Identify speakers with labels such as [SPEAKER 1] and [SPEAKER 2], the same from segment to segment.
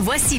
[SPEAKER 1] Voici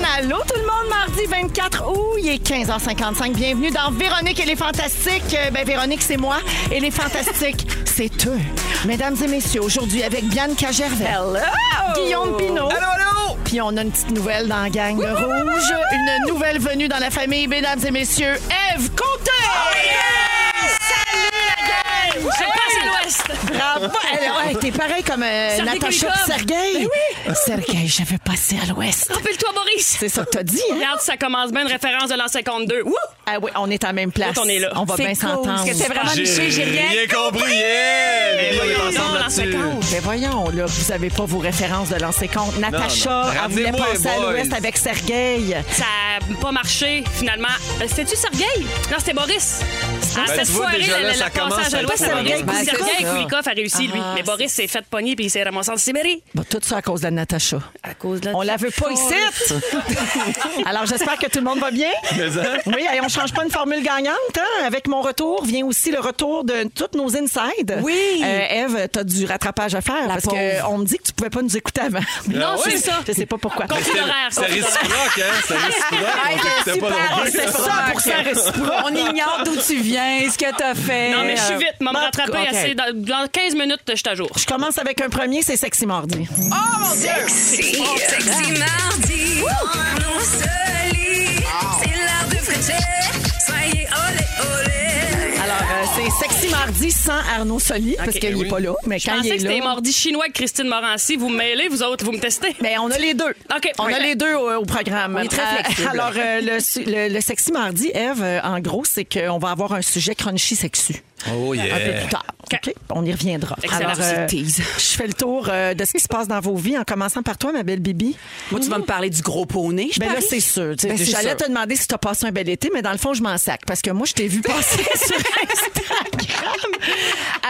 [SPEAKER 2] On a Allô tout le monde, mardi 24 août, il est 15h55. Bienvenue dans Véronique et les Fantastiques. Euh, Ben, Véronique, c'est moi et les Fantastiques, c'est eux. Mesdames et messieurs, aujourd'hui avec Bianca Gervais, Guillaume Pinot. Puis on a une petite nouvelle dans la gang de Rouge. Une nouvelle venue dans la famille, mesdames et messieurs, Eve Côté. Salut la gang! Bravo! Elle- ouais, t'es pareil comme euh,
[SPEAKER 3] Sergei
[SPEAKER 2] Natacha
[SPEAKER 3] Kulikov.
[SPEAKER 2] pis Sergueï. Sergueï, je veux passer à l'ouest.
[SPEAKER 3] Rappelle-toi, Maurice.
[SPEAKER 2] C'est ça que t'as dit, hein?
[SPEAKER 3] Regarde, ça commence bien une référence de l'an 52. Wouh!
[SPEAKER 2] Ah oui, on est à la même place.
[SPEAKER 3] Écoute, on est là.
[SPEAKER 2] On va
[SPEAKER 3] C'est
[SPEAKER 2] bien
[SPEAKER 3] cool.
[SPEAKER 2] s'entendre.
[SPEAKER 3] Parce que c'est vraiment- Ah, J'ai
[SPEAKER 4] J'ai
[SPEAKER 3] rien
[SPEAKER 4] rien compris. Yeah! Les
[SPEAKER 3] voyons
[SPEAKER 4] gars, on est ensemble
[SPEAKER 3] donc, l'an
[SPEAKER 4] là-dessus.
[SPEAKER 3] 50.
[SPEAKER 2] Mais Ben voyons, là, vous avez pas vos références de lancer compte. Natacha,
[SPEAKER 4] non.
[SPEAKER 2] elle voulait
[SPEAKER 4] Ramenez-moi,
[SPEAKER 2] passer à
[SPEAKER 4] boys.
[SPEAKER 2] l'ouest avec Sergueï.
[SPEAKER 3] Ça n'a pas marché, finalement. Euh, C'était-tu Sergueil? Non, c'était Boris. Ah,
[SPEAKER 4] Ben,
[SPEAKER 3] cette
[SPEAKER 4] tu vois,
[SPEAKER 3] soirée,
[SPEAKER 4] déjà
[SPEAKER 3] le-
[SPEAKER 4] là,
[SPEAKER 3] le-
[SPEAKER 4] ça
[SPEAKER 3] le
[SPEAKER 4] commence
[SPEAKER 3] passage
[SPEAKER 4] à
[SPEAKER 3] à
[SPEAKER 4] être
[SPEAKER 3] l'ouest, c'est
[SPEAKER 2] Sergueï
[SPEAKER 3] Boris.
[SPEAKER 2] Koulikov.
[SPEAKER 3] Sergueï
[SPEAKER 2] Ah.
[SPEAKER 3] Koulikov a réussi, lui. Mais Boris s'est fait pogner puis il s'est ramassé en Sibérie.
[SPEAKER 2] Bah, tout ça à cause de Natacha.
[SPEAKER 3] À cause de
[SPEAKER 2] On la veut pas ici. Alors, j'espère que tout le monde va bien. Oui, et on change pas une formule gagnante. hein. Avec mon retour vient aussi le retour de toutes nos insides.
[SPEAKER 3] Oui.
[SPEAKER 2] Euh, Eve, tu as du rattrapage à faire parce qu'on me dit que tu pouvais pas nous écouter avant.
[SPEAKER 3] Non,
[SPEAKER 4] Ah ouais?
[SPEAKER 3] c'est ça.
[SPEAKER 2] Je sais pas pourquoi.
[SPEAKER 3] Continue.
[SPEAKER 4] C'était-
[SPEAKER 3] Horaire,
[SPEAKER 4] C'était
[SPEAKER 3] horaire.
[SPEAKER 4] réciproque, hein?
[SPEAKER 3] Ah,
[SPEAKER 4] C'était réciproque. On t'écoutait pas non plus.
[SPEAKER 2] C'est ça pour ça réciproque.
[SPEAKER 5] On ignore d'où tu viens, ce que t'as fait.
[SPEAKER 3] Non, mais je suis vite. M'a me
[SPEAKER 2] Marc,
[SPEAKER 3] rattrapé
[SPEAKER 2] euh, ok.
[SPEAKER 3] assez. Dans, dans 15 minutes, je suis à jour.
[SPEAKER 2] Je commence avec un premier, c'est Sexy Mardi. Euh,
[SPEAKER 1] Sexy, sexy mardi, on se lit. C'est l'heure de Frencher. Soyez olé olé.
[SPEAKER 2] Alors, euh, c'est Sexy Mardi sans Arnaud Soli, parce
[SPEAKER 4] Eh
[SPEAKER 2] qu'il n'est pas là, mais
[SPEAKER 3] Je
[SPEAKER 2] quand il
[SPEAKER 3] pensais
[SPEAKER 2] est
[SPEAKER 3] que c'était
[SPEAKER 2] là...
[SPEAKER 3] mordi chinois avec Christine Morancy. Vous me mêlez, vous autres, vous me testez.
[SPEAKER 2] Mais ben, on a les deux.
[SPEAKER 3] OK,
[SPEAKER 2] On a
[SPEAKER 3] parfait.
[SPEAKER 2] les deux au, au programme.
[SPEAKER 5] est très
[SPEAKER 2] Euh,
[SPEAKER 5] flexible.
[SPEAKER 2] alors, euh, le, su- le- le sexy mardi, Eve, euh, en gros, c'est qu'on va avoir un sujet crunchy sexu.
[SPEAKER 4] Oh, yeah.
[SPEAKER 2] Un peu plus tard.
[SPEAKER 3] OK.
[SPEAKER 2] OK? On y reviendra.
[SPEAKER 3] Excellent.
[SPEAKER 2] Alors, euh, je fais le tour euh, de ce qui se passe dans vos vies, en commençant par toi, ma belle Bibi.
[SPEAKER 5] Moi, tu vas me parler du gros poney, je
[SPEAKER 2] Ben là,
[SPEAKER 5] parie?
[SPEAKER 2] c'est sûr. tu sais,
[SPEAKER 5] Ben, c'est
[SPEAKER 2] J'allais
[SPEAKER 5] sûr.
[SPEAKER 2] te demander si t'as passé un bel été, mais dans le fond, je m'en sac. Parce que moi, je t'ai vu passer sur Instagram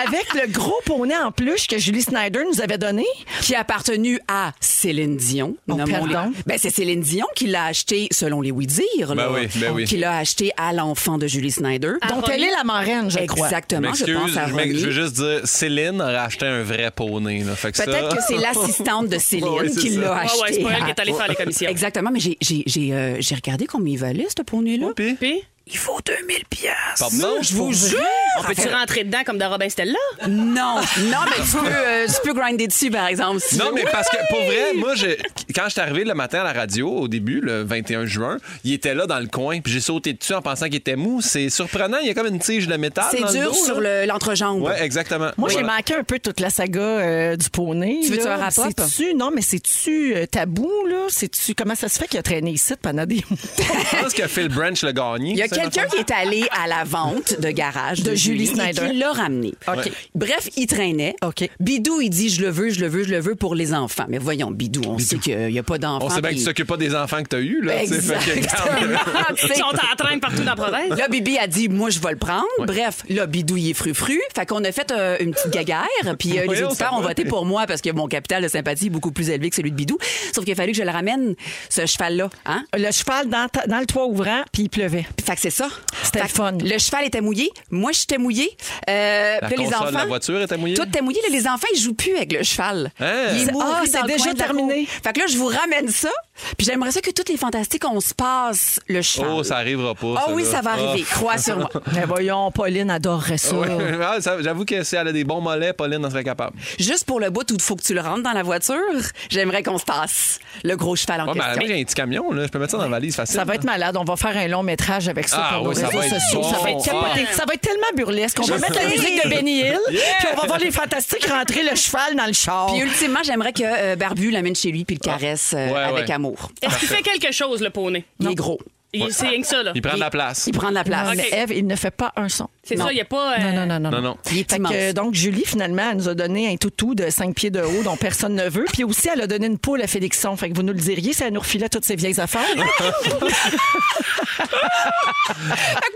[SPEAKER 2] avec le gros poney en peluche que Julie Snyder nous avait donné.
[SPEAKER 5] Qui a appartenu à Céline Dion.
[SPEAKER 2] Oh,
[SPEAKER 5] Nommons-les.
[SPEAKER 2] pardon.
[SPEAKER 5] Ben, c'est Céline Dion qui l'a acheté, selon les oui-dire, là.
[SPEAKER 4] Ben oui, ben oui.
[SPEAKER 5] Qui l'a acheté à l'enfant de Julie Snyder.
[SPEAKER 2] Donc,
[SPEAKER 3] Ronnie.
[SPEAKER 2] elle est la marraine, je crois.
[SPEAKER 4] Je
[SPEAKER 5] Exactement, je,
[SPEAKER 4] m'excuse,
[SPEAKER 5] pense à
[SPEAKER 4] je m'ex-
[SPEAKER 5] Ronnie.
[SPEAKER 4] je veux juste dire, Céline aurait acheté un vrai poney. là. Fait que
[SPEAKER 5] Peut-être
[SPEAKER 4] ça-
[SPEAKER 5] que c'est l'assistante de Céline
[SPEAKER 4] Ouais, c'est
[SPEAKER 5] qui
[SPEAKER 4] ça.
[SPEAKER 5] l'a
[SPEAKER 4] Ouais,
[SPEAKER 5] acheté.
[SPEAKER 3] ouais, c'est pas elle qui est allée faire les commissions.
[SPEAKER 5] Exactement, mais j'ai- j'ai j'ai, euh, j'ai regardé combien il valait, ce poney-là.
[SPEAKER 4] Oh, Puis-
[SPEAKER 3] Puis,
[SPEAKER 5] Il faut 2000 piastres.
[SPEAKER 4] Pardon?
[SPEAKER 5] Je vous jure!
[SPEAKER 3] on peut-tu rentrer dedans comme dans Robin Stella?
[SPEAKER 5] Non, non, mais tu peux, euh, tu peux grinder dessus, par exemple. si tu
[SPEAKER 4] Non,
[SPEAKER 5] veux.
[SPEAKER 4] mais parce que pour vrai, moi, j'ai- quand je suis arrivé le matin à la radio, au début, le 21 juin, il était là dans le coin, puis j'ai sauté dessus en pensant qu'il était mou. C'est surprenant, il y a comme une tige de métal.
[SPEAKER 5] C'est
[SPEAKER 4] dans le
[SPEAKER 5] dur
[SPEAKER 4] dos,
[SPEAKER 5] sur
[SPEAKER 4] Ah, là.
[SPEAKER 5] le- l'entrejambe.
[SPEAKER 4] Ouais, exactement.
[SPEAKER 2] Moi, j'ai
[SPEAKER 4] Voilà.
[SPEAKER 2] manqué un peu toute la saga euh, du poney.
[SPEAKER 5] Tu veux-tu
[SPEAKER 2] là.
[SPEAKER 5] un wrap-up?
[SPEAKER 2] C'est-tu- Non, mais c'est-tu euh, tabou, là? C'est-tu... Comment ça se fait qu'il a traîné ici pendant des mois?
[SPEAKER 4] Je pense que Phil Branch l'a gagné.
[SPEAKER 5] Il y a quelqu'un qui est allé à la vente de garage de,
[SPEAKER 2] De Julie
[SPEAKER 5] Julie
[SPEAKER 2] Snyder.
[SPEAKER 5] et qui l'a ramené.
[SPEAKER 2] OK.
[SPEAKER 5] Bref, il traînait.
[SPEAKER 2] OK.
[SPEAKER 5] Bidou, il dit je le veux, je le veux, je le veux pour les enfants. Mais voyons, Bidou, on sait qu'il n'y a pas d'enfants.
[SPEAKER 4] On sait bien que
[SPEAKER 5] puis-
[SPEAKER 4] tu s'occupes pas des enfants que t'as eus, là. tu sais, fait que, regarde.
[SPEAKER 5] Exactement, tu sais.
[SPEAKER 3] Ils sont en train partout dans la province.
[SPEAKER 5] Là, Bibi a dit, moi, je vais le prendre. Bref, là, Bidou, il est frufru. Fait qu'on a fait euh, une petite gaguère. Puis euh, les
[SPEAKER 4] Voyons,
[SPEAKER 5] auditeurs
[SPEAKER 4] ça
[SPEAKER 5] ont
[SPEAKER 4] va.
[SPEAKER 5] voté pour moi parce que mon capital de sympathie est beaucoup plus élevé que celui de Bidou. Sauf qu'il a fallu que je le ramène, ce cheval-là. Hein?
[SPEAKER 2] le cheval dans, ta- dans le toit ouvrant, puis il pleuvait.
[SPEAKER 5] Fait que c'est ça.
[SPEAKER 2] C'était
[SPEAKER 5] Fait
[SPEAKER 2] le
[SPEAKER 5] que
[SPEAKER 2] fun.
[SPEAKER 5] Le cheval était mouillé. Moi, j'étais mouillée. Euh,
[SPEAKER 4] La
[SPEAKER 5] puis
[SPEAKER 4] console de la voiture était mouillée?
[SPEAKER 5] Tout était mouillé. Là, les enfants, ils jouent plus avec le cheval.
[SPEAKER 4] Hein?
[SPEAKER 5] Ils-
[SPEAKER 2] C'est-
[SPEAKER 5] ah,
[SPEAKER 2] ah,
[SPEAKER 5] dans
[SPEAKER 2] c'est
[SPEAKER 5] le
[SPEAKER 2] déjà
[SPEAKER 5] coin de la
[SPEAKER 2] terminé.
[SPEAKER 5] cour. Fait que là, je vous ramène ça. Puis j'aimerais ça que toutes les fantastiques, on se passe le cheval.
[SPEAKER 4] Oh, ça arrivera pas.
[SPEAKER 5] Ah
[SPEAKER 4] ça,
[SPEAKER 5] oui,
[SPEAKER 4] là.
[SPEAKER 5] ça va
[SPEAKER 4] Ah.
[SPEAKER 5] arriver. Crois sur moi.
[SPEAKER 2] Mais Ben, voyons, Pauline adorerait ça.
[SPEAKER 4] Ouais. Ah, ça- J'avoue que si elle a des bons mollets, Pauline en serait capable.
[SPEAKER 5] Juste pour le bout où il faut que tu le rentres dans la voiture, j'aimerais qu'on se passe le gros cheval en
[SPEAKER 4] Ouais, mais à la
[SPEAKER 5] question.
[SPEAKER 4] maison, j'ai un petit camion, là. Je peux mettre ça dans la valise facile.
[SPEAKER 2] Ça va être malade. On va faire un long métrage avec ça
[SPEAKER 4] Ah
[SPEAKER 2] pour nos
[SPEAKER 4] oui, ça
[SPEAKER 2] réseaux
[SPEAKER 4] va être
[SPEAKER 2] sociaux.
[SPEAKER 4] bon.
[SPEAKER 2] Ça va être capoté.
[SPEAKER 3] Ah.
[SPEAKER 2] Ça va être tellement burlesque. On va mettre la musique de Benny Hill, puis on va voir les fantastiques rentrer le cheval dans le char.
[SPEAKER 5] Puis ultimement, j'aimerais que euh, Barbu l'amène chez lui puis le caresse euh,
[SPEAKER 4] Ah. Ouais,
[SPEAKER 5] avec
[SPEAKER 4] ouais.
[SPEAKER 5] amour.
[SPEAKER 3] Est-ce qu'il fait quelque chose, le poney?
[SPEAKER 5] Il est gros.
[SPEAKER 3] Il-
[SPEAKER 4] Ouais.
[SPEAKER 3] C'est rien que ça, là.
[SPEAKER 4] Il prend de la place.
[SPEAKER 5] Il prend de la
[SPEAKER 2] Non,
[SPEAKER 5] place.
[SPEAKER 3] Ok.
[SPEAKER 2] mais Ève, il ne fait pas un son.
[SPEAKER 3] C'est
[SPEAKER 5] Non.
[SPEAKER 3] ça, il n'y a pas. euh,
[SPEAKER 2] Non, non, non, non.
[SPEAKER 4] Non, non.
[SPEAKER 5] Il est
[SPEAKER 2] Fait
[SPEAKER 5] immense.
[SPEAKER 2] que, donc, Julie, finalement, elle nous a donné un toutou de 5 pieds de haut dont personne ne veut. Puis aussi, elle a donné une poule à Félixon. Fait que vous nous le diriez si elle nous refilait toutes ses vieilles affaires.
[SPEAKER 5] Moi,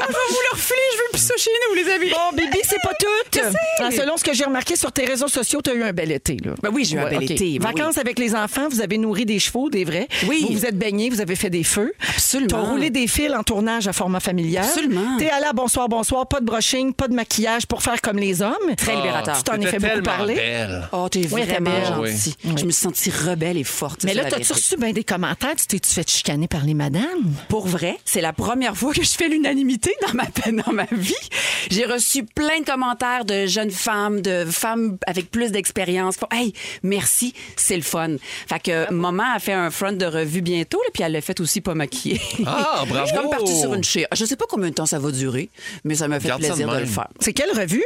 [SPEAKER 5] je vais vous le refiler, je veux plus ça chez nous, les amis.
[SPEAKER 2] bon, Bibi, c'est pas tout. Ah, Selon ce que j'ai remarqué sur tes réseaux sociaux, tu as eu un bel été. Là.
[SPEAKER 5] Ben oui, j'ai eu un bel
[SPEAKER 2] ok.
[SPEAKER 5] été, ben
[SPEAKER 2] Vacances avec les enfants, vous avez nourri des chevaux, des vrais.
[SPEAKER 5] Oui.
[SPEAKER 2] Vous vous êtes baigné, vous avez fait des feux.
[SPEAKER 5] Absolument.
[SPEAKER 2] Tu as roulé des fils en tournage à format familial.
[SPEAKER 5] Absolument.
[SPEAKER 2] T'es allé à bonsoir, bonsoir, pas de brushing, pas de maquillage pour faire comme les hommes.
[SPEAKER 5] Très libérateur.
[SPEAKER 2] tu t'en es
[SPEAKER 4] T'étais
[SPEAKER 2] fait beaucoup
[SPEAKER 4] tellement
[SPEAKER 2] parler.
[SPEAKER 4] belle.
[SPEAKER 5] Oh, t'es
[SPEAKER 2] Oui,
[SPEAKER 5] vraiment
[SPEAKER 2] rebelle.
[SPEAKER 5] gentille. Je me suis sentie rebelle et forte.
[SPEAKER 2] Mais
[SPEAKER 5] c'est
[SPEAKER 2] là,
[SPEAKER 5] la
[SPEAKER 2] t'as-tu
[SPEAKER 5] vérité.
[SPEAKER 2] reçu bien des commentaires? Tu t'es-tu fait chicaner par les madames?
[SPEAKER 5] Pour vrai, c'est la première fois que je fais l'unanimité dans ma, dans ma vie. J'ai reçu plein de commentaires de jeunes femmes, de femmes avec plus d'expérience. Faut- Hey, merci, c'est le fun. Fait que maman a fait un front de revue bientôt, là, puis elle l'a fait aussi pas maquillée.
[SPEAKER 4] Ah, bravo!
[SPEAKER 5] Je suis comme partie sur une chaire. Je sais pas combien de temps ça va durer, mais ça m'a fait
[SPEAKER 4] Garde ça
[SPEAKER 5] plaisir
[SPEAKER 4] de
[SPEAKER 5] de, le
[SPEAKER 4] même.
[SPEAKER 5] faire.
[SPEAKER 2] C'est quelle revue?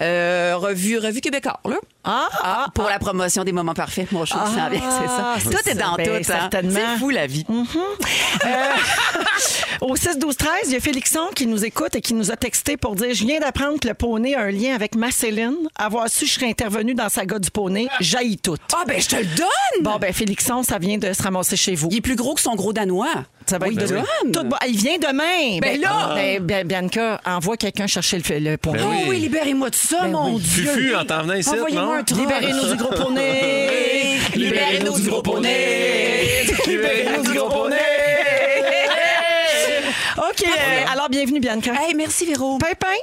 [SPEAKER 5] Euh, revue, revue québécois, là.
[SPEAKER 2] Ah, ah,
[SPEAKER 5] pour la promotion des moments parfaits, mon show
[SPEAKER 2] Ah,
[SPEAKER 5] qui s'en vient, c'est ça.
[SPEAKER 2] c'est
[SPEAKER 5] Tout
[SPEAKER 2] ça.
[SPEAKER 5] est dans
[SPEAKER 2] Ben,
[SPEAKER 5] tout, hein.
[SPEAKER 2] certainement. Mm.
[SPEAKER 5] C'est fou, la vie.
[SPEAKER 2] Au 6-12-13, il y a Félixon qui nous écoute et qui nous a texté pour dire Je viens d'apprendre que le poney a un lien avec ma Céline. Avoir su, je serais intervenu dans sa gars du poney. Jaillit tout.
[SPEAKER 5] Ah, ben, je te le donne!
[SPEAKER 2] Bon, ben, Félixon, ça vient de se ramasser chez vous.
[SPEAKER 5] Il est plus gros que son gros danois.
[SPEAKER 4] Ben
[SPEAKER 2] Ça va
[SPEAKER 5] Oui,
[SPEAKER 2] être
[SPEAKER 5] il
[SPEAKER 2] demain.
[SPEAKER 5] donne.
[SPEAKER 2] Tout bon. Ah, Il vient demain.
[SPEAKER 5] Ben là!
[SPEAKER 2] Ben, ben, Bianca, envoie quelqu'un chercher le, le poney.
[SPEAKER 4] Ben
[SPEAKER 5] Oh
[SPEAKER 4] oui.
[SPEAKER 5] oui, libérez-moi de ça,
[SPEAKER 2] Ben
[SPEAKER 5] mon
[SPEAKER 2] oui.
[SPEAKER 5] Dieu.
[SPEAKER 4] Fufu, en t'en venant ici, non?
[SPEAKER 5] Envoyez-moi un truc.
[SPEAKER 2] Libérez-nous du gros poney.
[SPEAKER 5] Libérez-nous du gros poney.
[SPEAKER 4] Libérez-nous du gros poney.
[SPEAKER 2] OK.
[SPEAKER 5] Ah,
[SPEAKER 2] euh, alors, bienvenue, Bianca.
[SPEAKER 5] Hey, merci, Véro.
[SPEAKER 2] Pimpin,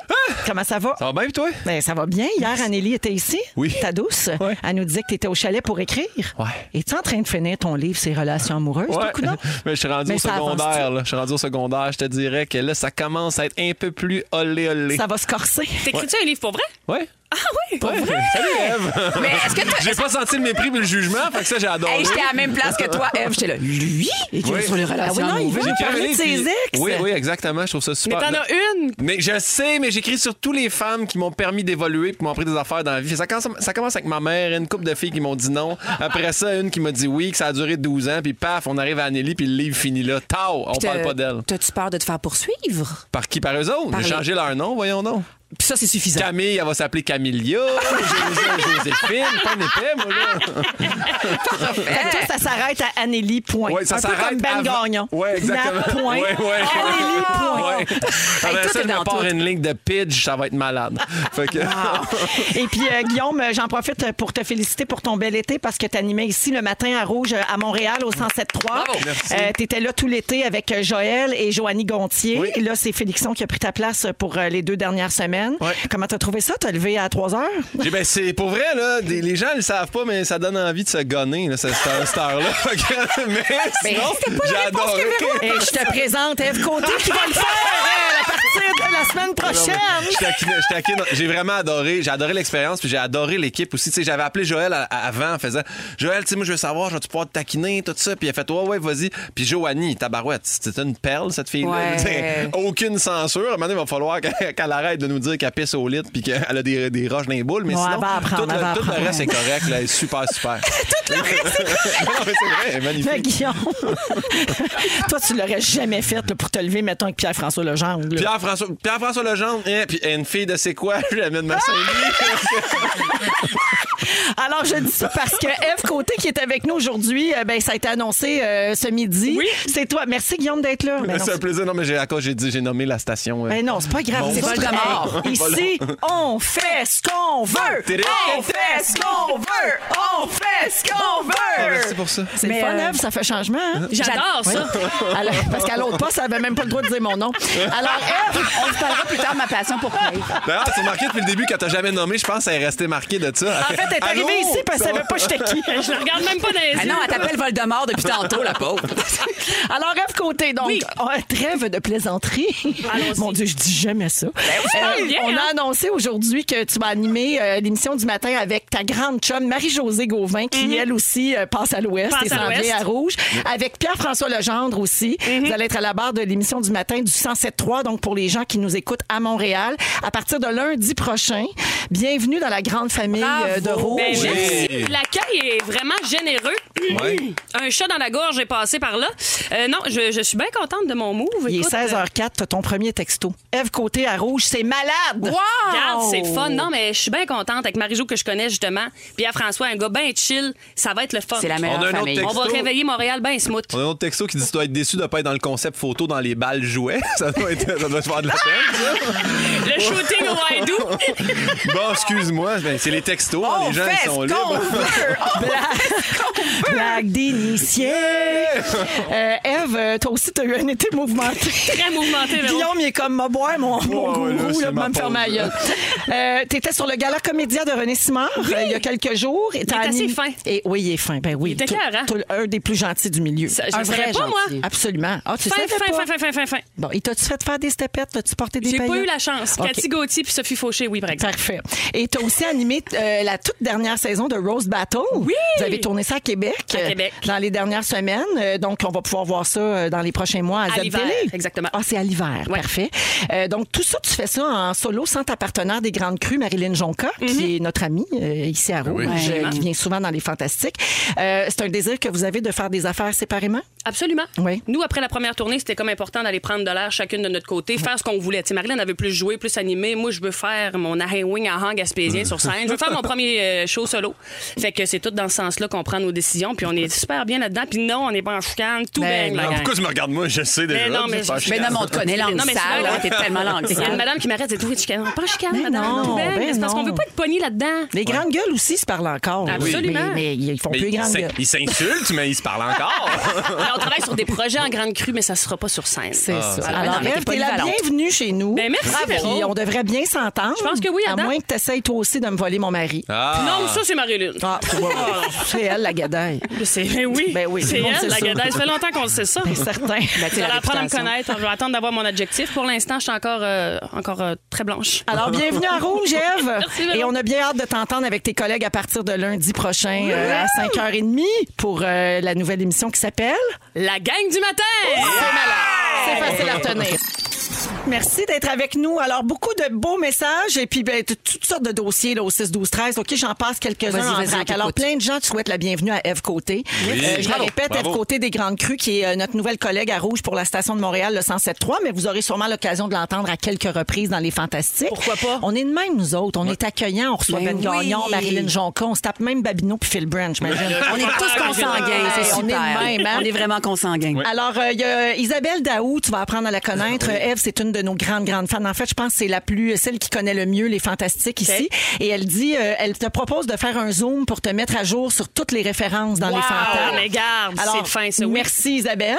[SPEAKER 2] comment ça va?
[SPEAKER 4] Ça va bien, toi?
[SPEAKER 2] Ben, ça va bien. Hier, Anneli était ici,
[SPEAKER 4] Oui.
[SPEAKER 2] ta douce.
[SPEAKER 4] Ouais.
[SPEAKER 2] Elle nous disait que tu étais au chalet pour écrire.
[SPEAKER 4] Ouais.
[SPEAKER 2] Et tu en train de finir ton livre, Ces relations amoureuses, toi, coudonc?
[SPEAKER 4] Mais je suis rendu
[SPEAKER 2] Mais
[SPEAKER 4] au
[SPEAKER 2] ça avance-tu?
[SPEAKER 4] secondaire. Là. Je suis rendu au secondaire. Je te dirais que là, ça commence à être un peu plus olé olé.
[SPEAKER 2] Ça va se corser.
[SPEAKER 3] T'écris-tu un livre pour vrai?
[SPEAKER 4] Ouais.
[SPEAKER 3] Ah oui!
[SPEAKER 4] Ouais. Salut, Ève.
[SPEAKER 5] Mais est-ce que toi.
[SPEAKER 4] J'ai pas senti le mépris mais le jugement, fait que ça, j'ai adoré.
[SPEAKER 5] Hey, j'étais à la même place que toi, Eve. J'étais là. Lui? Et
[SPEAKER 4] Oui.
[SPEAKER 5] sur les
[SPEAKER 2] Ah
[SPEAKER 5] relations.
[SPEAKER 2] oui, non, il
[SPEAKER 5] amoureuses.
[SPEAKER 2] veut
[SPEAKER 4] J'ai
[SPEAKER 2] parler
[SPEAKER 4] parlé,
[SPEAKER 2] de ses
[SPEAKER 4] puis-
[SPEAKER 2] ex.
[SPEAKER 4] Oui, oui, exactement. Je trouve ça super.
[SPEAKER 3] Mais t'en as une!
[SPEAKER 4] Mais je sais, mais j'écris sur tous les femmes qui m'ont permis d'évoluer puis m'ont appris des affaires dans la vie. Ça commence, ça commence avec ma mère, une couple de filles qui m'ont dit non. Après ça, une qui m'a dit oui, que ça a duré 12 ans, puis paf, on arrive à Anneli, puis le livre finit là. Tao, on
[SPEAKER 5] T'as-
[SPEAKER 4] parle pas d'elle.
[SPEAKER 5] T'as-tu peur de te faire poursuivre?
[SPEAKER 4] Par qui? Par eux autres?
[SPEAKER 5] Par
[SPEAKER 4] J'ai
[SPEAKER 5] les-
[SPEAKER 4] changé leur nom, voyons donc.
[SPEAKER 5] Puis ça, c'est suffisant.
[SPEAKER 4] Camille, elle va s'appeler Camilia. José- Joséphine, pas n'épais, moi, là.
[SPEAKER 2] Fait que toi, ça s'arrête à Anneli, point.
[SPEAKER 4] Ouais, ça
[SPEAKER 2] Un peu
[SPEAKER 4] s'arrête
[SPEAKER 2] comme Ben
[SPEAKER 4] avant-
[SPEAKER 2] Gagnon.
[SPEAKER 4] Ouais, exactement.
[SPEAKER 2] Nat, point.
[SPEAKER 4] Ouais, ouais.
[SPEAKER 2] Anneli, point.
[SPEAKER 4] Ouais. Après
[SPEAKER 5] tout
[SPEAKER 4] ça,
[SPEAKER 5] est
[SPEAKER 4] je
[SPEAKER 5] dans
[SPEAKER 4] me pars
[SPEAKER 5] tout.
[SPEAKER 4] une ligne de pitch, ça va être malade. Fait que...
[SPEAKER 2] Et puis, euh, Guillaume, euh, j'en profite pour te féliciter pour ton bel été parce que tu animais ici le matin à Rouge euh, à Montréal au 107.3. Euh, tu étais là tout l'été avec euh, Joël et Joanie Gontier.
[SPEAKER 4] Oui.
[SPEAKER 2] Et Là, c'est Félixon qui a pris ta place pour euh, les deux dernières semaines.
[SPEAKER 4] Ouais.
[SPEAKER 2] Comment t'as trouvé ça? T'as levé à 3 heures?
[SPEAKER 4] Eh ben, c'est pour vrai, là. des- les gens le savent pas, mais ça donne envie de se gonner, là, cette, cette- cette heure-là. Fait que- mais
[SPEAKER 2] Ben,
[SPEAKER 4] sinon, j'ai adoré.
[SPEAKER 2] Et je te présente Eve Côté qui va le faire elle, à partir de la semaine prochaine.
[SPEAKER 4] Je taquine- je taquine. J'ai vraiment adoré. J'ai adoré l'expérience, puis j'ai adoré l'équipe aussi. Tu sais, j'avais appelé Joël à- à- avant en faisant Joël, tu sais, moi, je veux savoir, je vais-tu pouvoir te taquiner, tout ça. Puis il a fait, ouais, ouais, vas-y. Puis Joanie, tabarouette, c'était une perle, cette fille-là.
[SPEAKER 5] Ouais.
[SPEAKER 4] Tu sais, Aucune censure. Maintenant, il va falloir qu'elle qu'elle arrête de nous dire qu'elle pisse au lit, puis qu'elle a des, des roches dans les boules. Mais
[SPEAKER 2] Ouais,
[SPEAKER 4] sinon,
[SPEAKER 2] elle va apprendre,
[SPEAKER 4] tout,
[SPEAKER 2] elle va
[SPEAKER 4] le, tout le
[SPEAKER 2] apprendre.
[SPEAKER 4] reste est correct. Là, elle est super, super. tout le reste est correct. c'est vrai, elle est magnifique.
[SPEAKER 2] Mais Guillaume, toi, tu l'aurais jamais fait là, pour te lever, mettons, avec Pierre-François Legendre. là.
[SPEAKER 4] Pierre-François Pierre -François Legendre, eh, puis une fille de c'est quoi, je la mets de ma
[SPEAKER 2] Alors, je dis ça parce que Eve Côté, qui est avec nous aujourd'hui, euh, ben, ça a été annoncé euh, ce midi.
[SPEAKER 3] Oui.
[SPEAKER 2] C'est toi. Merci, Guillaume, d'être là. Ben non,
[SPEAKER 4] C'est un
[SPEAKER 2] c'est-
[SPEAKER 4] plaisir. Non, mais j'ai à cause, j'ai dit, j'ai nommé la station. euh,
[SPEAKER 2] ben non, c'est pas grave.
[SPEAKER 4] Bon.
[SPEAKER 2] C'est
[SPEAKER 5] C'est
[SPEAKER 2] pas
[SPEAKER 5] Voldemort.
[SPEAKER 2] grave. Ici, on fait ce qu'on veut. On fait ce qu'on veut. On fait ce qu'on
[SPEAKER 4] Ah,
[SPEAKER 2] veut.
[SPEAKER 4] merci pour ça.
[SPEAKER 2] C'est
[SPEAKER 5] Mais,
[SPEAKER 2] le fun,
[SPEAKER 5] euh,
[SPEAKER 2] Ève, ça fait changement. hein?
[SPEAKER 3] J'adore ça.
[SPEAKER 2] À la- parce qu'à l'autre poste, ça avait même pas le droit de dire mon nom. Alors, Eve,
[SPEAKER 5] On se parlera plus tard de ma passion pour Clay.
[SPEAKER 4] D'ailleurs, Ben c'est marqué depuis le début qu'elle t'a jamais nommé. Je pense qu'elle est restée marquée de ça.
[SPEAKER 2] en fait, elle est arrivée ici parce qu'elle savait pas j'étais qui.
[SPEAKER 3] Je la regarde même pas dans les
[SPEAKER 5] Ah non,
[SPEAKER 3] yeux. Ben
[SPEAKER 5] elle t'appelle Voldemort depuis tantôt, la pauvre.
[SPEAKER 2] Alors, Eve Côté, donc,
[SPEAKER 3] Oui.
[SPEAKER 2] euh, trêve de plaisanterie.
[SPEAKER 3] Allons-y. Ben
[SPEAKER 2] Mon Dieu, je dis jamais ça. Euh,
[SPEAKER 3] parles bien,
[SPEAKER 2] on a
[SPEAKER 3] hein?
[SPEAKER 2] annoncé aujourd'hui que tu vas animer euh, l'émission du matin avec ta grande chum, Marie-Josée Gauvin, qui, elle aussi, euh, passe à l'Ouest
[SPEAKER 3] Mm-hmm. Passe
[SPEAKER 2] et
[SPEAKER 3] à
[SPEAKER 2] s'en
[SPEAKER 3] l'Ouest. Mm-hmm.
[SPEAKER 2] vient à Rouge. Avec Pierre-François Legendre aussi. Vous allez être à la barre de l'émission du matin du 107.3, donc pour les gens qui nous écoutent à Montréal, à partir de lundi prochain. Bienvenue dans la grande famille euh, de
[SPEAKER 5] Bravo.
[SPEAKER 2] Rouge.
[SPEAKER 3] Ben,
[SPEAKER 4] Oui.
[SPEAKER 3] merci. L'accueil est vraiment généreux.
[SPEAKER 4] Ouais.
[SPEAKER 3] Un chat dans la gorge est passé par là. Euh, non, je, je suis bien contente de mon move.
[SPEAKER 2] Il est
[SPEAKER 3] Écoute, euh,
[SPEAKER 2] 16h04, t'as ton premier texto. Ève Côté à Rouge, c'est malade!
[SPEAKER 5] Wow!
[SPEAKER 3] Regarde, c'est le fun. Non, mais je suis bien contente avec Marie-Jo que je connais justement. Puis à François, un gars bien chill. Ça va être le fun.
[SPEAKER 5] C'est la meilleure
[SPEAKER 4] On a un autre
[SPEAKER 5] famille.
[SPEAKER 4] texte.
[SPEAKER 3] On va
[SPEAKER 4] Texto.
[SPEAKER 3] réveiller Montréal bien smooth.
[SPEAKER 4] On a un autre texto qui dit Tu dois être déçu de ne pas être dans le concept photo dans les balles jouets. Ça doit, être, ça doit te faire de la peine,
[SPEAKER 3] Le shooting au Waidou.
[SPEAKER 4] ça. Bon, excuse-moi, ben, c'est les textos. hein,
[SPEAKER 5] On
[SPEAKER 4] les gens,
[SPEAKER 5] fait
[SPEAKER 4] ils sont
[SPEAKER 5] ce qu'on
[SPEAKER 4] libres.
[SPEAKER 5] veut. On
[SPEAKER 2] Blague d'initié! Euh, Ève, euh, toi aussi, t'as eu un été mouvementé.
[SPEAKER 3] Très mouvementé, Véro.
[SPEAKER 2] Guillaume, il est comme m'a boire, mon, mon
[SPEAKER 4] Ouais, ouais, là,
[SPEAKER 2] gourou,
[SPEAKER 4] c'est
[SPEAKER 2] là,
[SPEAKER 4] ma
[SPEAKER 2] m'a me faire
[SPEAKER 4] pause.
[SPEAKER 2] ma gueule. Euh, T'étais sur le gala comédien de René Simard euh, il y a quelques jours. Il
[SPEAKER 3] est assez fin.
[SPEAKER 2] Et, oui, il est fin. Ben oui.
[SPEAKER 3] Il était
[SPEAKER 2] Tout-
[SPEAKER 3] clair, hein?
[SPEAKER 2] tout- Un des plus gentils du milieu.
[SPEAKER 3] Ça, je
[SPEAKER 2] un
[SPEAKER 3] le savais pas, moi.
[SPEAKER 2] Absolument. Ah, tu
[SPEAKER 3] Fin,
[SPEAKER 2] savais
[SPEAKER 3] fin,
[SPEAKER 2] pas?
[SPEAKER 3] fin, fin, fin, fin, fin.
[SPEAKER 2] Bon, il t'a-tu fait faire des stepettes? T'as-tu porté des
[SPEAKER 3] J'ai pas
[SPEAKER 2] paillettes?
[SPEAKER 3] eu la chance.
[SPEAKER 2] OK.
[SPEAKER 3] Cathy Gauthier puis Sophie Fauché, oui, par exemple.
[SPEAKER 2] Parfait. Et tu as aussi animé euh, la toute dernière saison de Rose Battle. Oui! Vous avez tourné ça à Québec.
[SPEAKER 3] À Québec.
[SPEAKER 2] euh, Dans les dernières semaines. Euh, donc, on va pouvoir voir ça euh, dans les prochains mois à,
[SPEAKER 3] À
[SPEAKER 2] Z
[SPEAKER 3] l'hiver,
[SPEAKER 2] Télé.
[SPEAKER 3] exactement.
[SPEAKER 2] Ah, c'est à l'hiver.
[SPEAKER 3] Ouais.
[SPEAKER 2] Parfait. Euh, donc, tout ça, tu fais ça en solo sans ta partenaire des Grandes Crues, Marilyn Jonca, qui est notre amie euh, ici à Rouge, euh,
[SPEAKER 3] Mhm. absolument.
[SPEAKER 2] qui vient souvent dans les Fantastiques. Euh, c'est un désir que vous avez de faire des affaires séparément?
[SPEAKER 3] Absolument.
[SPEAKER 2] Oui.
[SPEAKER 3] Nous, après la première tournée, c'était comme important d'aller prendre de l'air chacune de notre côté, faire ce qu'on voulait. Tu sais, Marilyn avait plus joué, plus animé. Moi, je veux faire mon wing à hang gaspésien sur scène. Je veux faire mon premier euh, show solo. Fait que c'est tout dans ce sens-là qu'on prend nos décisions. Puis on est super bien là-dedans. Puis non, on n'est pas en chicane. Tout
[SPEAKER 2] Ben
[SPEAKER 3] bien, la
[SPEAKER 4] Ah,
[SPEAKER 3] gang.
[SPEAKER 4] Pourquoi tu me regardes, moi Je sais déjà.
[SPEAKER 3] Mais non,
[SPEAKER 4] c'est
[SPEAKER 3] mais
[SPEAKER 4] pas
[SPEAKER 3] je-
[SPEAKER 5] Mais
[SPEAKER 4] chiant.
[SPEAKER 5] non, mais on te connaît, langue
[SPEAKER 3] Non, mais c'est
[SPEAKER 5] sale.
[SPEAKER 3] vrai.
[SPEAKER 5] hein, T'es tellement langue
[SPEAKER 3] Il y a une
[SPEAKER 5] sale.
[SPEAKER 3] madame qui m'arrête, elle dit Oui, chicane, on parle chicane,
[SPEAKER 2] Mais
[SPEAKER 3] madame.
[SPEAKER 2] non,
[SPEAKER 3] Tout bien.
[SPEAKER 2] ben
[SPEAKER 3] Mais c'est parce
[SPEAKER 2] non.
[SPEAKER 3] qu'on veut pas être pogné là-dedans.
[SPEAKER 2] Les grandes gueules aussi se parlent encore.
[SPEAKER 3] Absolument.
[SPEAKER 2] Mais, mais ils font
[SPEAKER 4] Mais
[SPEAKER 2] plus
[SPEAKER 4] ils
[SPEAKER 2] grandes
[SPEAKER 4] s'in-
[SPEAKER 2] gueules.
[SPEAKER 4] ils s'insultent, mais ils se parlent encore.
[SPEAKER 3] Alors, on travaille sur des projets en grande crue, mais ça sera pas sur scène. Ah.
[SPEAKER 2] C'est ça.
[SPEAKER 3] Alors,
[SPEAKER 2] Alors,
[SPEAKER 3] non, mais
[SPEAKER 2] Ève,
[SPEAKER 3] t'es
[SPEAKER 2] t'es la
[SPEAKER 3] polyvalente.
[SPEAKER 2] bienvenue chez nous.
[SPEAKER 3] Ben, merci, Véro.
[SPEAKER 2] Puis on devrait bien s'entendre.
[SPEAKER 3] Je pense que oui,
[SPEAKER 2] À
[SPEAKER 3] Adam.
[SPEAKER 2] moins que t'essayes toi aussi de me voler mon mari.
[SPEAKER 4] Ah.
[SPEAKER 3] Non, mais ça, c'est Marilyn.
[SPEAKER 2] Ah, tu vois, c'est elle, la gadaille.
[SPEAKER 3] C'est ben oui.
[SPEAKER 2] Ben oui,
[SPEAKER 3] c'est
[SPEAKER 2] non,
[SPEAKER 3] elle,
[SPEAKER 2] c'est
[SPEAKER 3] la
[SPEAKER 2] ça. Ben,
[SPEAKER 3] guedaille. Ça fait longtemps qu'on le sait ça.
[SPEAKER 2] C'est certain.
[SPEAKER 3] Je vais apprendre à me
[SPEAKER 5] la réputation.
[SPEAKER 3] connaître. Je vais attendre d'avoir mon adjectif. Pour l'instant, je suis encore, euh, encore euh, très blanche.
[SPEAKER 2] Alors, bienvenue à Rouge, Ève.
[SPEAKER 3] Merci, Véro.
[SPEAKER 2] Et on a bien hâte de t'entendre avec tes collègues à partir de lundi prochain euh, à 5h30 pour euh, la nouvelle émission qui s'appelle...
[SPEAKER 3] La gang du matin!
[SPEAKER 2] Oh! C'est facile à retenir. Merci d'être avec nous. Alors, beaucoup de beaux messages et puis ben, t- toutes sortes de dossiers là, au 6-12-13. OK, j'en passe
[SPEAKER 5] Vas-y,
[SPEAKER 2] quelques-uns en
[SPEAKER 5] vas-y,
[SPEAKER 2] vrac.
[SPEAKER 5] on
[SPEAKER 2] Alors,
[SPEAKER 5] t'écoute.
[SPEAKER 2] plein de gens te souhaitent la bienvenue à Eve Côté. Euh, je le
[SPEAKER 4] Bravo.
[SPEAKER 2] répète, Eve
[SPEAKER 4] Bravo.
[SPEAKER 2] Côté des Grandes Crues, qui est euh, notre nouvelle collègue à Rouge pour la station de Montréal, le 107.3, mais vous aurez sûrement l'occasion de l'entendre à quelques reprises dans les Fantastiques.
[SPEAKER 3] Pourquoi pas?
[SPEAKER 2] On est de même, nous autres. On est accueillants. On reçoit
[SPEAKER 5] Ben
[SPEAKER 2] Ben Gagnon,
[SPEAKER 5] oui.
[SPEAKER 2] Marilyn Jonca. On se tape même Babino puis Phil Branch, j'imagine.
[SPEAKER 5] On est tous consanguins, c'est
[SPEAKER 2] Hey,
[SPEAKER 5] super.
[SPEAKER 2] on est de même, hein?
[SPEAKER 5] On est vraiment consanguins.
[SPEAKER 2] Alors, euh, il y a Isabelle Daou, tu vas apprendre à la connaître.
[SPEAKER 3] Ah
[SPEAKER 2] Euh, Ève, c'est une de nos grandes, grandes fans. En fait, je pense que c'est la plus, celle qui connaît le mieux les fantastiques ici. Et elle dit, euh, elle te propose de faire un zoom pour te mettre à jour sur toutes les références dans les
[SPEAKER 3] Wow,
[SPEAKER 2] fantasmes.
[SPEAKER 3] mais garde,
[SPEAKER 2] Alors,
[SPEAKER 3] c'est fin, ça, oui.
[SPEAKER 2] Merci Isabelle.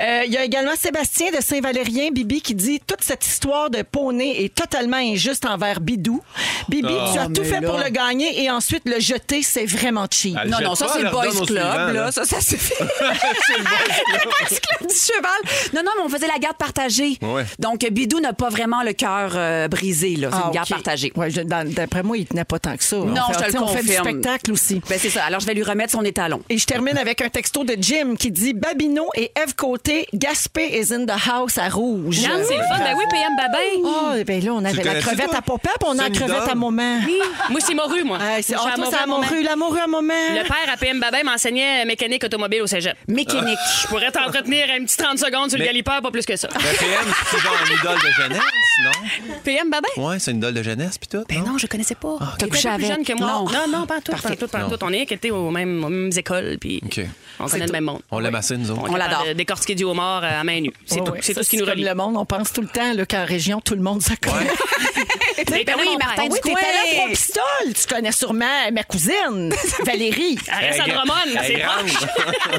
[SPEAKER 2] Euh, Il y a également Sébastien de Saint-Valérien, Bibi, qui dit toute cette histoire de poney est totalement injuste envers Bidou. Bibi,
[SPEAKER 3] Ah,
[SPEAKER 2] tu as tout fait pour le gagner et ensuite le jeter, c'est vraiment cheap.
[SPEAKER 3] Ah,
[SPEAKER 4] Elle
[SPEAKER 5] Non,
[SPEAKER 4] jette
[SPEAKER 5] non, ça
[SPEAKER 4] pas,
[SPEAKER 5] c'est
[SPEAKER 4] elle
[SPEAKER 5] le Boys
[SPEAKER 4] redonne au
[SPEAKER 5] Club,
[SPEAKER 4] suivant,
[SPEAKER 5] là.
[SPEAKER 4] là.
[SPEAKER 5] Ça, ça suffit. le Boys Club du cheval. Non, non, mais on faisait la garde partagée.
[SPEAKER 4] Ouais.
[SPEAKER 5] Donc, Bidou n'a pas vraiment le cœur euh, brisé, là. C'est
[SPEAKER 2] Ah,
[SPEAKER 5] une garde
[SPEAKER 2] OK.
[SPEAKER 5] partagée.
[SPEAKER 2] Ouais, je- dans- D'après moi, il tenait pas tant que ça.
[SPEAKER 5] Non,
[SPEAKER 2] Enfin,
[SPEAKER 5] je te
[SPEAKER 2] tu
[SPEAKER 5] le
[SPEAKER 2] sais, On fait du
[SPEAKER 5] confirme.
[SPEAKER 2] spectacle aussi.
[SPEAKER 5] Ben, c'est ça. Alors, je vais lui remettre son étalon.
[SPEAKER 2] Et je termine avec un texto de Jim qui dit Babino et Eve Côté, Gaspé is in the house à rouge.
[SPEAKER 3] Garde, c'est le fun. Ben oui, PM Babin.
[SPEAKER 2] Ah, ben là, on avait la
[SPEAKER 4] connais-tu,
[SPEAKER 2] crevette
[SPEAKER 4] toi?
[SPEAKER 2] à papa, puis on a la
[SPEAKER 4] Sammy
[SPEAKER 2] crevette
[SPEAKER 4] Dog?
[SPEAKER 2] à moment.
[SPEAKER 3] Moi, c'est Moru, moi.
[SPEAKER 2] Ah, c'est
[SPEAKER 3] Moi,
[SPEAKER 2] ah,
[SPEAKER 3] je suis
[SPEAKER 2] toi, c'est
[SPEAKER 3] à
[SPEAKER 2] la
[SPEAKER 3] Moru, à
[SPEAKER 2] morue, la morue à moment.
[SPEAKER 3] Le père à PM Babin m'enseignait euh, mécanique automobile au cégep.
[SPEAKER 5] Mécanique.
[SPEAKER 3] Je pourrais t'entretenir un petit 30 secondes sur le
[SPEAKER 4] Mais-
[SPEAKER 3] galipeur, pas plus que ça.
[SPEAKER 4] Le PM, Ben, c'est genre une idole de jeunesse,
[SPEAKER 3] PM Babin?
[SPEAKER 4] non? Ouais, c'est une idole de jeunesse, pis tout.
[SPEAKER 3] Ben non, je connaissais pas.
[SPEAKER 5] T'as
[SPEAKER 3] Il était
[SPEAKER 5] couché
[SPEAKER 3] plus
[SPEAKER 5] avec?
[SPEAKER 3] jeune que moi.
[SPEAKER 5] Non.
[SPEAKER 3] non, non, pas en tout, pas en tout, pas en
[SPEAKER 4] Ah, Non.
[SPEAKER 3] tout. On est inquiétés aux mêmes, aux mêmes écoles, puis
[SPEAKER 4] OK.
[SPEAKER 3] on connaît le même monde.
[SPEAKER 4] On l'aime assez, nous autres.
[SPEAKER 3] On
[SPEAKER 5] On l'adore.
[SPEAKER 3] l'adore. Décortiquer du homard euh, à main nue. C'est
[SPEAKER 2] Ouais,
[SPEAKER 3] tout,
[SPEAKER 2] ouais,
[SPEAKER 3] c'est
[SPEAKER 2] ça,
[SPEAKER 3] tout ce qui nous
[SPEAKER 2] comme
[SPEAKER 3] relie.
[SPEAKER 2] le monde, on pense tout le temps là, qu'en région, tout le monde se connaît.
[SPEAKER 3] Mais
[SPEAKER 5] Ben
[SPEAKER 3] connais
[SPEAKER 5] oui,
[SPEAKER 3] mon père.
[SPEAKER 5] Martin
[SPEAKER 3] Ah
[SPEAKER 2] Oui,
[SPEAKER 3] oui,
[SPEAKER 2] t'étais
[SPEAKER 5] Ouais.
[SPEAKER 2] là trois pistoles. Tu connais sûrement ma cousine, Valérie.
[SPEAKER 3] Elle reste à Drummond,
[SPEAKER 4] Elle
[SPEAKER 3] c'est
[SPEAKER 4] est grande.
[SPEAKER 3] proche.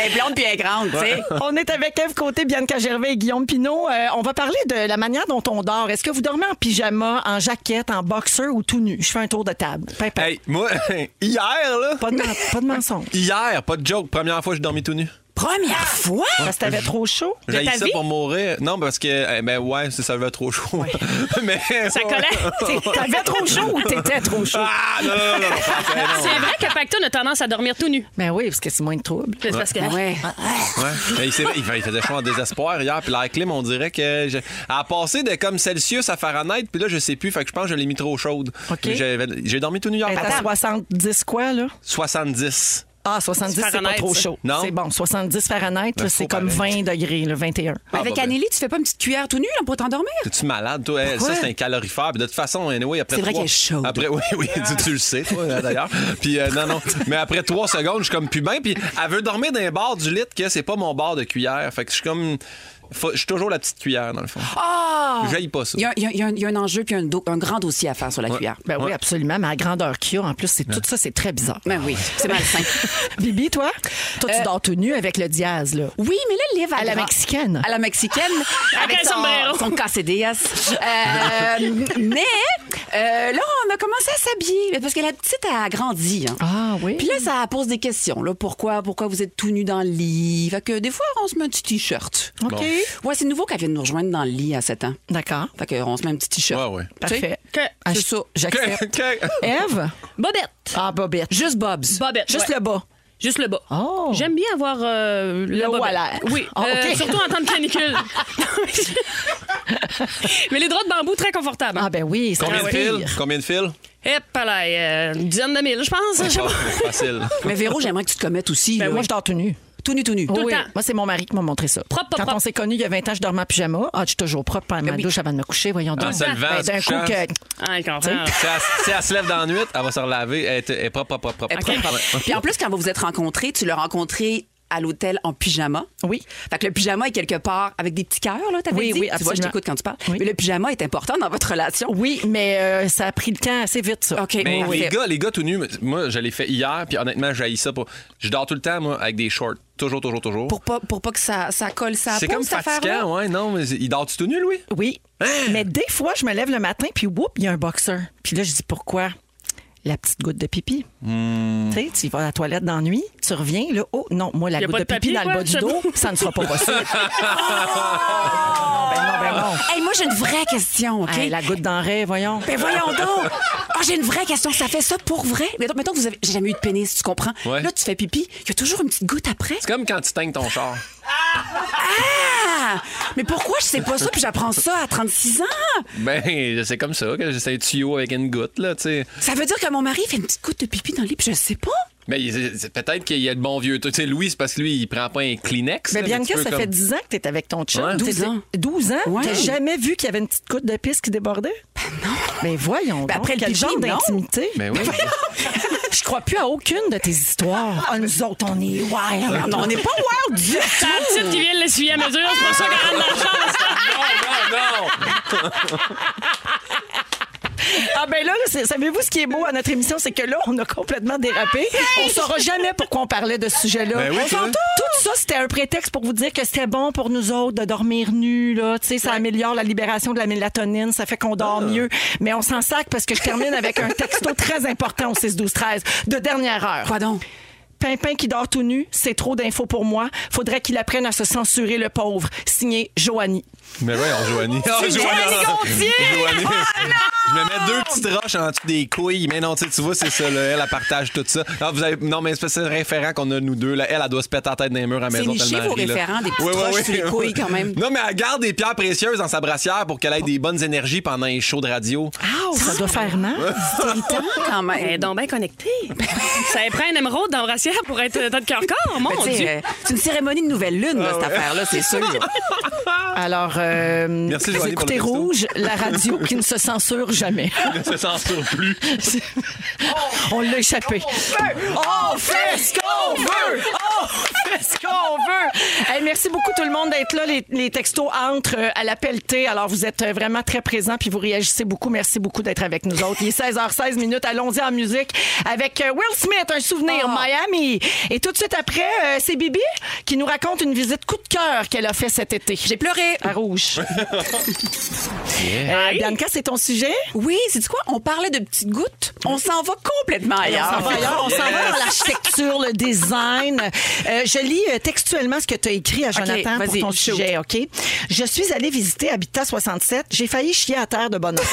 [SPEAKER 5] Elle est blonde puis elle est grande, tu sais.
[SPEAKER 2] On est avec Eve Côté, Bianca Gervais et Guillaume Pinot. Euh, on va parler de la manière dont on dort. Est-ce que vous dormez en pyjama, en jaquette, en boxer ou tout nu? Je fais un tour de table. Pimpin.
[SPEAKER 4] Hey, moi, hier, là,
[SPEAKER 2] Pas, de, men- pas de mensonge.
[SPEAKER 4] hier, pas de joke, première fois que je dormis tout nu.
[SPEAKER 5] Première fois?
[SPEAKER 2] Parce que t'avais trop chaud.
[SPEAKER 4] J'ai
[SPEAKER 3] ta
[SPEAKER 4] ça
[SPEAKER 3] vie?
[SPEAKER 4] pour mourir. Non, parce que, eh ben ouais, c'est- ça va trop chaud. Mais.
[SPEAKER 3] Ça collait.
[SPEAKER 2] T'avais trop chaud ou t'étais trop chaud?
[SPEAKER 4] Ah, non, non, non, non, parfait,
[SPEAKER 3] C'est vrai que Pacto a tendance à dormir tout nu.
[SPEAKER 2] Ben oui, parce que c'est moins de trouble.
[SPEAKER 3] C'est parce que
[SPEAKER 5] Ouais.
[SPEAKER 4] non. Ouais. Mais il, s'est- il fait- il faisait chaud en désespoir hier, puis la clim, on dirait que. je- Elle a passé de comme Celsius à Fahrenheit, puis là, je sais plus, fait que je pense que je l'ai mis trop chaude.
[SPEAKER 2] OK.
[SPEAKER 3] Ben,
[SPEAKER 4] J'avais- J'ai dormi tout nu hier.
[SPEAKER 2] Elle est à 70 quoi, là?
[SPEAKER 4] 70.
[SPEAKER 2] Ah, 70, c'est pas
[SPEAKER 3] Fahrenheit,
[SPEAKER 2] trop
[SPEAKER 3] ça.
[SPEAKER 2] chaud.
[SPEAKER 4] Non.
[SPEAKER 2] C'est bon. 70 Fahrenheit, là,
[SPEAKER 4] Ben,
[SPEAKER 2] c'est
[SPEAKER 4] faut
[SPEAKER 2] comme
[SPEAKER 4] pareil.
[SPEAKER 2] 20 degrés, le 21.
[SPEAKER 4] Ah,
[SPEAKER 5] Avec
[SPEAKER 4] bah, ben.
[SPEAKER 5] Anneli, tu fais pas une petite cuillère tout nu là, pour t'endormir?
[SPEAKER 4] T'es-tu malade, toi? Hey, ça,
[SPEAKER 5] Pourquoi?
[SPEAKER 4] c'est un calorifère. Puis de toute façon, anyway, après
[SPEAKER 5] C'est vrai
[SPEAKER 4] trois-
[SPEAKER 5] qu'elle est chaude. Ah.
[SPEAKER 4] Après, oui, oui, tu, tu le sais, toi, là, d'ailleurs. Puis euh, non, non. Mais après trois secondes, je suis comme plus bien. Puis elle veut dormir dans un bar du lit que c'est pas mon bar de cuillère. Fait que je suis comme. faut- Je suis toujours la petite cuillère, dans le fond.
[SPEAKER 5] Ah!
[SPEAKER 4] J'haïs pas ça.
[SPEAKER 5] Il y, a, il y a- il y a un- il y a un enjeu puis un, do- un grand dossier à faire sur la cuillère.
[SPEAKER 2] Ben oui,
[SPEAKER 4] Ouais.
[SPEAKER 2] absolument. Mais à la grandeur qu'il y a, en plus, c'est tout ça, c'est très bizarre.
[SPEAKER 5] Ben oui, c'est malsain.
[SPEAKER 2] Bibi, toi? Euh, Toi, tu dors tout nu avec le diaz, là.
[SPEAKER 5] Oui, mais là, le livre
[SPEAKER 2] À la
[SPEAKER 5] grand-
[SPEAKER 2] mexicaine.
[SPEAKER 5] À la mexicaine. avec
[SPEAKER 3] un sombrero.
[SPEAKER 5] son, son casadillas. Euh, mais euh, là, on a commencé à s'habiller parce que la petite a grandi. hein.
[SPEAKER 2] Ah oui.
[SPEAKER 5] Puis là, ça pose des questions. Là. Pourquoi, pourquoi vous êtes tout nu dans le lit? Fait que des fois, on se met un petit t-shirt.
[SPEAKER 2] OK.
[SPEAKER 5] Ouais, c'est nouveau qu'elle vienne nous rejoindre dans le lit à 7 ans.
[SPEAKER 2] D'accord.
[SPEAKER 5] Fait qu'on se met un petit t-shirt.
[SPEAKER 4] Ouais, ouais.
[SPEAKER 5] Tu sais?
[SPEAKER 2] Parfait.
[SPEAKER 3] Que-
[SPEAKER 2] Ah,
[SPEAKER 5] C'est
[SPEAKER 2] je-
[SPEAKER 5] ça.
[SPEAKER 2] J'accepte.
[SPEAKER 4] OK.
[SPEAKER 5] Ah
[SPEAKER 2] Eve?
[SPEAKER 3] Bobette.
[SPEAKER 2] Ah, Bobette.
[SPEAKER 5] Juste Bob's.
[SPEAKER 3] Bobette.
[SPEAKER 2] Juste
[SPEAKER 3] ouais.
[SPEAKER 2] le bas.
[SPEAKER 3] Juste le bas.
[SPEAKER 2] Oh.
[SPEAKER 3] J'aime bien avoir euh, la
[SPEAKER 2] haut
[SPEAKER 3] bobette.
[SPEAKER 2] à l'air.
[SPEAKER 3] Oui.
[SPEAKER 2] Ah,
[SPEAKER 3] euh,
[SPEAKER 2] OK.
[SPEAKER 3] surtout en temps de canicule. Mais les draps de bambou, très confortables. hein.
[SPEAKER 2] Ah, ben oui, c'est
[SPEAKER 4] Combien de
[SPEAKER 2] un
[SPEAKER 4] fils?
[SPEAKER 2] pire.
[SPEAKER 4] Combien de fils?
[SPEAKER 3] Hep, là, euh, une dizaine de mille, je pense. Je sais
[SPEAKER 4] Ah,
[SPEAKER 3] pas.
[SPEAKER 4] c'est facile.
[SPEAKER 5] Mais Véro, j'aimerais que tu te commettes aussi.
[SPEAKER 2] Ben
[SPEAKER 5] là.
[SPEAKER 2] moi, je dors tout nu.
[SPEAKER 5] Tout nu, tout nu.
[SPEAKER 3] Tout le
[SPEAKER 2] Oui.
[SPEAKER 3] temps.
[SPEAKER 2] Moi, c'est mon mari qui m'a montré ça.
[SPEAKER 3] Propre, pas
[SPEAKER 2] Quand
[SPEAKER 3] propre.
[SPEAKER 2] on s'est connus il y a 20 ans, je dormais en pyjama. Ah, je suis toujours propre pendant ma
[SPEAKER 5] oui.
[SPEAKER 2] douche avant de me coucher, voyons donc.
[SPEAKER 4] se levant,
[SPEAKER 2] Ben,
[SPEAKER 4] en se
[SPEAKER 2] D'un coup,
[SPEAKER 4] couchant.
[SPEAKER 2] que...
[SPEAKER 3] Ah, il comprend.
[SPEAKER 4] Si elle, si elle se lève dans la nuit, elle va se relaver. Elle est, elle est propre, propre, propre.
[SPEAKER 3] Elle est propre,
[SPEAKER 4] Ouais.
[SPEAKER 5] Puis en plus, quand vous vous êtes rencontrés, tu l'as rencontré à l'hôtel en pyjama.
[SPEAKER 2] Oui.
[SPEAKER 5] Fait que le pyjama est quelque part avec des petits cœurs, là, t'avais
[SPEAKER 2] Oui,
[SPEAKER 5] dit.
[SPEAKER 2] oui,
[SPEAKER 5] tu vois, je
[SPEAKER 2] absolument.
[SPEAKER 5] t'écoute quand tu parles.
[SPEAKER 2] Oui.
[SPEAKER 5] Mais le pyjama est important dans votre relation.
[SPEAKER 2] Oui, mais euh, ça a pris le temps assez vite, ça.
[SPEAKER 5] OK.
[SPEAKER 4] Mais
[SPEAKER 5] parfait.
[SPEAKER 4] les gars, les gars tout nus, moi, je l'ai fait hier, puis honnêtement, j'haïs ça. Pour... Je dors tout le temps, moi, avec des shorts. Toujours, toujours, toujours.
[SPEAKER 5] Pour pas, pour pas que ça, ça colle sa peau,
[SPEAKER 4] C'est comme
[SPEAKER 5] cette affaire-là.
[SPEAKER 4] fatigant, ouais, non, mais il dort-tu tout nu, Louis?
[SPEAKER 2] Oui.
[SPEAKER 4] Hein?
[SPEAKER 2] Mais des fois, je me lève le matin, puis whoop, il y a un boxeur. Puis là, je dis pourquoi? La petite goutte de pipi.
[SPEAKER 4] Hmm.
[SPEAKER 2] Tu sais, tu y vas à la toilette d'ennui, tu reviens, là, oh non, moi, la
[SPEAKER 3] Y a
[SPEAKER 2] goutte
[SPEAKER 3] pas
[SPEAKER 2] de
[SPEAKER 3] de
[SPEAKER 2] pipi
[SPEAKER 3] papier,
[SPEAKER 2] dans le
[SPEAKER 3] quoi,
[SPEAKER 2] bas du
[SPEAKER 3] c'est
[SPEAKER 2] dos,
[SPEAKER 3] bon.
[SPEAKER 2] ça ne sera pas possible. Ah, ben non, ben non.
[SPEAKER 5] Hey, moi, j'ai une vraie question, OK?
[SPEAKER 2] Hey, la goutte d'enraie, voyons.
[SPEAKER 5] Mais voyons donc! Ah, j'ai une vraie question. Ça fait ça pour vrai? Mettons, mettons que vous avez... J'ai jamais eu de pénis, tu comprends?
[SPEAKER 4] Ouais.
[SPEAKER 5] Là, tu fais pipi, il y a toujours une petite goutte après.
[SPEAKER 4] C'est comme quand tu teignes ton char.
[SPEAKER 5] Ah! Mais pourquoi je sais pas ça puis j'apprends ça à 36 ans?
[SPEAKER 4] Ben, c'est comme ça, que c'est un tuyau avec une goutte, là, tu sais.
[SPEAKER 5] Ça veut dire que mon mari fait une petite goutte de pipi dans le lit puis je sais pas?
[SPEAKER 4] Mais Ben, il- c'est- c'est peut-être qu'il y a de bons vieux. Tu sais, Louis, c'est parce que lui, il prend pas un Kleenex.
[SPEAKER 2] Mais
[SPEAKER 4] là,
[SPEAKER 2] Bianca,
[SPEAKER 4] tu peux
[SPEAKER 2] ça
[SPEAKER 4] comme-
[SPEAKER 2] fait 10 ans que t'es avec ton chum.
[SPEAKER 4] Ouais.
[SPEAKER 5] 12 ans.
[SPEAKER 2] 12 ans?
[SPEAKER 5] Ouais.
[SPEAKER 2] T'as jamais vu qu'il y avait une petite goutte de pisse qui débordait? non. Mais voyons.
[SPEAKER 5] Ben
[SPEAKER 2] donc,
[SPEAKER 5] après le
[SPEAKER 2] quel
[SPEAKER 5] pipi,
[SPEAKER 2] genre
[SPEAKER 5] non.
[SPEAKER 2] d'intimité.
[SPEAKER 4] Mais Ben oui.
[SPEAKER 2] Je crois plus à aucune de tes histoires. Ah, nous autres, on est wild. Non, on n'est pas wild du
[SPEAKER 3] C'est la petite qui vient l'essuyer à mesure, c'est pour ça qu'elle rentre dans la chambre.
[SPEAKER 4] Oh, non, non!
[SPEAKER 2] Ah ben là, c'est- savez-vous ce qui est beau à notre émission, c'est que là, on a complètement dérapé. On saura jamais pourquoi on parlait de ce sujet-là.
[SPEAKER 4] Ben oui,
[SPEAKER 2] On
[SPEAKER 4] toi.
[SPEAKER 2] s'en- Tout ça, c'était un prétexte pour vous dire que c'était bon pour nous autres de dormir nus, là. Tu sais, ça améliore la libération de la mélatonine, ça fait qu'on dort mieux. Mais on s'en sac parce que je termine avec un texto très important au 6 12 13 de dernière heure.
[SPEAKER 5] Quoi donc?
[SPEAKER 2] Pimpin qui dort tout nu, c'est trop d'infos pour moi. Faudrait qu'il apprenne à se censurer, le pauvre. Signé Joanie.
[SPEAKER 4] Mais ouais, on Joanie. Ah,
[SPEAKER 2] C'est Joanie Gontier!
[SPEAKER 4] Joanie.
[SPEAKER 5] Oh
[SPEAKER 4] Je me mets deux petites roches en dessous des couilles. Mais non, tu sais, tu vois, c'est ça, là, elle, elle partage tout ça. Ah, vous avez... Non, mais c'est parce que c'est le référent qu'on a, nous deux. Là. Elle, elle doit se péter la tête dans les murs à la
[SPEAKER 5] C'est
[SPEAKER 4] maison.
[SPEAKER 5] niché,
[SPEAKER 4] tellement
[SPEAKER 5] vos
[SPEAKER 4] elle rit, là.
[SPEAKER 5] référents, des petites roches sur les couilles, quand même.
[SPEAKER 4] Non, mais elle garde des pierres précieuses dans sa brassière pour qu'elle ait des bonnes énergies pendant les shows de radio.
[SPEAKER 2] Ça doit faire mal.
[SPEAKER 5] Irritant, quand même.
[SPEAKER 3] Elle
[SPEAKER 2] Eh,
[SPEAKER 3] est donc bien connectée. ça elle prend une émeraude dans le brassière pour être dans le cœur-corps, mon
[SPEAKER 5] Ben, tu sais,
[SPEAKER 3] Dieu.
[SPEAKER 5] euh, c'est une cérémonie de nouvelle lune, là, cette affaire-là, c'est sûr.
[SPEAKER 2] Alors, euh,
[SPEAKER 4] Merci,
[SPEAKER 2] vous
[SPEAKER 4] Joanie, pour
[SPEAKER 2] écoutez
[SPEAKER 4] le texto.
[SPEAKER 2] Rouge, la radio qui ne se censure jamais.
[SPEAKER 4] ne se censure plus.
[SPEAKER 2] On l'a échappé. On fait ce qu'on veut! On fait ce qu'on veut! Hey, merci beaucoup tout le monde d'être là. Les, les textos entrent euh, à la pelletée. Alors, vous êtes euh, vraiment très présents puis vous réagissez beaucoup. Merci beaucoup d'être avec nous autres. Il est 16h16 minutes. Allons-y en musique avec euh, Will Smith, un souvenir, Miami. Et tout de suite après, euh, c'est Bibi qui nous raconte une visite coup de cœur qu'elle a fait cet été.
[SPEAKER 5] J'ai pleuré.
[SPEAKER 2] À rouge. Euh, Bianca, c'est ton sujet?
[SPEAKER 5] Oui, c'est quoi? On parlait de petites gouttes. On s'en va complètement ailleurs.
[SPEAKER 2] On s'en va ailleurs, on s'en va dans l'architecture, le design. Euh, je lis euh, textuellement ce que tu as écrit à Jonathan pour
[SPEAKER 5] vas-y,
[SPEAKER 2] ton
[SPEAKER 5] shoot.
[SPEAKER 2] sujet, OK? Je suis allée visiter Habitat 67. J'ai failli chier à terre de bonheur.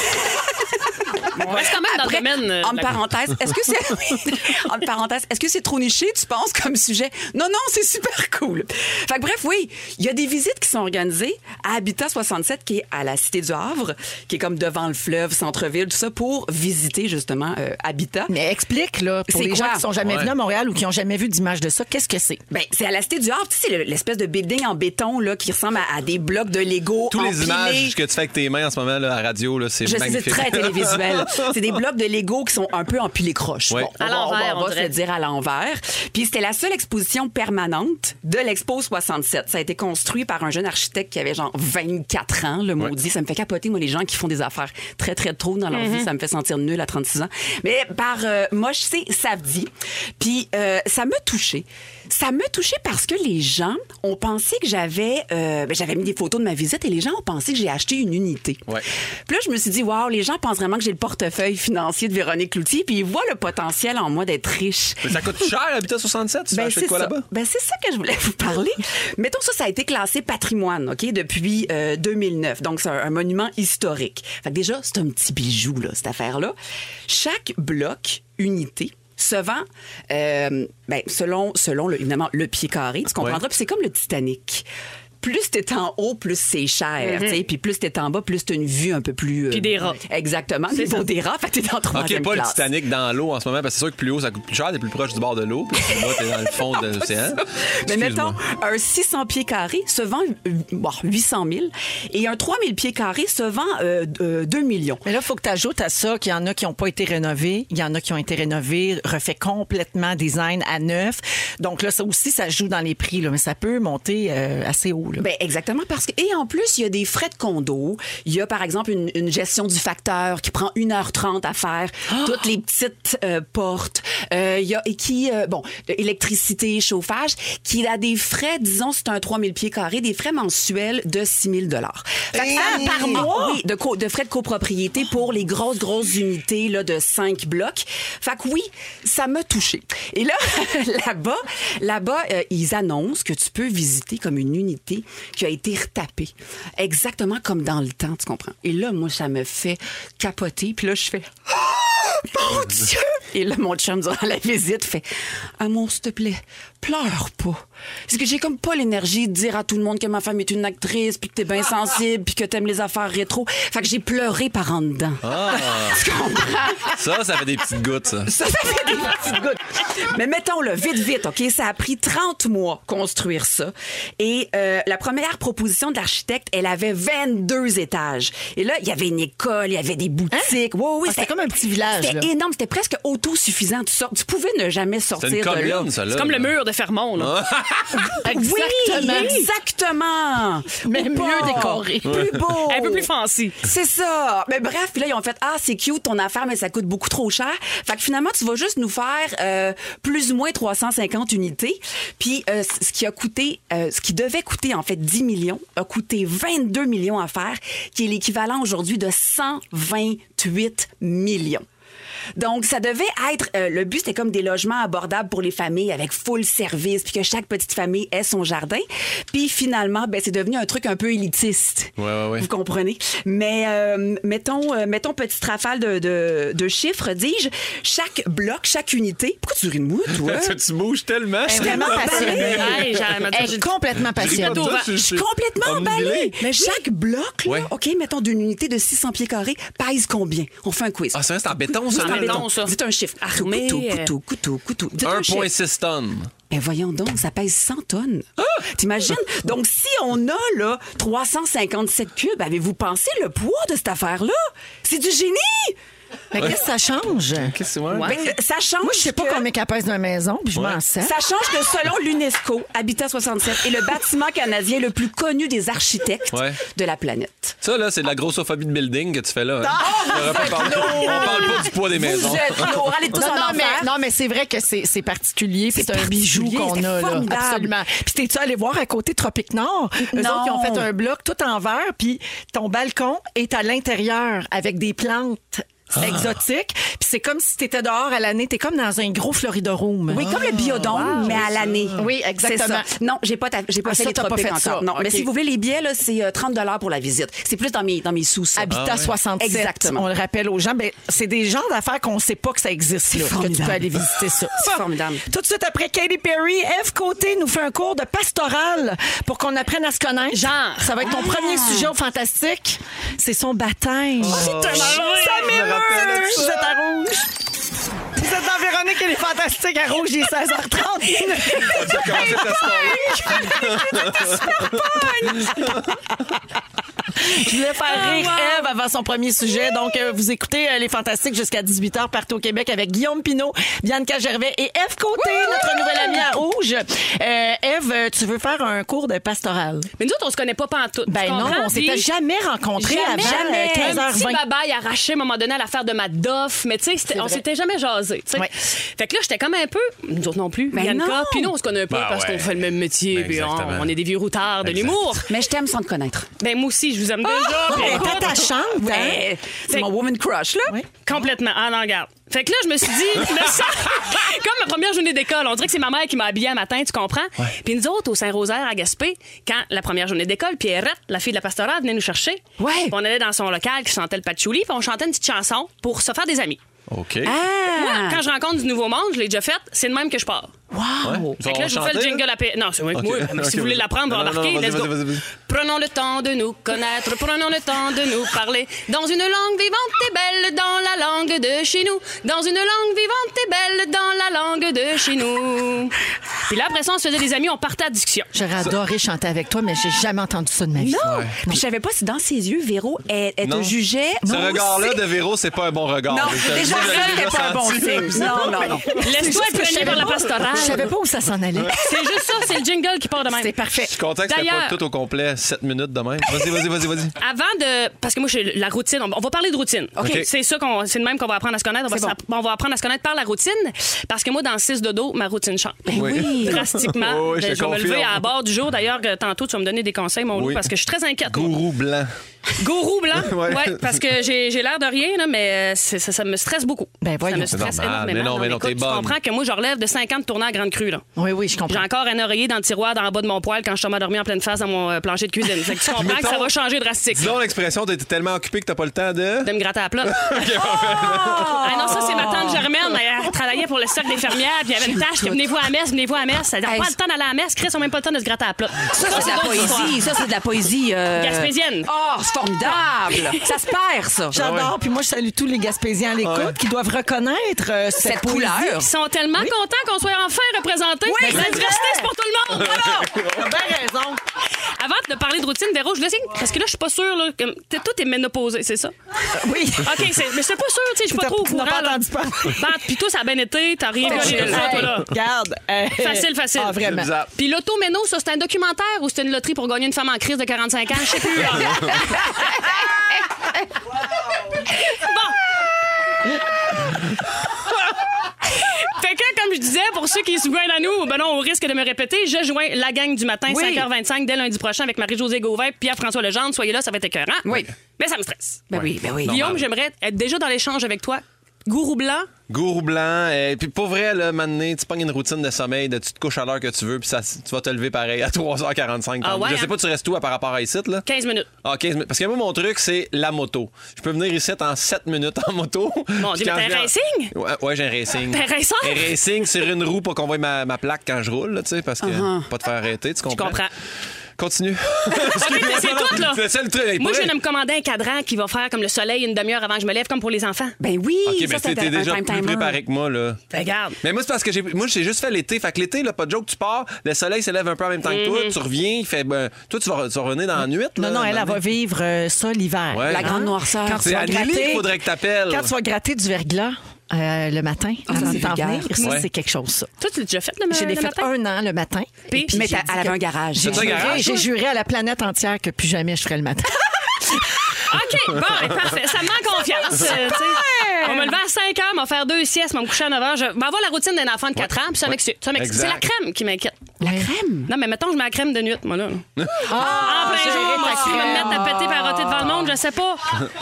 [SPEAKER 3] Reste quand même dans
[SPEAKER 5] Après,
[SPEAKER 3] le domaine. euh,
[SPEAKER 5] en
[SPEAKER 3] la-
[SPEAKER 5] parenthèse, est-ce que c'est en parenthèse, est-ce que c'est trop niché tu penses comme sujet Non non, c'est super cool. Fait que bref, oui, il y a des visites qui sont organisées à Habitat 67 qui est à la cité du Havre, qui est comme devant le fleuve, centre-ville, tout ça pour visiter justement euh, Habitat.
[SPEAKER 2] Mais explique, là, pour
[SPEAKER 5] C'est
[SPEAKER 2] les
[SPEAKER 5] quoi?
[SPEAKER 2] gens qui sont jamais
[SPEAKER 4] Ouais.
[SPEAKER 2] venus à Montréal ou qui ont jamais vu d'image de ça, qu'est-ce que c'est?
[SPEAKER 5] Ben, c'est à la Cité du Havre, tu sais, c'est le- l'espèce de building en béton là, qui ressemble à, à des blocs de Lego
[SPEAKER 4] Tous les
[SPEAKER 5] empilés.
[SPEAKER 4] images que tu fais avec tes mains en ce moment là, à la radio, là, c'est
[SPEAKER 5] Je sais,
[SPEAKER 4] magnifique.
[SPEAKER 5] c'est très télévisuel. c'est des blocs de Lego qui sont un peu empilés croche.
[SPEAKER 4] Ouais.
[SPEAKER 5] on
[SPEAKER 3] À
[SPEAKER 5] va- on va-
[SPEAKER 3] l'envers,
[SPEAKER 5] on
[SPEAKER 3] on
[SPEAKER 5] va se
[SPEAKER 3] dirait.
[SPEAKER 5] le dire à l'envers. Puis c'était la seule exposition permanente de l'Expo 67. Ça a été construit par un jeune architecte qui avait genre 24 ans, le maudit. Ça me fait capoter, moi, les gens qui font des affaires très, très tôt dans leur
[SPEAKER 3] Mhm.
[SPEAKER 5] vie. Ça me fait sentir nul à 36 ans. Mais par euh, moi, je sais, Savdi. Puis euh, ça m'a touchée. Ça m'a touchée parce que les gens ont pensé que j'avais... euh, ben, j'avais mis des photos de ma visite et les gens ont pensé que j'ai acheté une unité.
[SPEAKER 4] Ouais.
[SPEAKER 5] Puis là, je me suis dit, waouh, les gens pensent vraiment que j'ai le portefeuille financier de Véronique Cloutier, puis ils voient le potentiel en moi d'être riche.
[SPEAKER 4] Mais ça coûte cher, Habitat 67. Tu fais
[SPEAKER 5] Ben,
[SPEAKER 4] acheter de
[SPEAKER 5] c'est
[SPEAKER 4] quoi
[SPEAKER 5] ça.
[SPEAKER 4] là-bas?
[SPEAKER 5] Ben, c'est ça que je voulais vous parler. Mettons ça, ça a été classé patrimoine, OK, depuis euh, 2009. Donc, c'est un, un monument historique. Fait que déjà, c'est un petit bijou, là, cette affaire-là. Chaque bloc, unité, se vend, euh, ben, selon, selon le, évidemment, le pied carré. Tu comprendras.
[SPEAKER 4] Ouais.
[SPEAKER 5] Puis c'est comme le Titanic. Plus t'es en haut, plus c'est cher, tu sais. Puis plus t'es en bas, plus t'as une vue un peu plus... euh,
[SPEAKER 3] Mm-hmm. Puis des rats.
[SPEAKER 5] Exactement. Puis pour des rats, fait que t'es en
[SPEAKER 4] Ok,
[SPEAKER 5] troisième
[SPEAKER 4] pas le
[SPEAKER 5] classe.
[SPEAKER 4] Titanic dans l'eau en ce moment, parce que c'est sûr que plus haut, ça coûte plus cher, t'es plus proche du bord de l'eau, puis là, t'es dans le fond de l'océan.
[SPEAKER 5] Mais
[SPEAKER 4] Excuse-moi.
[SPEAKER 5] mettons, un 600 pieds carrés se vend euh, bon, 800 000 et un 3000 pieds carrés se vend euh, euh, 2 millions.
[SPEAKER 2] Mais là, il faut que tu ajoutes à ça qu'il y en a qui n'ont pas été rénovés, il y en a qui ont été rénovés, refait complètement design à neuf. Donc là, ça aussi, ça joue dans les prix, là, mais ça peut monter euh, assez haut. là.
[SPEAKER 5] Ben exactement parce que et en plus il y a des frais de condo, il y a par exemple une, une gestion du facteur qui prend 1h30 à faire, toutes les petites euh, portes, Euh, il y a et qui euh, bon, de- électricité, chauffage qui a des frais disons c'est un 3000 pieds carrés, des frais mensuels de 6000 dollars. par mois oui, de, co- de frais de copropriété pour les grosses grosses unités là de 5 blocs. Fait que oui, ça m'a touchée. Et là là-bas, là-bas euh, ils annoncent que tu peux visiter comme une unité qui a été retapée. Exactement comme dans le temps, tu comprends. Et là, moi, ça me fait capoter. Puis là, je fais Ah! Mon Dieu! Et là, mon chum, durant la visite, fait Amour, s'il te plaît, pleure pas. Parce que j'ai comme pas l'énergie de dire à tout le monde que ma femme est une actrice, puis que t'es bien sensible, puis que t'aimes les affaires rétro. Fait que j'ai pleuré par en dedans. tu comprends?
[SPEAKER 4] Ça, ça fait des petites gouttes, ça.
[SPEAKER 5] Ça, ça fait des petites gouttes. Mais mettons-le, vite, vite, OK? Ça a pris 30 mois construire ça. Et euh, la première proposition de l'architecte, elle avait 22 étages. Et là, il y avait une école, il y avait des boutiques. Oui,
[SPEAKER 2] Hein?
[SPEAKER 5] oui,
[SPEAKER 2] Ah, c'était comme un petit village,
[SPEAKER 5] C'était
[SPEAKER 2] là.
[SPEAKER 5] énorme, c'était presque autosuffisant. Tu, sors- tu pouvais ne jamais sortir
[SPEAKER 4] C'est une
[SPEAKER 5] de là.
[SPEAKER 4] commune, ça, là.
[SPEAKER 3] C'est comme le mur de Fermont, là.
[SPEAKER 5] Oui, exactement.
[SPEAKER 2] Mais
[SPEAKER 5] Ou
[SPEAKER 2] mieux
[SPEAKER 5] pas.
[SPEAKER 2] décoré.
[SPEAKER 5] Plus beau.
[SPEAKER 3] Un peu plus fancy.
[SPEAKER 5] C'est ça. Mais bref, puis là, ils ont fait Ah, c'est cute ton affaire, mais ça coûte beaucoup trop cher. Fait que finalement, tu vas juste nous faire euh, plus ou moins 350 unités. Puis euh, c- ce qui a coûté, euh, ce qui devait coûter en fait 10 millions, a coûté 22 millions à faire, qui est l'équivalent aujourd'hui de 128 millions. Donc, ça devait être. euh, le but, c'était comme des logements abordables pour les familles avec full service, puis que chaque petite famille ait son jardin. Puis finalement, ben, c'est devenu un truc un peu élitiste.
[SPEAKER 4] Ouais, ouais, ouais.
[SPEAKER 5] Vous comprenez. Mais euh, mettons, euh, mettons petite rafale de, de- de chiffres, dis-je. Chaque bloc, chaque unité. Pourquoi tu ris de moi, toi?
[SPEAKER 4] Ça, tu bouges tellement. je suis
[SPEAKER 2] Vraiment
[SPEAKER 4] tellement
[SPEAKER 2] passionnée.
[SPEAKER 4] emballé.
[SPEAKER 3] Hey, j'ai- maintenant,
[SPEAKER 2] Elle est
[SPEAKER 3] j'ai-
[SPEAKER 2] Ben, complètement passionnée.
[SPEAKER 3] Ricardo,
[SPEAKER 4] c'est-
[SPEAKER 5] Je suis
[SPEAKER 4] c'est
[SPEAKER 5] complètement
[SPEAKER 4] omnibulé.
[SPEAKER 5] emballée. Chaque bloc, là,
[SPEAKER 4] Ouais.
[SPEAKER 5] OK, mettons d'une unité de 600 pieds carrés, pèse combien? On fait un quiz.
[SPEAKER 4] Ah, c'est vrai, c'est en béton, ça.
[SPEAKER 3] C'est en
[SPEAKER 5] Ah,
[SPEAKER 3] béton,
[SPEAKER 5] mettons,
[SPEAKER 3] ça.
[SPEAKER 5] Dites un chiffre.
[SPEAKER 3] Armé,
[SPEAKER 5] Couteau,
[SPEAKER 3] euh,
[SPEAKER 5] couteau, couteau, couteau. Dites un chiffre.
[SPEAKER 4] 1,6 tonnes.
[SPEAKER 5] Ben voyons donc, ça pèse 100 tonnes.
[SPEAKER 4] Ah!
[SPEAKER 5] T'imagines? Donc, si on a là, 357 cubes, avez-vous pensé le poids de cette affaire-là? C'est du génie!
[SPEAKER 2] Mais qu'est-ce que ça change?
[SPEAKER 4] Qu'est-ce que c'est?
[SPEAKER 5] Ben, ça change.
[SPEAKER 2] Moi, je sais pas
[SPEAKER 5] que-
[SPEAKER 2] combien qu'elle pèse dans la maison, puis je m'en sers.
[SPEAKER 5] Ça change que selon l'UNESCO, Habitat 67 est le bâtiment canadien le plus connu des architectes
[SPEAKER 4] Ouais.
[SPEAKER 5] de la planète.
[SPEAKER 4] Ça, là, c'est de la grossophobie de building que tu fais là. hein. J'aurais pas parlé- On parle pas du poids des maisons.
[SPEAKER 5] Vous êtes lourds, allez tous
[SPEAKER 2] Non,
[SPEAKER 5] en
[SPEAKER 2] non,
[SPEAKER 5] enfer.
[SPEAKER 2] mais, non, mais c'est vrai que c'est c'est particulier. puis C'est un bijou
[SPEAKER 5] particulier,
[SPEAKER 2] qu'on
[SPEAKER 5] c'est
[SPEAKER 2] a, là.
[SPEAKER 5] formidable.
[SPEAKER 2] Absolument. Puis t'es-tu allé voir à côté Tropique Nord? Eux
[SPEAKER 5] Non.
[SPEAKER 2] autres, ils ont fait un bloc tout en verre, puis ton balcon est à l'intérieur avec des plantes exotiques. Puis c'est comme si tu étais dehors à l'année, tu es comme dans un gros Florida Room.
[SPEAKER 5] Oui, comme le biodôme, mais à l'année.
[SPEAKER 2] Oui, exactement.
[SPEAKER 5] C'est ça. Non, j'ai pas, ta- j'ai pas
[SPEAKER 2] Ah,
[SPEAKER 5] fait
[SPEAKER 2] ça,
[SPEAKER 5] les
[SPEAKER 2] t'as pas
[SPEAKER 5] tropiques
[SPEAKER 2] fait ça.
[SPEAKER 5] encore. Non, mais
[SPEAKER 2] OK.
[SPEAKER 5] si vous voulez les billets, là, c'est euh, 30 pour la visite. C'est plus dans mes, dans mes sous,
[SPEAKER 4] Ah
[SPEAKER 5] ça.
[SPEAKER 2] Habitat 67.
[SPEAKER 5] Ah Exactement.
[SPEAKER 2] On le rappelle aux gens. Ben, c'est des genres d'affaires qu'on ne sait pas que ça existe, là, que tu
[SPEAKER 5] formidable.
[SPEAKER 2] peux aller visiter ça.
[SPEAKER 5] C'est formidable.
[SPEAKER 2] Tout de suite après Katy Perry, Eve Côté nous fait un cours de pastoral pour qu'on apprenne à se connaître.
[SPEAKER 3] Genre.
[SPEAKER 2] Ça va être ton premier sujet au Fantastique. C'est son baptême.
[SPEAKER 3] Oh,
[SPEAKER 2] Ça
[SPEAKER 4] Je me
[SPEAKER 2] m'émeut!
[SPEAKER 4] rappelle de
[SPEAKER 2] Vous
[SPEAKER 4] ça.
[SPEAKER 2] êtes à rouge. Vous êtes dans Véronique, elle est fantastique à rouge, il est 16h30.
[SPEAKER 4] Comment c'est ta story?
[SPEAKER 2] Je voulais faire rire Eve avant son premier sujet. Donc, euh, vous écoutez euh, Les Fantastiques jusqu'à 18h partout au Québec avec Guillaume Pinault, Bianca Gervais et Eve Côté, notre nouvelle amie à Rouge. Euh, Eve, euh, tu veux faire un cours de pastoral?
[SPEAKER 3] Mais nous autres, on se connaît pas pantoute.
[SPEAKER 2] Ben
[SPEAKER 3] tu
[SPEAKER 2] non,
[SPEAKER 3] comprends?
[SPEAKER 2] on s'était
[SPEAKER 3] Puis-
[SPEAKER 2] jamais rencontrés avant euh,
[SPEAKER 3] Un petit
[SPEAKER 2] 15h20.
[SPEAKER 3] babaille arraché à un moment donné à l'affaire de Madoff. Mais tu sais, c'était- on s'était jamais jasé. tu sais.
[SPEAKER 2] Ouais.
[SPEAKER 3] Fait que là, j'étais comme un peu. Nous autres non plus.
[SPEAKER 5] Ben
[SPEAKER 3] Bianca.
[SPEAKER 5] non.
[SPEAKER 3] Puis nous, on se connaît un peu
[SPEAKER 4] Ben
[SPEAKER 3] parce
[SPEAKER 4] ouais.
[SPEAKER 3] qu'on fait le même métier.
[SPEAKER 4] Ben
[SPEAKER 3] Puis on,
[SPEAKER 4] exactement.
[SPEAKER 3] on est des vieux routards de
[SPEAKER 4] Exact.
[SPEAKER 3] l'humour.
[SPEAKER 5] Mais je t'aime sans te connaître.
[SPEAKER 3] Ben moi aussi, je vous aime déjà. puis
[SPEAKER 2] Elle
[SPEAKER 3] écoute,
[SPEAKER 2] est Oh, attachante, hein?
[SPEAKER 5] Ben, c'est mon woman crush, là.
[SPEAKER 3] Complètement. Ah non, regarde. Fait que là, je me suis dit, me sens- comme ma première journée d'école, on dirait que c'est ma mère qui m'a habillée un matin, tu comprends? Puis nous autres, au Saint-Rosaire, à Gaspé, quand la première journée d'école, Pierrette, la fille de la pastorale, venait nous chercher.
[SPEAKER 5] Ouais.
[SPEAKER 3] Puis on allait dans son local qui chantait le patchouli, puis on chantait une petite chanson pour se faire des amis.
[SPEAKER 4] OK.
[SPEAKER 3] Moi,
[SPEAKER 5] Ah!
[SPEAKER 3] quand je rencontre du nouveau monde, je l'ai déjà fait, c'est de même que je pars.
[SPEAKER 4] Ouais.
[SPEAKER 3] Fait que là, je vous fais le jingle à paix. Non, c'est moi.
[SPEAKER 4] Ok.
[SPEAKER 3] moi. Mais
[SPEAKER 4] Ok,
[SPEAKER 3] si vous voulez
[SPEAKER 4] vas-y.
[SPEAKER 3] l'apprendre,
[SPEAKER 4] Non, non,
[SPEAKER 3] embarquez.
[SPEAKER 4] non, vas-y,
[SPEAKER 3] Let's go.
[SPEAKER 4] vas-y, vas-y, vas-y.
[SPEAKER 3] Prenons le temps de nous connaître. Prenons le temps de nous parler. Dans une langue vivante et belle, dans la langue de chez nous. Dans une langue vivante et belle, dans la langue de chez nous. Puis là, après ça, on se faisait des amis, on partait à la discussion.
[SPEAKER 2] J'aurais adoré chanter avec toi, mais j'ai jamais entendu ça de ma vie.
[SPEAKER 5] Non! Puis je savais pas si dans ses yeux, Véro, elle, elle te
[SPEAKER 4] Non.
[SPEAKER 5] jugeait.
[SPEAKER 4] Ce
[SPEAKER 5] Non,
[SPEAKER 4] regard-là
[SPEAKER 5] c'est-
[SPEAKER 4] de Véro, c'est pas un bon regard.
[SPEAKER 5] Non,
[SPEAKER 4] Je te le
[SPEAKER 5] déjà,
[SPEAKER 4] dis, je l'ai
[SPEAKER 5] ça, c'était
[SPEAKER 4] déjà
[SPEAKER 5] pas un bon
[SPEAKER 4] senti.
[SPEAKER 5] signe. Non, non, non.
[SPEAKER 3] Laisse-toi imprégner par la pastorale.
[SPEAKER 2] Je savais pas où ça s'en allait.
[SPEAKER 3] C'est juste ça, c'est le jingle qui part de même.
[SPEAKER 2] C'est parfait.
[SPEAKER 4] Je suis content que c'était pas
[SPEAKER 3] D'ailleurs-
[SPEAKER 4] tout au complet, 7 minutes de même. Vas-y, vas-y, vas-y, vas-y.
[SPEAKER 3] Avant de. Parce que moi, je suis la routine. On on va parler de routine.
[SPEAKER 4] OK.
[SPEAKER 3] C'est ça qu'on. C'est le même qu'on va apprendre à se connaître. On va,
[SPEAKER 5] C'est
[SPEAKER 3] s'app- on va apprendre à se connaître par la routine. Parce que moi, dans 6 dodo, ma routine change.
[SPEAKER 4] Oui. oui.
[SPEAKER 3] Drastiquement.
[SPEAKER 4] Oui, oui, je
[SPEAKER 3] Ben,
[SPEAKER 4] te
[SPEAKER 3] vais me lever
[SPEAKER 4] confirme.
[SPEAKER 3] à bord du jour. D'ailleurs, euh, tantôt, tu vas me donner des conseils, mon
[SPEAKER 4] Oui.
[SPEAKER 3] loup, parce que je suis très inquiète. moi.
[SPEAKER 4] Gourou blanc.
[SPEAKER 3] Gourou blanc.
[SPEAKER 4] Ouais.
[SPEAKER 3] Ouais, parce que j'ai j'ai l'air de rien, là, mais euh, c'est- ça, ça me stresse beaucoup.
[SPEAKER 2] Ben,
[SPEAKER 3] ça
[SPEAKER 2] voyons.
[SPEAKER 3] me
[SPEAKER 2] C'est
[SPEAKER 3] stresse
[SPEAKER 4] normal.
[SPEAKER 3] énormément.
[SPEAKER 4] Mais non, mais non,
[SPEAKER 3] écoute,
[SPEAKER 4] t'es
[SPEAKER 3] tu
[SPEAKER 4] bonne.
[SPEAKER 3] comprends que moi, je relève de 50 tournants à grande crue, là.
[SPEAKER 2] Oui, oui, je comprends.
[SPEAKER 3] J'ai encore un oreiller dans le tiroir, dans le bas de mon poil quand je tombe endormi en pleine face dans mon euh, plancher de cuisine. Fait que tu comprends que ça
[SPEAKER 4] Mettons-
[SPEAKER 3] va changer drastique.
[SPEAKER 4] Dis donc l'expression, t'étais tellement occupé que t'as pas le temps de.
[SPEAKER 3] de me gratter à plat. Ah non, ça, c'est ma tante Germaine. Elle travaillait pour le cercle des fermières, puis il y avait une tâche qui venez-vous à la messe, venez-vous à la messe. Elle n'a
[SPEAKER 5] Hey,
[SPEAKER 3] pas
[SPEAKER 5] c'est-
[SPEAKER 3] le temps d'aller à la messe. Chris, on n'a même pas le temps de se gratter à plat.
[SPEAKER 5] Ça, c'est de la
[SPEAKER 3] d'autres histoires.
[SPEAKER 5] poésie. Ça, c'est de la poésie. euh,
[SPEAKER 3] Gaspésienne.
[SPEAKER 5] Oh, c'est formidable. ça se perd, ça.
[SPEAKER 2] J'adore. Puis moi, je salue tous les Gaspésiens à l'écoute qui doivent reconnaître euh, cette,
[SPEAKER 5] Cette
[SPEAKER 2] poésie.
[SPEAKER 5] couleur.
[SPEAKER 3] Ils sont tellement contents qu'on soit enfin représentés.
[SPEAKER 5] Oui,
[SPEAKER 3] Fait que
[SPEAKER 5] c'est
[SPEAKER 3] let's
[SPEAKER 5] vrai.
[SPEAKER 3] rest this pour tout le monde. Alors,
[SPEAKER 2] T'as bien Ben raison.
[SPEAKER 3] avant de parler de routine, Véro, je voulais essayer- Parce que là, je suis pas sûre. Là, que t'es- tout est ménopausé, c'est ça?
[SPEAKER 2] Oui.
[SPEAKER 3] OK, c'est- mais c'est pas sûr, tu sais, je suis pas
[SPEAKER 2] T'as-
[SPEAKER 3] trop au
[SPEAKER 2] tu
[SPEAKER 3] courant.
[SPEAKER 2] n'as pas
[SPEAKER 3] là.
[SPEAKER 2] entendu parler.
[SPEAKER 3] Bon, Puis toi, ça a bien été, t'as rien vu à
[SPEAKER 2] Hey,
[SPEAKER 3] l'élection, toi, là.
[SPEAKER 2] Regarde. hey.
[SPEAKER 3] Facile, facile.
[SPEAKER 2] Ah, vraiment.
[SPEAKER 4] Zap.
[SPEAKER 3] Puis l'automéno, ça, c'est un documentaire ou c'est une loterie pour gagner une femme en crise de 45 ans? Je sais plus. là. bon. Fait que, comme je disais, pour ceux qui se joignent à nous, ben non, au risque de me répéter, je joins la gang du matin,
[SPEAKER 5] Oui.
[SPEAKER 3] 5h25, dès lundi prochain, avec Marie-Josée Gauvin, Pierre-François Legendre. Soyez là, ça va être écœurant.
[SPEAKER 5] Oui.
[SPEAKER 3] Mais ça me stresse.
[SPEAKER 5] Ben oui, ben oui.
[SPEAKER 3] Guillaume, j'aimerais être déjà dans l'échange avec toi. Gourou blanc,
[SPEAKER 4] Gourou blanc. Et puis pour vrai, là, maintenant, tu pognes une routine de sommeil, de tu te couches à l'heure que tu veux, puis ça, tu vas te lever pareil à 3h45.
[SPEAKER 3] Ah ouais,
[SPEAKER 4] je sais
[SPEAKER 3] hein?
[SPEAKER 4] pas, tu restes où à- par rapport à ici, là?
[SPEAKER 3] 15 minutes.
[SPEAKER 4] Ah, 15 minutes. Parce que moi, mon truc, c'est la moto. Je peux venir ici en 7 minutes en moto.
[SPEAKER 3] Mon
[SPEAKER 4] Puis
[SPEAKER 3] Dieu,
[SPEAKER 4] quand
[SPEAKER 3] mais t'as un
[SPEAKER 4] je viens- Ouais, ouais, j'ai un racing.
[SPEAKER 3] T'as un racer?
[SPEAKER 4] Un racing sur une roue pour qu'on voie ma, ma plaque quand je roule, là, tu sais, parce que pas te faire arrêter, tu comprends?
[SPEAKER 3] Uh-huh. comprends.
[SPEAKER 4] Continue.
[SPEAKER 3] Ok, mais c'est tout, là.
[SPEAKER 4] C'est ça, le truc.
[SPEAKER 3] Moi, je
[SPEAKER 4] Pour
[SPEAKER 3] viens de me commander un cadran qui va faire comme le soleil une demi-heure avant que je me lève, comme pour les enfants.
[SPEAKER 5] Ben oui,
[SPEAKER 4] OK,
[SPEAKER 5] ça,
[SPEAKER 4] mais
[SPEAKER 5] c'est
[SPEAKER 4] t'es
[SPEAKER 5] un
[SPEAKER 4] déjà
[SPEAKER 5] time
[SPEAKER 4] plus
[SPEAKER 5] timer.
[SPEAKER 4] préparé que moi, là.
[SPEAKER 3] Ben, regarde.
[SPEAKER 4] Mais moi, c'est parce que j'ai, moi, j'ai juste fait l'été. Fait que l'été, là, pas de joke, tu pars, le soleil s'élève un peu en même temps que toi,
[SPEAKER 3] Mhm.
[SPEAKER 4] tu reviens, il fait, ben, toi, tu vas, tu vas revenir dans la nuit, là.
[SPEAKER 2] Non, non, elle, elle
[SPEAKER 4] dans-
[SPEAKER 2] va vivre euh, ça l'hiver.
[SPEAKER 4] Ouais. Hein?
[SPEAKER 5] La grande noirceur.
[SPEAKER 2] Quand tu
[SPEAKER 4] C'est
[SPEAKER 2] vas
[SPEAKER 4] Anneli
[SPEAKER 2] gratter-
[SPEAKER 4] qu'il faudrait que t'appelles.
[SPEAKER 2] Quand tu vas gratter du verglas euh, le matin,
[SPEAKER 5] Ah, ça,
[SPEAKER 2] avant
[SPEAKER 5] c'est
[SPEAKER 2] de t'en
[SPEAKER 5] vulgaire.
[SPEAKER 2] venir, ça,
[SPEAKER 4] Ouais.
[SPEAKER 2] c'est quelque chose, ça.
[SPEAKER 3] Toi, tu l'as déjà fait le, ma-
[SPEAKER 2] Je l'ai
[SPEAKER 3] Euh, le
[SPEAKER 2] fait
[SPEAKER 3] matin?
[SPEAKER 2] un an le matin.
[SPEAKER 3] Puis-
[SPEAKER 5] Mais
[SPEAKER 2] j'ai dit
[SPEAKER 5] t'as- elle
[SPEAKER 2] que-
[SPEAKER 5] avait un garage.
[SPEAKER 4] C'est un
[SPEAKER 2] J'ai
[SPEAKER 4] garage,
[SPEAKER 2] juré- J'ai
[SPEAKER 4] toi?
[SPEAKER 2] juré à la planète entière que plus jamais je ferais le matin.
[SPEAKER 3] OK, bon, ben, parfait. Ça me manque confiance. euh, tu sais. On me levait à 5 h, m'a faire deux siestes, m'a coucher à 9 h. Je m'en vais à la routine d'un enfant de 4 ans, puis ça m'excite. ça m'excite. C'est la
[SPEAKER 4] Exact.
[SPEAKER 3] crème qui m'inquiète.
[SPEAKER 5] La crème.
[SPEAKER 3] Non, mais mettons, je mets la crème de nuit, moi, là. Ah, en plein
[SPEAKER 2] gérer
[SPEAKER 3] jour,
[SPEAKER 2] ta
[SPEAKER 3] moi, si je vais me
[SPEAKER 2] crème.
[SPEAKER 3] mettre à péter et à roter devant le monde, je sais pas.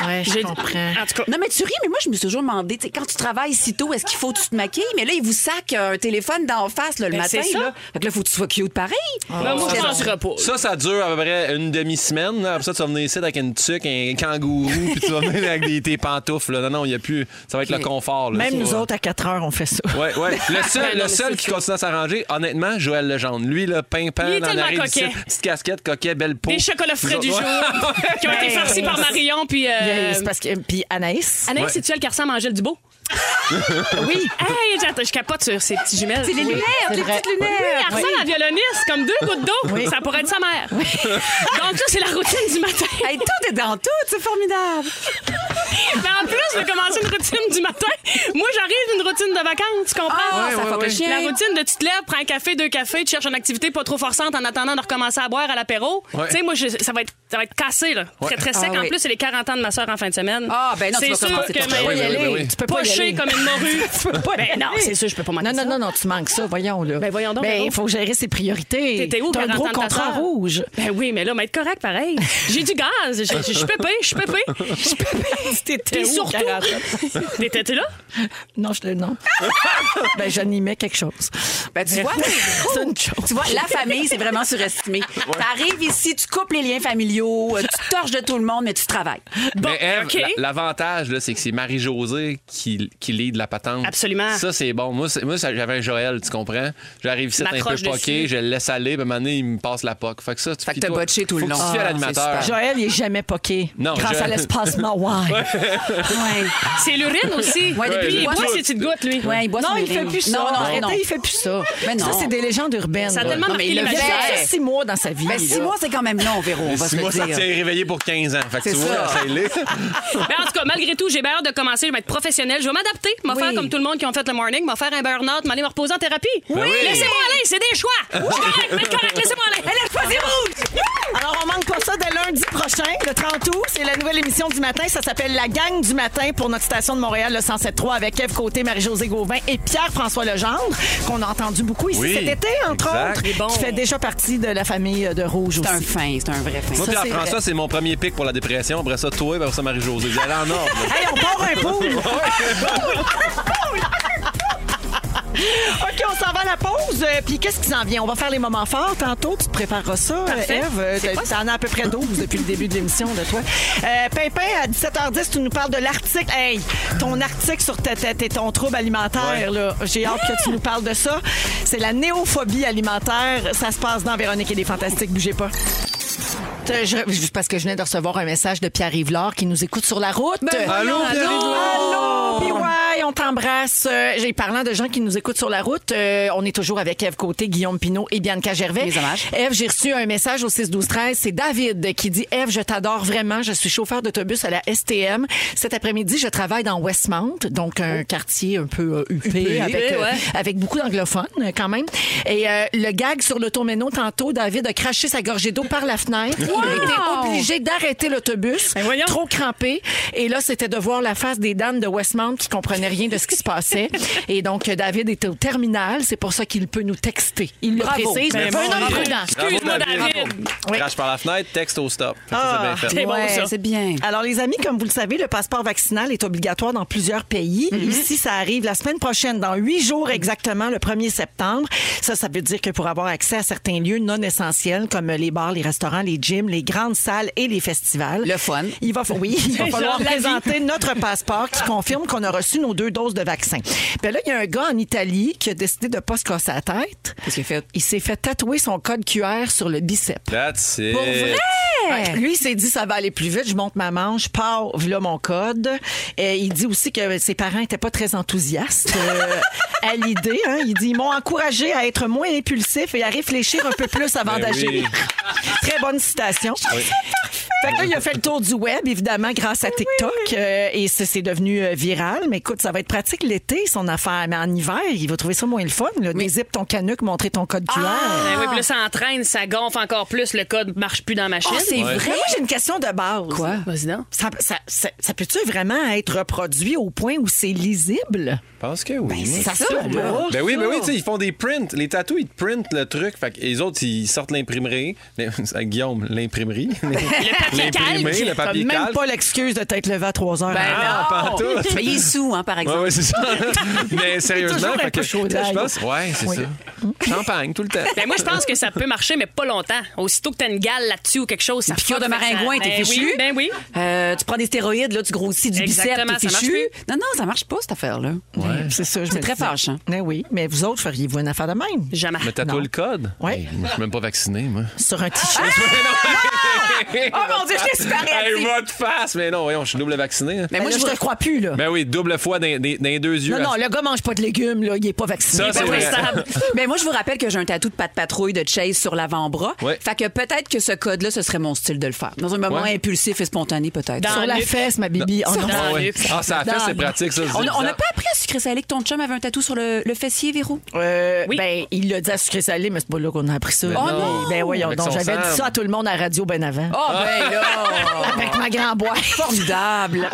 [SPEAKER 2] Ouais, je
[SPEAKER 3] J'ai-
[SPEAKER 2] comprends.
[SPEAKER 3] En tout cas,
[SPEAKER 5] Non, mais tu ris, mais moi, je me suis toujours demandé, tu sais, quand tu travailles si tôt, est-ce qu'il faut que tu te maquilles? Mais là, ils vous sacent un téléphone d'en face là, le
[SPEAKER 3] Ben,
[SPEAKER 5] matin.
[SPEAKER 3] c'est ça.
[SPEAKER 5] Là. Fait que là, faut que tu sois cute pareil.
[SPEAKER 3] ben, moi, je
[SPEAKER 5] Ça,
[SPEAKER 3] pense repos.
[SPEAKER 4] Ça, ça dure à peu près une demi-semaine. là. Après ça, tu vas venir ici avec une tuque, un kangourou, puis tu vas venir avec des, tes pantoufles. là. Non, non, il n'y a plus. Ça va être le confort. là.
[SPEAKER 2] Même
[SPEAKER 4] Ça
[SPEAKER 2] nous
[SPEAKER 4] va-
[SPEAKER 2] autres, à 4 heures, on fait ça.
[SPEAKER 4] Ouais, ouais. Le
[SPEAKER 3] Ben
[SPEAKER 4] seul,
[SPEAKER 3] non,
[SPEAKER 4] le
[SPEAKER 3] mais
[SPEAKER 4] seul
[SPEAKER 3] c'est
[SPEAKER 4] qui
[SPEAKER 3] sûr.
[SPEAKER 4] continue à s'arranger, honnêtement, Joël Legendre. Lui, le
[SPEAKER 3] Il
[SPEAKER 4] pimpin,
[SPEAKER 3] est
[SPEAKER 4] dans
[SPEAKER 3] tellement
[SPEAKER 4] l'arrêt d'ici,
[SPEAKER 3] coquet.
[SPEAKER 4] petite casquette, coquet, belle peau.
[SPEAKER 3] Des chocolats frais du
[SPEAKER 4] Ouais.
[SPEAKER 3] jour qui ont été
[SPEAKER 2] Ben,
[SPEAKER 3] farcis par Marion, puis. euh,
[SPEAKER 2] C'est parce que. Puis Anaïs.
[SPEAKER 3] Anaïs,
[SPEAKER 4] Ouais.
[SPEAKER 3] c'est-tu elle qui ressemble à Angèle Dubo?
[SPEAKER 2] Oui.
[SPEAKER 3] Hey, j'attends, je capote sur ces petits jumelles.
[SPEAKER 5] C'est les lunettes,
[SPEAKER 2] c'est
[SPEAKER 5] les
[SPEAKER 2] vrai.
[SPEAKER 5] petites lunettes.
[SPEAKER 3] Oui, elle ressemble à la violoniste, comme deux gouttes d'eau. Ça pourrait être sa mère. Donc, ça, c'est la routine du matin.
[SPEAKER 5] Hey, tout est dans tout, c'est formidable.
[SPEAKER 3] Mais en plus, je vais commencer une routine du matin. Moi, j'arrive d'une routine de vacances, tu comprends?
[SPEAKER 5] Ah,
[SPEAKER 4] Ouais,
[SPEAKER 5] ça
[SPEAKER 4] ouais,
[SPEAKER 5] fuck
[SPEAKER 4] ouais.
[SPEAKER 5] le chien.
[SPEAKER 3] La routine de tu te lèves, prends un café, deux cafés, tu cherches une activité pas trop forçante en attendant de recommencer à boire à l'apéro.
[SPEAKER 4] Ouais.
[SPEAKER 3] Tu sais, moi, je- ça, va être, ça va être cassé, là. Très, très sec.
[SPEAKER 5] Ah,
[SPEAKER 3] en
[SPEAKER 5] oui.
[SPEAKER 3] plus, c'est les 40 ans de ma soeur en fin de semaine.
[SPEAKER 5] Ah, ben non, tu
[SPEAKER 3] c'est
[SPEAKER 5] vas
[SPEAKER 3] sûr
[SPEAKER 5] commencer
[SPEAKER 3] que
[SPEAKER 5] ton
[SPEAKER 3] ma-
[SPEAKER 4] travail.
[SPEAKER 3] y
[SPEAKER 4] oui, ben
[SPEAKER 3] aller.
[SPEAKER 4] oui, oui.
[SPEAKER 2] Tu peux pas y
[SPEAKER 3] Pochée
[SPEAKER 2] aller.
[SPEAKER 3] comme une morue.
[SPEAKER 2] Tu peux pas y
[SPEAKER 3] Ben
[SPEAKER 2] aller.
[SPEAKER 3] non, c'est sûr, je peux pas manquer
[SPEAKER 2] Non, non, non,
[SPEAKER 3] ça.
[SPEAKER 2] non, tu manques ça, voyons, là.
[SPEAKER 3] Ben voyons donc,
[SPEAKER 2] Ben,
[SPEAKER 3] Véro.
[SPEAKER 2] il faut gérer ses priorités.
[SPEAKER 3] T'étais où,
[SPEAKER 2] T'as un
[SPEAKER 3] 40
[SPEAKER 2] gros
[SPEAKER 3] ans de ta
[SPEAKER 2] contrat
[SPEAKER 3] sœur?
[SPEAKER 2] rouge.
[SPEAKER 3] Ben oui, mais là, mais être correct, pareil. J'ai du gaz. Je je- je suis pépé, je suis pépé. Je suis pépé.
[SPEAKER 2] T'étais
[SPEAKER 3] Puis
[SPEAKER 2] où,
[SPEAKER 3] surtout,
[SPEAKER 2] 40 ans?
[SPEAKER 3] t'étais là?
[SPEAKER 2] Non, je te. Non. ben, j'animais quelque chose.
[SPEAKER 5] Ben, tu vois,
[SPEAKER 2] C'est une chose.
[SPEAKER 5] tu vois, la famille, c'est vraiment surestimé. T'arrives ici, tu coupes les liens familiaux, euh, tu torches de tout le monde, mais tu travailles.
[SPEAKER 3] Bon,
[SPEAKER 4] Mais Ève,
[SPEAKER 3] OK.
[SPEAKER 4] la- l'avantage, là, c'est que c'est Marie-Josée qui, qui lead la patente.
[SPEAKER 3] Absolument.
[SPEAKER 4] Ça, c'est bon. Moi, c'est- moi ça- j'avais un Joël, tu comprends? J'arrive ici un peu
[SPEAKER 3] M'accroche
[SPEAKER 4] poqué,
[SPEAKER 3] dessus.
[SPEAKER 4] je le laisse aller, puis à un moment donné, il me passe la poque. Fait que ça, tu
[SPEAKER 5] Fait que
[SPEAKER 4] fies
[SPEAKER 5] t'as
[SPEAKER 4] toi-
[SPEAKER 5] botché tout le
[SPEAKER 4] faut que
[SPEAKER 5] long.
[SPEAKER 4] Tu fies à
[SPEAKER 5] Ah,
[SPEAKER 4] l'animateur.
[SPEAKER 5] c'est super.
[SPEAKER 2] Joël, il est jamais poqué.
[SPEAKER 4] Non,
[SPEAKER 2] Grâce
[SPEAKER 4] Joël-
[SPEAKER 2] à l'espace Mawai.
[SPEAKER 5] Ouais.
[SPEAKER 3] C'est l'urine aussi.
[SPEAKER 5] Ouais,
[SPEAKER 3] Lui,
[SPEAKER 5] depuis,
[SPEAKER 3] il
[SPEAKER 5] il
[SPEAKER 3] boit
[SPEAKER 5] boit
[SPEAKER 3] ses petites gouttes, lui.
[SPEAKER 5] Ouais, il boit
[SPEAKER 2] Non,
[SPEAKER 5] son
[SPEAKER 2] il fait
[SPEAKER 5] urine.
[SPEAKER 2] plus ça.
[SPEAKER 5] Non, non,
[SPEAKER 2] Arrêtez,
[SPEAKER 5] non.
[SPEAKER 2] il fait plus ça.
[SPEAKER 5] Mais non.
[SPEAKER 2] Ça, c'est des légendes urbaines.
[SPEAKER 3] Ça a
[SPEAKER 2] là.
[SPEAKER 3] tellement
[SPEAKER 5] Non, mais
[SPEAKER 3] marqué
[SPEAKER 5] il
[SPEAKER 3] le
[SPEAKER 5] le
[SPEAKER 2] Il
[SPEAKER 3] visage.
[SPEAKER 2] a
[SPEAKER 5] fait.
[SPEAKER 2] fait ça six mois dans sa vie.
[SPEAKER 5] Ben, six
[SPEAKER 2] là.
[SPEAKER 5] mois, c'est quand même long, Véro, on va se
[SPEAKER 4] Si moi,
[SPEAKER 5] le
[SPEAKER 4] ça tient
[SPEAKER 5] dire.
[SPEAKER 4] réveillé pour 15 ans. Fait que
[SPEAKER 5] C'est
[SPEAKER 4] tu vois,
[SPEAKER 5] ça.
[SPEAKER 4] ça y est.
[SPEAKER 3] Ben, en tout cas, malgré tout, j'ai bien hâte de commencer. Je vais être professionnelle. Je vais m'adapter. Je vais
[SPEAKER 5] Oui.
[SPEAKER 3] faire comme tout le monde qui ont fait le morning. Je vais faire un burn-out. Je vais aller me reposer en thérapie.
[SPEAKER 4] oui.
[SPEAKER 3] Laissez-moi aller. C'est des choix. Je suis correct, je vais être correct. Laissez-moi aller.
[SPEAKER 2] Alors, on manque pas ça dès lundi prochain, le 30 août. C'est la nouvelle émission du matin. Ça s'appelle La Gang du matin pour notre station de Montréal, le 107.3, avec Eve Côté, Marie-Josée Gauvin et Pierre-François Legendre, qu'on a entendu beaucoup ici
[SPEAKER 4] Oui,
[SPEAKER 2] cet été, entre
[SPEAKER 4] exact.
[SPEAKER 2] autres,
[SPEAKER 4] Il est bon.
[SPEAKER 2] qui fait déjà partie de la famille euh, de Rouge
[SPEAKER 5] C'est un
[SPEAKER 2] aussi.
[SPEAKER 5] fin, c'est un vrai fin.
[SPEAKER 4] Moi,
[SPEAKER 2] Ça, c'est
[SPEAKER 4] Pierre-François,
[SPEAKER 2] vrai.
[SPEAKER 4] c'est mon premier pic pour la dépression. Après ça, toi, après ça, Marie-Josée. Vous allez en ordre. là.
[SPEAKER 2] Hey, on part un pool! Un pool! Un pool! OK, on s'en va à la pause. Euh, Puis qu'est-ce qui s'en vient? On va faire les moments forts tantôt. Tu te prépareras ça, euh,
[SPEAKER 3] Parfait.
[SPEAKER 2] Eve. T'en as à peu près 12 depuis le début de l'émission de toi. Euh, Pimpin, à 17h10, tu nous parles de l'article. Hey, ton article sur ta tête et ton trouble alimentaire, là. J'ai hâte que tu nous parles de ça. C'est la néophobie alimentaire. Ça se passe dans Véronique et les Fantastiques. Bougez pas. Euh, Je, je- parce que je venais de recevoir un message de Pierre Yvelard qui nous écoute sur la route.
[SPEAKER 4] Allô, Pierre-Yves?
[SPEAKER 2] Allô, PY, on t'embrasse. Euh, J'ai parlant de gens qui nous écoutent sur la route. euh, on est toujours avec Eve Côté, Guillaume Pinault et Bianca Gervais.
[SPEAKER 5] Les hommages.
[SPEAKER 2] Eve, j'ai reçu un message au 6 12 13, c'est David qui dit Eve, je t'adore vraiment, je suis chauffeur d'autobus à la STM. Cet après-midi, je travaille dans Westmount, donc un quartier Oh. un peu euh, huppé, avec, euh,
[SPEAKER 3] ouais.
[SPEAKER 2] avec beaucoup d'anglophones euh, quand même. Et euh, le gag sur l'automéno tantôt, David a craché sa gorgée d'eau par la fenêtre. Il a été obligé d'arrêter l'autobus,
[SPEAKER 3] Ben voyons.
[SPEAKER 2] trop crampé. Et là, c'était de voir la face des dames de Westmount qui comprenaient rien de ce qui se passait. Et donc, euh, David était au terminal, c'est pour ça qu'il peut nous texter. Il le
[SPEAKER 5] Bravo.
[SPEAKER 2] précise.
[SPEAKER 5] Ben,
[SPEAKER 2] un
[SPEAKER 3] mon
[SPEAKER 2] homme
[SPEAKER 3] Dieu.
[SPEAKER 2] prudent.
[SPEAKER 3] Excuse-moi,
[SPEAKER 4] Bravo, David.
[SPEAKER 3] David.
[SPEAKER 2] Oui.
[SPEAKER 4] Crache par la fenêtre, texte au stop. Ça,
[SPEAKER 2] Ah,
[SPEAKER 4] c'est bien fait.
[SPEAKER 3] c'est bon,
[SPEAKER 2] ouais.
[SPEAKER 3] ça.
[SPEAKER 5] C'est bien.
[SPEAKER 2] Alors, les amis, comme vous le savez, le passeport vaccinal est obligatoire dans plusieurs pays. Ici, ça arrive la semaine prochaine, dans huit jours exactement, le 1er septembre. Ça, ça veut dire que pour avoir accès à certains lieux non essentiels, comme les bars, les restaurants, les gyms, les grandes salles et les festivals.
[SPEAKER 5] Le fun.
[SPEAKER 2] Il va, fa- oui, il va falloir
[SPEAKER 3] Genre la vie.
[SPEAKER 2] présenter notre passeport qui confirme qu'on a reçu nos deux doses de vaccin. Ben là, il y a un gars en Italie qui a décidé de pas se casser la tête.
[SPEAKER 5] Qu'est-ce qu'il a fait?
[SPEAKER 2] Il s'est fait tatouer son code QR sur le bicep.
[SPEAKER 4] That's it. Pour
[SPEAKER 5] vrai?
[SPEAKER 2] Ouais, Ben, Lui, il s'est dit, ça va aller plus vite, je monte ma manche, pars, voilà mon code. Et il dit aussi que ses parents étaient pas très enthousiastes euh, à l'idée. hein. Il dit, ils m'ont encouragé à être moins impulsif et à réfléchir un peu plus avant
[SPEAKER 4] Ben
[SPEAKER 2] d'agir.
[SPEAKER 4] oui.
[SPEAKER 2] Très bonne citation. Fait que là, il a fait le tour du web, évidemment, grâce à TikTok. euh, et ça, c'est devenu euh, viral. Mais écoute, ça va être pratique l'été, son affaire. Mais en hiver, il va trouver ça moins le fun. Là. Dézip ton canuc, montrer ton
[SPEAKER 5] Ah!
[SPEAKER 2] code QR.
[SPEAKER 3] Ben oui, puis là, ça entraîne, ça gonfle encore plus, le code marche plus dans ma machine.
[SPEAKER 5] Oh, c'est
[SPEAKER 2] Mais
[SPEAKER 5] vrai?
[SPEAKER 2] moi, j'ai une question de base.
[SPEAKER 5] Quoi?
[SPEAKER 3] Vas-y donc.
[SPEAKER 2] Ça, ça, ça- ça peut-tu vraiment être reproduit au point où c'est lisible?
[SPEAKER 4] Je pense que oui.
[SPEAKER 2] Ça,
[SPEAKER 5] ça,
[SPEAKER 2] là.
[SPEAKER 5] là.
[SPEAKER 4] Ben oui, ben oui, tu sais, ils font des prints. Les tatous, ils printent le truc. Fait que les autres, ils sortent l'imprimerie. Les- à Guillaume, l'imprimerie.
[SPEAKER 3] papier calque.
[SPEAKER 4] L'imprimé, le
[SPEAKER 2] T'as
[SPEAKER 4] papier
[SPEAKER 2] même
[SPEAKER 4] calque.
[SPEAKER 2] pas l'excuse de t'être levé à 3 heures.
[SPEAKER 5] Ben
[SPEAKER 4] Ah,
[SPEAKER 5] non.
[SPEAKER 4] pantoute.
[SPEAKER 5] Mais il est sous, hein, par
[SPEAKER 4] Ouais,
[SPEAKER 5] exemple.
[SPEAKER 4] ouais, c'est ça. Mais sérieusement,
[SPEAKER 2] Toujours un
[SPEAKER 4] fait
[SPEAKER 2] peu
[SPEAKER 4] que,
[SPEAKER 2] chaud
[SPEAKER 4] tu sais, je
[SPEAKER 2] d'ail.
[SPEAKER 4] pense. Ouais, c'est
[SPEAKER 2] Oui.
[SPEAKER 4] ça. Champagne, tout le temps.
[SPEAKER 3] Ben moi, je pense que ça peut marcher, mais pas longtemps. Aussitôt que t'as une gale là-dessus ou quelque chose, ça
[SPEAKER 5] Une piqûre
[SPEAKER 3] fuck,
[SPEAKER 5] de
[SPEAKER 3] fait que ça-
[SPEAKER 5] maringouin, t'es
[SPEAKER 3] ben
[SPEAKER 5] fichu.
[SPEAKER 3] Oui, ben oui.
[SPEAKER 5] Euh, tu prends des stéroïdes, là, tu grossis du bicep,
[SPEAKER 3] Exactement,
[SPEAKER 5] t'es
[SPEAKER 3] ça
[SPEAKER 5] fichu.
[SPEAKER 3] marche
[SPEAKER 5] Non, non, ça marche pas, cette affaire-là.
[SPEAKER 2] Ouais, C'est ça. je
[SPEAKER 5] C'est
[SPEAKER 2] me
[SPEAKER 5] très
[SPEAKER 2] disais.
[SPEAKER 5] fâchant.
[SPEAKER 2] Mais oui, mais vous autres, feriez-vous une affaire de même?
[SPEAKER 3] Jamais.
[SPEAKER 4] Mais t'as
[SPEAKER 2] Non.
[SPEAKER 4] le code?
[SPEAKER 2] Ouais.
[SPEAKER 4] Hey, moi, je suis même pas vacciné, moi.
[SPEAKER 2] Sur un t-shirt. Ben
[SPEAKER 5] Oh mon Dieu, je t'ai super
[SPEAKER 4] Hey,
[SPEAKER 5] réactive.
[SPEAKER 4] votre face! Mais non, voyons, je suis double vacciné. hein.
[SPEAKER 5] Mais moi,
[SPEAKER 2] Là,
[SPEAKER 5] je
[SPEAKER 2] je te crois plus, là.
[SPEAKER 4] Ben oui, double fois dans, dans- dans les deux yeux.
[SPEAKER 2] Non, non, le gars mange pas de légumes, là. Il est pas vacciné.
[SPEAKER 4] Ça, c'est
[SPEAKER 2] Ben oui,
[SPEAKER 4] vrai.
[SPEAKER 3] Stable.
[SPEAKER 5] Mais moi, je vous rappelle que j'ai un tatou de patte patrouille de Chase sur l'avant-bras.
[SPEAKER 4] Ouais.
[SPEAKER 5] Fait que peut-être que ce code-là, ce serait mon style de le faire. Dans un moment
[SPEAKER 4] Ouais.
[SPEAKER 5] impulsif et spontané, peut-être.
[SPEAKER 3] Dans-
[SPEAKER 2] Sur la
[SPEAKER 3] Luc.
[SPEAKER 2] fesse, ma bibi. Oh, non.
[SPEAKER 4] Ah, ouais.
[SPEAKER 3] Luc.
[SPEAKER 4] Ah, ça a fait,
[SPEAKER 2] Non,
[SPEAKER 4] c'est
[SPEAKER 2] non.
[SPEAKER 4] pratique, ça. je
[SPEAKER 5] On
[SPEAKER 4] dis-
[SPEAKER 5] on n'a pas appris à sucré salé que ton chum avait un tatou sur le, le fessier, Véro?
[SPEAKER 2] Euh,
[SPEAKER 3] Oui.
[SPEAKER 2] Ben, il l'a dit à sucré salé, mais c'est pas là qu'on a appris ça.
[SPEAKER 5] Oh non!
[SPEAKER 2] Ben voyons
[SPEAKER 4] Avec
[SPEAKER 2] donc,
[SPEAKER 4] son
[SPEAKER 2] j'avais
[SPEAKER 4] sang.
[SPEAKER 2] dit ça à tout le monde à la radio ben
[SPEAKER 4] Ah.
[SPEAKER 2] avant.
[SPEAKER 5] Oh, ben là!
[SPEAKER 2] Avec ma grand boîte.
[SPEAKER 5] Formidable!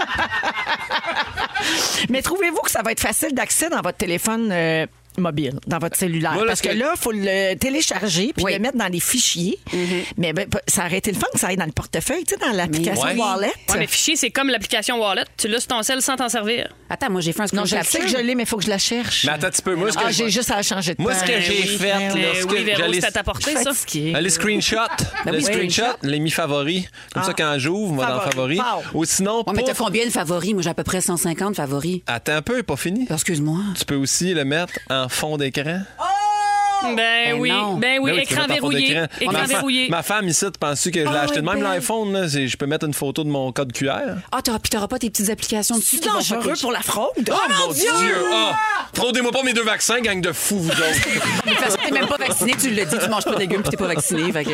[SPEAKER 2] Mais trouvez-vous que ça va être facile d'accès dans votre téléphone euh, mobile, dans votre cellulaire?
[SPEAKER 4] Moi, là,
[SPEAKER 2] Parce
[SPEAKER 4] ce
[SPEAKER 2] que
[SPEAKER 4] que-
[SPEAKER 2] là, il faut le télécharger puis
[SPEAKER 5] Oui.
[SPEAKER 2] le mettre dans les fichiers.
[SPEAKER 4] Mm-hmm.
[SPEAKER 2] Mais ben, p- ça aurait été le fun que ça aille dans le portefeuille, tu sais, dans l'application
[SPEAKER 4] Mais oui.
[SPEAKER 2] Wallet.
[SPEAKER 3] Ouais, mais fichier, c'est comme l'application Wallet. Tu l'as sur ton sel sans t'en servir.
[SPEAKER 5] Attends, moi, j'ai fait un
[SPEAKER 2] Non, je
[SPEAKER 5] screenshot.
[SPEAKER 2] sais que je l'ai, mais il faut que je la cherche.
[SPEAKER 4] Mais attends un petit peu. Moi, ce que
[SPEAKER 2] ah,
[SPEAKER 4] je-
[SPEAKER 2] j'ai juste à changer de
[SPEAKER 4] Moi,
[SPEAKER 2] temps.
[SPEAKER 4] ce que j'ai
[SPEAKER 2] Oui,
[SPEAKER 4] fait,
[SPEAKER 2] mais oui.
[SPEAKER 4] là,
[SPEAKER 3] Eh
[SPEAKER 4] ce
[SPEAKER 3] oui,
[SPEAKER 4] que
[SPEAKER 3] Véro,
[SPEAKER 4] j'allais-
[SPEAKER 3] c'est à ta portée, ça.
[SPEAKER 2] Fatigué.
[SPEAKER 4] Ah, les screenshots. les
[SPEAKER 5] oui,
[SPEAKER 4] screenshots, les mis favoris. Comme ça, quand j'ouvre, moi, dans
[SPEAKER 2] Favoris.
[SPEAKER 4] favoris.
[SPEAKER 2] Pow.
[SPEAKER 4] Ou sinon,
[SPEAKER 5] Ouais, mais t'as
[SPEAKER 4] pouf,
[SPEAKER 5] combien de favoris? Moi, j'ai à peu près 150 favoris.
[SPEAKER 4] attends un peu, pas fini.
[SPEAKER 5] Excuse-moi.
[SPEAKER 4] Tu peux aussi le mettre en fond d'écran.
[SPEAKER 3] Ben, oui.
[SPEAKER 5] non.
[SPEAKER 3] Ben oui,
[SPEAKER 4] Là, tu peux
[SPEAKER 3] écran
[SPEAKER 4] mettre en fond
[SPEAKER 3] verrouillé.
[SPEAKER 4] d'écran.
[SPEAKER 3] Écran
[SPEAKER 4] ma, fa-
[SPEAKER 3] verrouillé.
[SPEAKER 4] ma femme ici, tu penses que je l'ai
[SPEAKER 5] Ah,
[SPEAKER 4] acheté de même
[SPEAKER 5] ben.
[SPEAKER 4] l'iPhone? là? C'est- Je peux mettre une photo de mon code QR.
[SPEAKER 5] Ah, t'auras, puis t'auras pas tes petites applications dessus.
[SPEAKER 2] C'est
[SPEAKER 5] qui vont
[SPEAKER 2] dangereux
[SPEAKER 5] protéger.
[SPEAKER 2] pour la fraude.
[SPEAKER 4] Oh
[SPEAKER 2] Oh,
[SPEAKER 4] mon Dieu! Ah, Fraudez-moi pas mes deux vaccins, gang de fous, vous autres.
[SPEAKER 5] De toute façon, t'es même pas vacciné, tu le dis, tu manges pas de légumes, puis t'es pas vacciné. Fait que...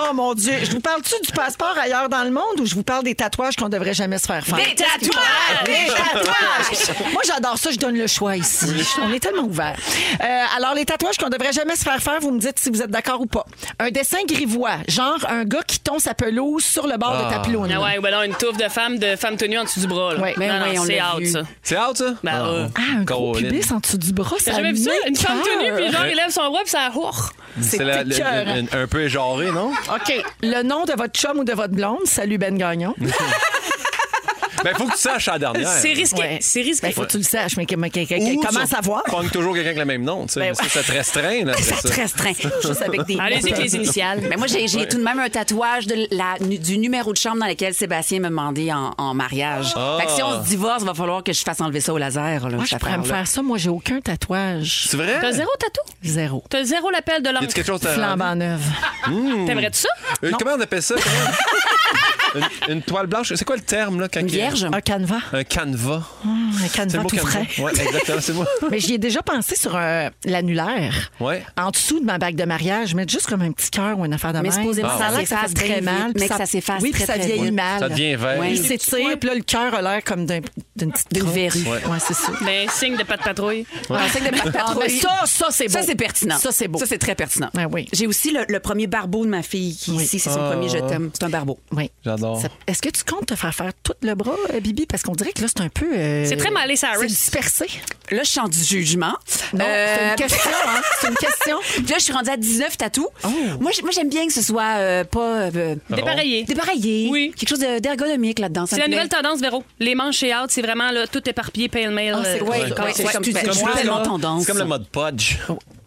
[SPEAKER 2] Oh mon Dieu, je vous parle-tu du passeport ailleurs dans le monde ou je vous parle des tatouages qu'on devrait jamais se faire faire?
[SPEAKER 5] Des
[SPEAKER 2] Qu'est-ce qui-
[SPEAKER 5] tatouages!
[SPEAKER 2] Des tatouages! Moi, j'adore ça, je donne le choix ici. On est tellement ouverts. Euh, alors, les tatouages qu'on devrait jamais se faire faire, vous me dites si vous êtes d'accord ou pas. Un dessin grivois, genre un gars qui tombe sa pelouse sur le bord de ta pelouse.
[SPEAKER 3] Ah ouais, ou ben non, une touffe de femme, de femme tenue en dessous du bras. Là.
[SPEAKER 2] Ouais,
[SPEAKER 5] ben
[SPEAKER 3] non,
[SPEAKER 5] oui,
[SPEAKER 3] non,
[SPEAKER 5] on
[SPEAKER 3] c'est
[SPEAKER 5] l'a
[SPEAKER 3] out,
[SPEAKER 5] vu.
[SPEAKER 3] ça.
[SPEAKER 4] C'est out, ça?
[SPEAKER 3] Ben, euh,
[SPEAKER 2] Ah, un gros
[SPEAKER 4] Colin.
[SPEAKER 2] pubis en dessous du bras, ça
[SPEAKER 3] T'as jamais vu ça? Une femme
[SPEAKER 2] m'écoeure.
[SPEAKER 3] tenue, puis genre, elle lève son bras, puis ça roure.
[SPEAKER 4] C'est la- le-
[SPEAKER 2] écœurant.
[SPEAKER 4] le- un, un peu éjaré, non?
[SPEAKER 2] OK. Le nom de votre chum ou de votre blonde, salut Ben Gagnon.
[SPEAKER 4] Ben, faut que tu saches la dernière.
[SPEAKER 3] C'est risqué.
[SPEAKER 2] Ouais.
[SPEAKER 3] C'est risqué.
[SPEAKER 2] Ben, faut que tu le saches, mais que- mais que- que-
[SPEAKER 4] Ou
[SPEAKER 2] comment
[SPEAKER 4] tu
[SPEAKER 2] savoir?
[SPEAKER 4] pognes toujours quelqu'un avec le même nom, tu sais.
[SPEAKER 2] Ben,
[SPEAKER 4] Ça, ça te restreint, là. après
[SPEAKER 5] Ça te restreint.
[SPEAKER 2] Juste avec des
[SPEAKER 3] Allez-y avec les initiales.
[SPEAKER 5] Mais Ben, moi, j'ai j'ai tout de même un tatouage de la, du numéro de chambre dans lequel Sébastien m'a demandé en, en mariage. Fait que si on se divorce, va falloir que je fasse enlever ça au laser. Là,
[SPEAKER 2] Moi, je
[SPEAKER 5] cette
[SPEAKER 2] pourrais me
[SPEAKER 5] affaire-là.
[SPEAKER 2] faire ça. Moi, j'ai aucun tatouage.
[SPEAKER 4] C'est vrai?
[SPEAKER 3] T'as zéro tatou?
[SPEAKER 2] Zéro.
[SPEAKER 3] T'as zéro l'appel de
[SPEAKER 4] Y a-tu
[SPEAKER 3] l'encre.
[SPEAKER 4] quelque chose à-
[SPEAKER 2] Flambant neuve.
[SPEAKER 3] T'aimerais-tu ça?
[SPEAKER 4] Euh, Comment on appelle ça? comment? une, une toile blanche. C'est quoi le terme, là? Quand
[SPEAKER 5] Une
[SPEAKER 4] il-
[SPEAKER 5] vierge?
[SPEAKER 2] Un canevas.
[SPEAKER 4] Un canevas.
[SPEAKER 2] Un
[SPEAKER 4] C'est
[SPEAKER 2] canevas
[SPEAKER 4] le mot
[SPEAKER 2] tout
[SPEAKER 4] Ah, canevas.
[SPEAKER 2] frais.
[SPEAKER 4] Ouais, exactement, c'est moi.
[SPEAKER 2] Mais j'y ai déjà pensé sur euh, l'annulaire.
[SPEAKER 4] Ouais.
[SPEAKER 2] En dessous de ma bague de mariage, mettre juste comme un petit cœur ou une affaire de
[SPEAKER 5] Mais
[SPEAKER 2] même.
[SPEAKER 5] supposément,
[SPEAKER 2] ça a
[SPEAKER 5] ça
[SPEAKER 2] l'air que ça
[SPEAKER 5] s'efface
[SPEAKER 2] fasse très
[SPEAKER 5] très
[SPEAKER 2] mal.
[SPEAKER 5] vite,
[SPEAKER 2] puis
[SPEAKER 5] mais
[SPEAKER 2] ça-
[SPEAKER 5] que ça s'efface
[SPEAKER 2] Oui, puis
[SPEAKER 5] très,
[SPEAKER 2] ça
[SPEAKER 5] très
[SPEAKER 2] vieillit
[SPEAKER 5] vite.
[SPEAKER 2] mal.
[SPEAKER 4] Ça devient vert.
[SPEAKER 5] Ouais.
[SPEAKER 2] Il s'étire, puis là, le cœur a l'air comme d'un- d'une petite
[SPEAKER 5] D'une
[SPEAKER 2] crotte.
[SPEAKER 5] verrue.
[SPEAKER 2] Ouais, c'est ça.
[SPEAKER 3] Ben, signe de pas de patrouille.
[SPEAKER 5] Ah, c'est que de
[SPEAKER 2] Ah, mais
[SPEAKER 5] patrouille.
[SPEAKER 2] ça, ça, c'est beau.
[SPEAKER 5] Ça, c'est pertinent.
[SPEAKER 2] Ça, c'est beau.
[SPEAKER 5] Ça, c'est Ben très pertinent.
[SPEAKER 2] Ah oui.
[SPEAKER 5] J'ai aussi le, le premier barbeau de ma fille qui, ici, c'est son premier je t'aime. C'est un barbeau.
[SPEAKER 2] Oui.
[SPEAKER 4] J'adore.
[SPEAKER 2] Ça- Est-ce que tu comptes te faire faire tout le bras, euh, Bibi? Parce qu'on dirait que là, c'est un peu. euh,
[SPEAKER 3] C'est très malé, Cyrus.
[SPEAKER 2] C'est dispersé.
[SPEAKER 5] Là, je chante du jugement.
[SPEAKER 2] Non, c'est
[SPEAKER 5] Euh,
[SPEAKER 2] une question, hein? C'est une question.
[SPEAKER 5] Puis là, je suis rendue à 19 tatous. Moi, j'ai- moi, j'aime bien que ce soit euh, pas. euh,
[SPEAKER 3] Dépareillé.
[SPEAKER 5] Dépareillé.
[SPEAKER 3] Oui.
[SPEAKER 5] Quelque chose de- d'ergonomique là-dedans.
[SPEAKER 3] C'est
[SPEAKER 5] ça me
[SPEAKER 3] la
[SPEAKER 5] plaît.
[SPEAKER 3] nouvelle tendance, Véro. Les manches et out, c'est vraiment là, tout éparpillé, euh, pale-mail.
[SPEAKER 5] Ah, c'est- ouais, ouais, c'est comme-
[SPEAKER 4] C'est
[SPEAKER 5] Moi,
[SPEAKER 4] plus
[SPEAKER 5] tellement
[SPEAKER 4] comme-
[SPEAKER 5] tendance.
[SPEAKER 4] C'est comme le mode podge.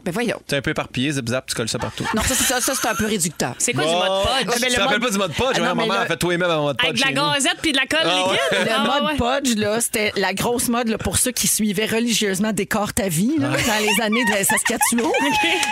[SPEAKER 5] Ben voyons.
[SPEAKER 4] T'es un peu éparpillé, zip-zap, tu colles ça partout.
[SPEAKER 5] Non, ça, c'est- ça, ça, c'est un peu réducteur.
[SPEAKER 3] C'est quoi du mode pod?
[SPEAKER 4] Je te rappelle pas du mode podge.
[SPEAKER 2] ben, Ah,
[SPEAKER 4] mais
[SPEAKER 2] non,
[SPEAKER 4] à un
[SPEAKER 2] mais
[SPEAKER 4] moment,
[SPEAKER 2] le-
[SPEAKER 4] elle fait toi et même un mode podge.
[SPEAKER 3] Avec de la
[SPEAKER 4] ben, chez nous.
[SPEAKER 3] gazette puis de la colle
[SPEAKER 4] Ah, ouais.
[SPEAKER 3] liquide?
[SPEAKER 2] Le
[SPEAKER 3] Ah, ouais,
[SPEAKER 2] mode
[SPEAKER 3] ouais.
[SPEAKER 2] podge, là, c'était la grosse mode là, pour ceux qui suivaient religieusement Décore ta vie là, dans les années de Saskatchewan.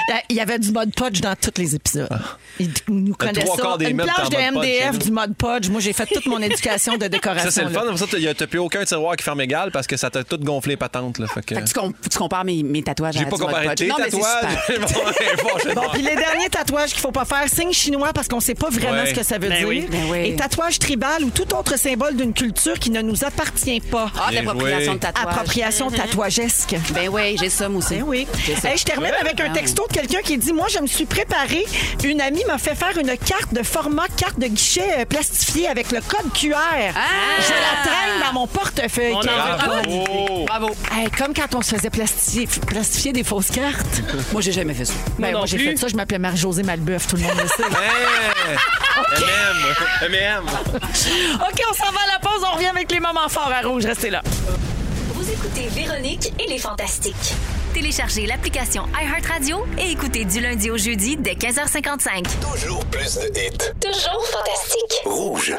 [SPEAKER 2] Là, Il y avait du mode podge dans tous les épisodes.
[SPEAKER 4] Ah.
[SPEAKER 2] Ils nous connaissaient
[SPEAKER 4] trois
[SPEAKER 2] ça.
[SPEAKER 4] quarts des
[SPEAKER 2] Une
[SPEAKER 4] meubles
[SPEAKER 2] planche
[SPEAKER 4] étaient en mode
[SPEAKER 2] de
[SPEAKER 4] podge,
[SPEAKER 2] MDF
[SPEAKER 4] chez nous.
[SPEAKER 2] du mode podge. Moi, j'ai fait toute mon éducation de décoration.
[SPEAKER 4] Ça, c'est le
[SPEAKER 2] là.
[SPEAKER 4] fun. Comme ça, t'as- y a- t'as plus aucun tiroir qui ferme égal parce que ça t'a tout gonflé patente. Là, fait que...
[SPEAKER 5] Fait que tu, com- tu compares mes, mes tatouages
[SPEAKER 4] J'ai
[SPEAKER 5] à
[SPEAKER 4] pas
[SPEAKER 5] du mode
[SPEAKER 4] comparé
[SPEAKER 5] podge.
[SPEAKER 4] tes
[SPEAKER 5] Non, mais c'est
[SPEAKER 4] tatouages tatouages.
[SPEAKER 5] super.
[SPEAKER 4] Bon, ben, elle est fâchée de
[SPEAKER 2] Bon,
[SPEAKER 4] moi.
[SPEAKER 2] puis les derniers tatouages qu'il faut pas faire, signe chinois parce qu'on sait pas vraiment
[SPEAKER 4] Ouais.
[SPEAKER 2] ce que ça veut
[SPEAKER 3] Ben
[SPEAKER 2] dire.
[SPEAKER 3] oui,
[SPEAKER 5] ben oui.
[SPEAKER 2] Et tatouage tribal ou tout autre symbole d'une culture qui ne nous appartient pas.
[SPEAKER 5] Ah,
[SPEAKER 4] Bien
[SPEAKER 5] l'appropriation
[SPEAKER 4] joué.
[SPEAKER 5] de tatouage.
[SPEAKER 4] Mm-hmm.
[SPEAKER 2] Appropriation tatouagesque.
[SPEAKER 5] Ben oui, j'ai ça, moi aussi.
[SPEAKER 3] Ah
[SPEAKER 2] Ben oui.
[SPEAKER 5] J'ai ça.
[SPEAKER 2] Hey, je termine avec un
[SPEAKER 5] Ah.
[SPEAKER 2] texto de quelqu'un qui dit Moi, je me suis préparé. Une amie m'a fait faire une carte de format carte de guichet euh, plastifiée avec le code QR.
[SPEAKER 5] Ah!
[SPEAKER 3] Ah!
[SPEAKER 2] Je la traîne dans mon portefeuille.
[SPEAKER 3] On en
[SPEAKER 2] Quelle
[SPEAKER 3] veut
[SPEAKER 2] bonne
[SPEAKER 3] pas.
[SPEAKER 4] Bravo.
[SPEAKER 5] Bravo.
[SPEAKER 2] Hey, comme quand on se faisait plastifier, plastifier des fausses cartes.
[SPEAKER 5] Moi, j'ai jamais fait ça.
[SPEAKER 2] Ben,
[SPEAKER 3] non
[SPEAKER 2] moi, j'ai
[SPEAKER 3] plus.
[SPEAKER 2] fait ça. Je m'appelais Marie-Josée Malbeuf. Tout le monde le sait.
[SPEAKER 4] Hey! M&M.
[SPEAKER 2] OK, on s'en va à la pause. On revient avec les moments forts à rouge. Restez là.
[SPEAKER 6] Vous écoutez Véronique et les Fantastiques.
[SPEAKER 1] Téléchargez l'application iHeartRadio et écoutez du lundi au jeudi dès 15h55.
[SPEAKER 7] Toujours plus de hits.
[SPEAKER 6] Toujours fantastique.
[SPEAKER 7] Rouge.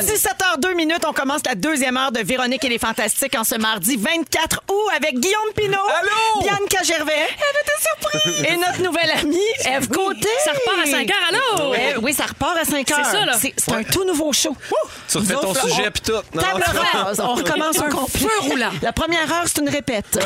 [SPEAKER 2] 17h02 minutes, on commence la deuxième heure de Véronique et les Fantastiques en ce mardi 24 août avec Guillaume Pinot,
[SPEAKER 4] Allô?
[SPEAKER 2] Bianca Gervais, elle était surprise, et notre nouvelle amie Eve Côté.
[SPEAKER 3] Ça repart à 5 heures, allô?
[SPEAKER 2] Eh oui, ça repart à 5 heures.
[SPEAKER 3] ça, là.
[SPEAKER 2] C'est c'est un tout nouveau show.
[SPEAKER 4] Tu refais
[SPEAKER 2] Nous
[SPEAKER 4] ton
[SPEAKER 2] autres, là,
[SPEAKER 4] sujet
[SPEAKER 2] on-
[SPEAKER 4] puis tout. Non,
[SPEAKER 2] Table
[SPEAKER 4] tu-
[SPEAKER 2] rase. On recommence au complet.
[SPEAKER 5] feu roulant.
[SPEAKER 2] La première heure, c'est une répète.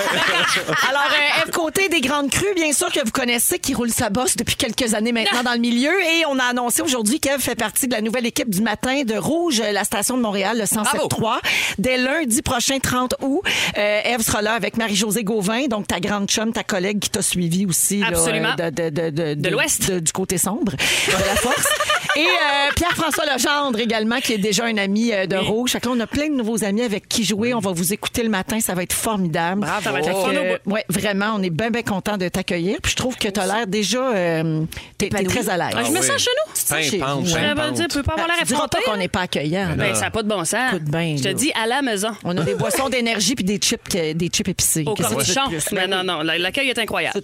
[SPEAKER 2] Alors, euh, Ève Côté des Grandes Crues, bien sûr, que vous connaissez, qui roule sa bosse depuis quelques années maintenant dans le milieu. Et on a annoncé aujourd'hui qu'Ève fait partie de la nouvelle équipe du matin de Rouge, euh, la station de Montréal, le 107.3. Dès lundi prochain, 30 août, euh, Ève sera là avec Marie-Josée Gauvin, donc ta grande chum, ta collègue qui t'a suivi aussi. là,
[SPEAKER 3] Absolument.
[SPEAKER 2] euh, de, de- de- de-
[SPEAKER 3] De l'Ouest.
[SPEAKER 2] de- Du côté sombre de la force. Et euh, Pierre-François Legendre également, qui est déjà un ami euh, de Rouge. Fait que là, on a plein de nouveaux amis avec qui jouer. On va vous écouter le matin. Ça va être formidable.
[SPEAKER 3] Bravo. Ça va être le fun
[SPEAKER 2] Fait que,
[SPEAKER 3] au bout.
[SPEAKER 2] ouais, vraiment, on est bien, bien content de t'accueillir. Puis je trouve que tu as l'air déjà. euh, t'es t'es
[SPEAKER 5] Épanoui.
[SPEAKER 2] très à l'aise.
[SPEAKER 3] Ah, je me
[SPEAKER 4] oui.
[SPEAKER 3] sens chez nous.
[SPEAKER 4] Pimpante,
[SPEAKER 2] Ouais.
[SPEAKER 3] Ça veut
[SPEAKER 4] pimpante.
[SPEAKER 3] dire, tu peux pas avoir l'air
[SPEAKER 2] Tu diras Ah, pas
[SPEAKER 3] effronté,
[SPEAKER 2] qu'on
[SPEAKER 3] là.
[SPEAKER 2] n'est pas accueillant.
[SPEAKER 3] Ben, ça n'a pas de bon sens.
[SPEAKER 2] Écoute bien,
[SPEAKER 3] Je te
[SPEAKER 2] là.
[SPEAKER 3] dis à la maison.
[SPEAKER 2] On a des boissons d'énergie puis des chips, que- des chips épicés.
[SPEAKER 3] Au
[SPEAKER 2] Qu'est-ce que tu veux de
[SPEAKER 3] cornichon.
[SPEAKER 2] plus?
[SPEAKER 3] Non, non, non. la- L'accueil est incroyable.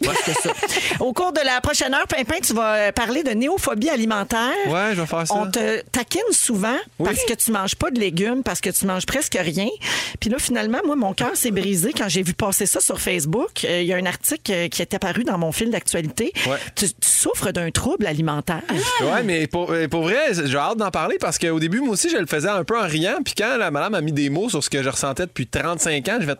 [SPEAKER 2] Au cours de la prochaine heure, Pimpin, tu vas euh, parler de néophobie alimentaire.
[SPEAKER 4] Ouais, je vais faire ça.
[SPEAKER 2] On te taquine souvent parce que tu manges pas de légumes, parce que tu manges presque rien. Puis là, finalement, moi, mon cœur s'est brisé quand j'ai vu passer ça sur Facebook. Euh, Il y a un article euh, qui est apparu dans mon fil d'actualité.
[SPEAKER 4] Ouais.
[SPEAKER 2] Tu, tu souffres d'un trouble alimentaire.
[SPEAKER 4] Ouais, mais pour, euh, pour vrai, j'ai hâte d'en parler parce qu'au début, moi aussi, je le faisais un peu en riant. Puis quand la madame a mis des mots sur ce que je ressentais depuis 35 ans, j'ai fait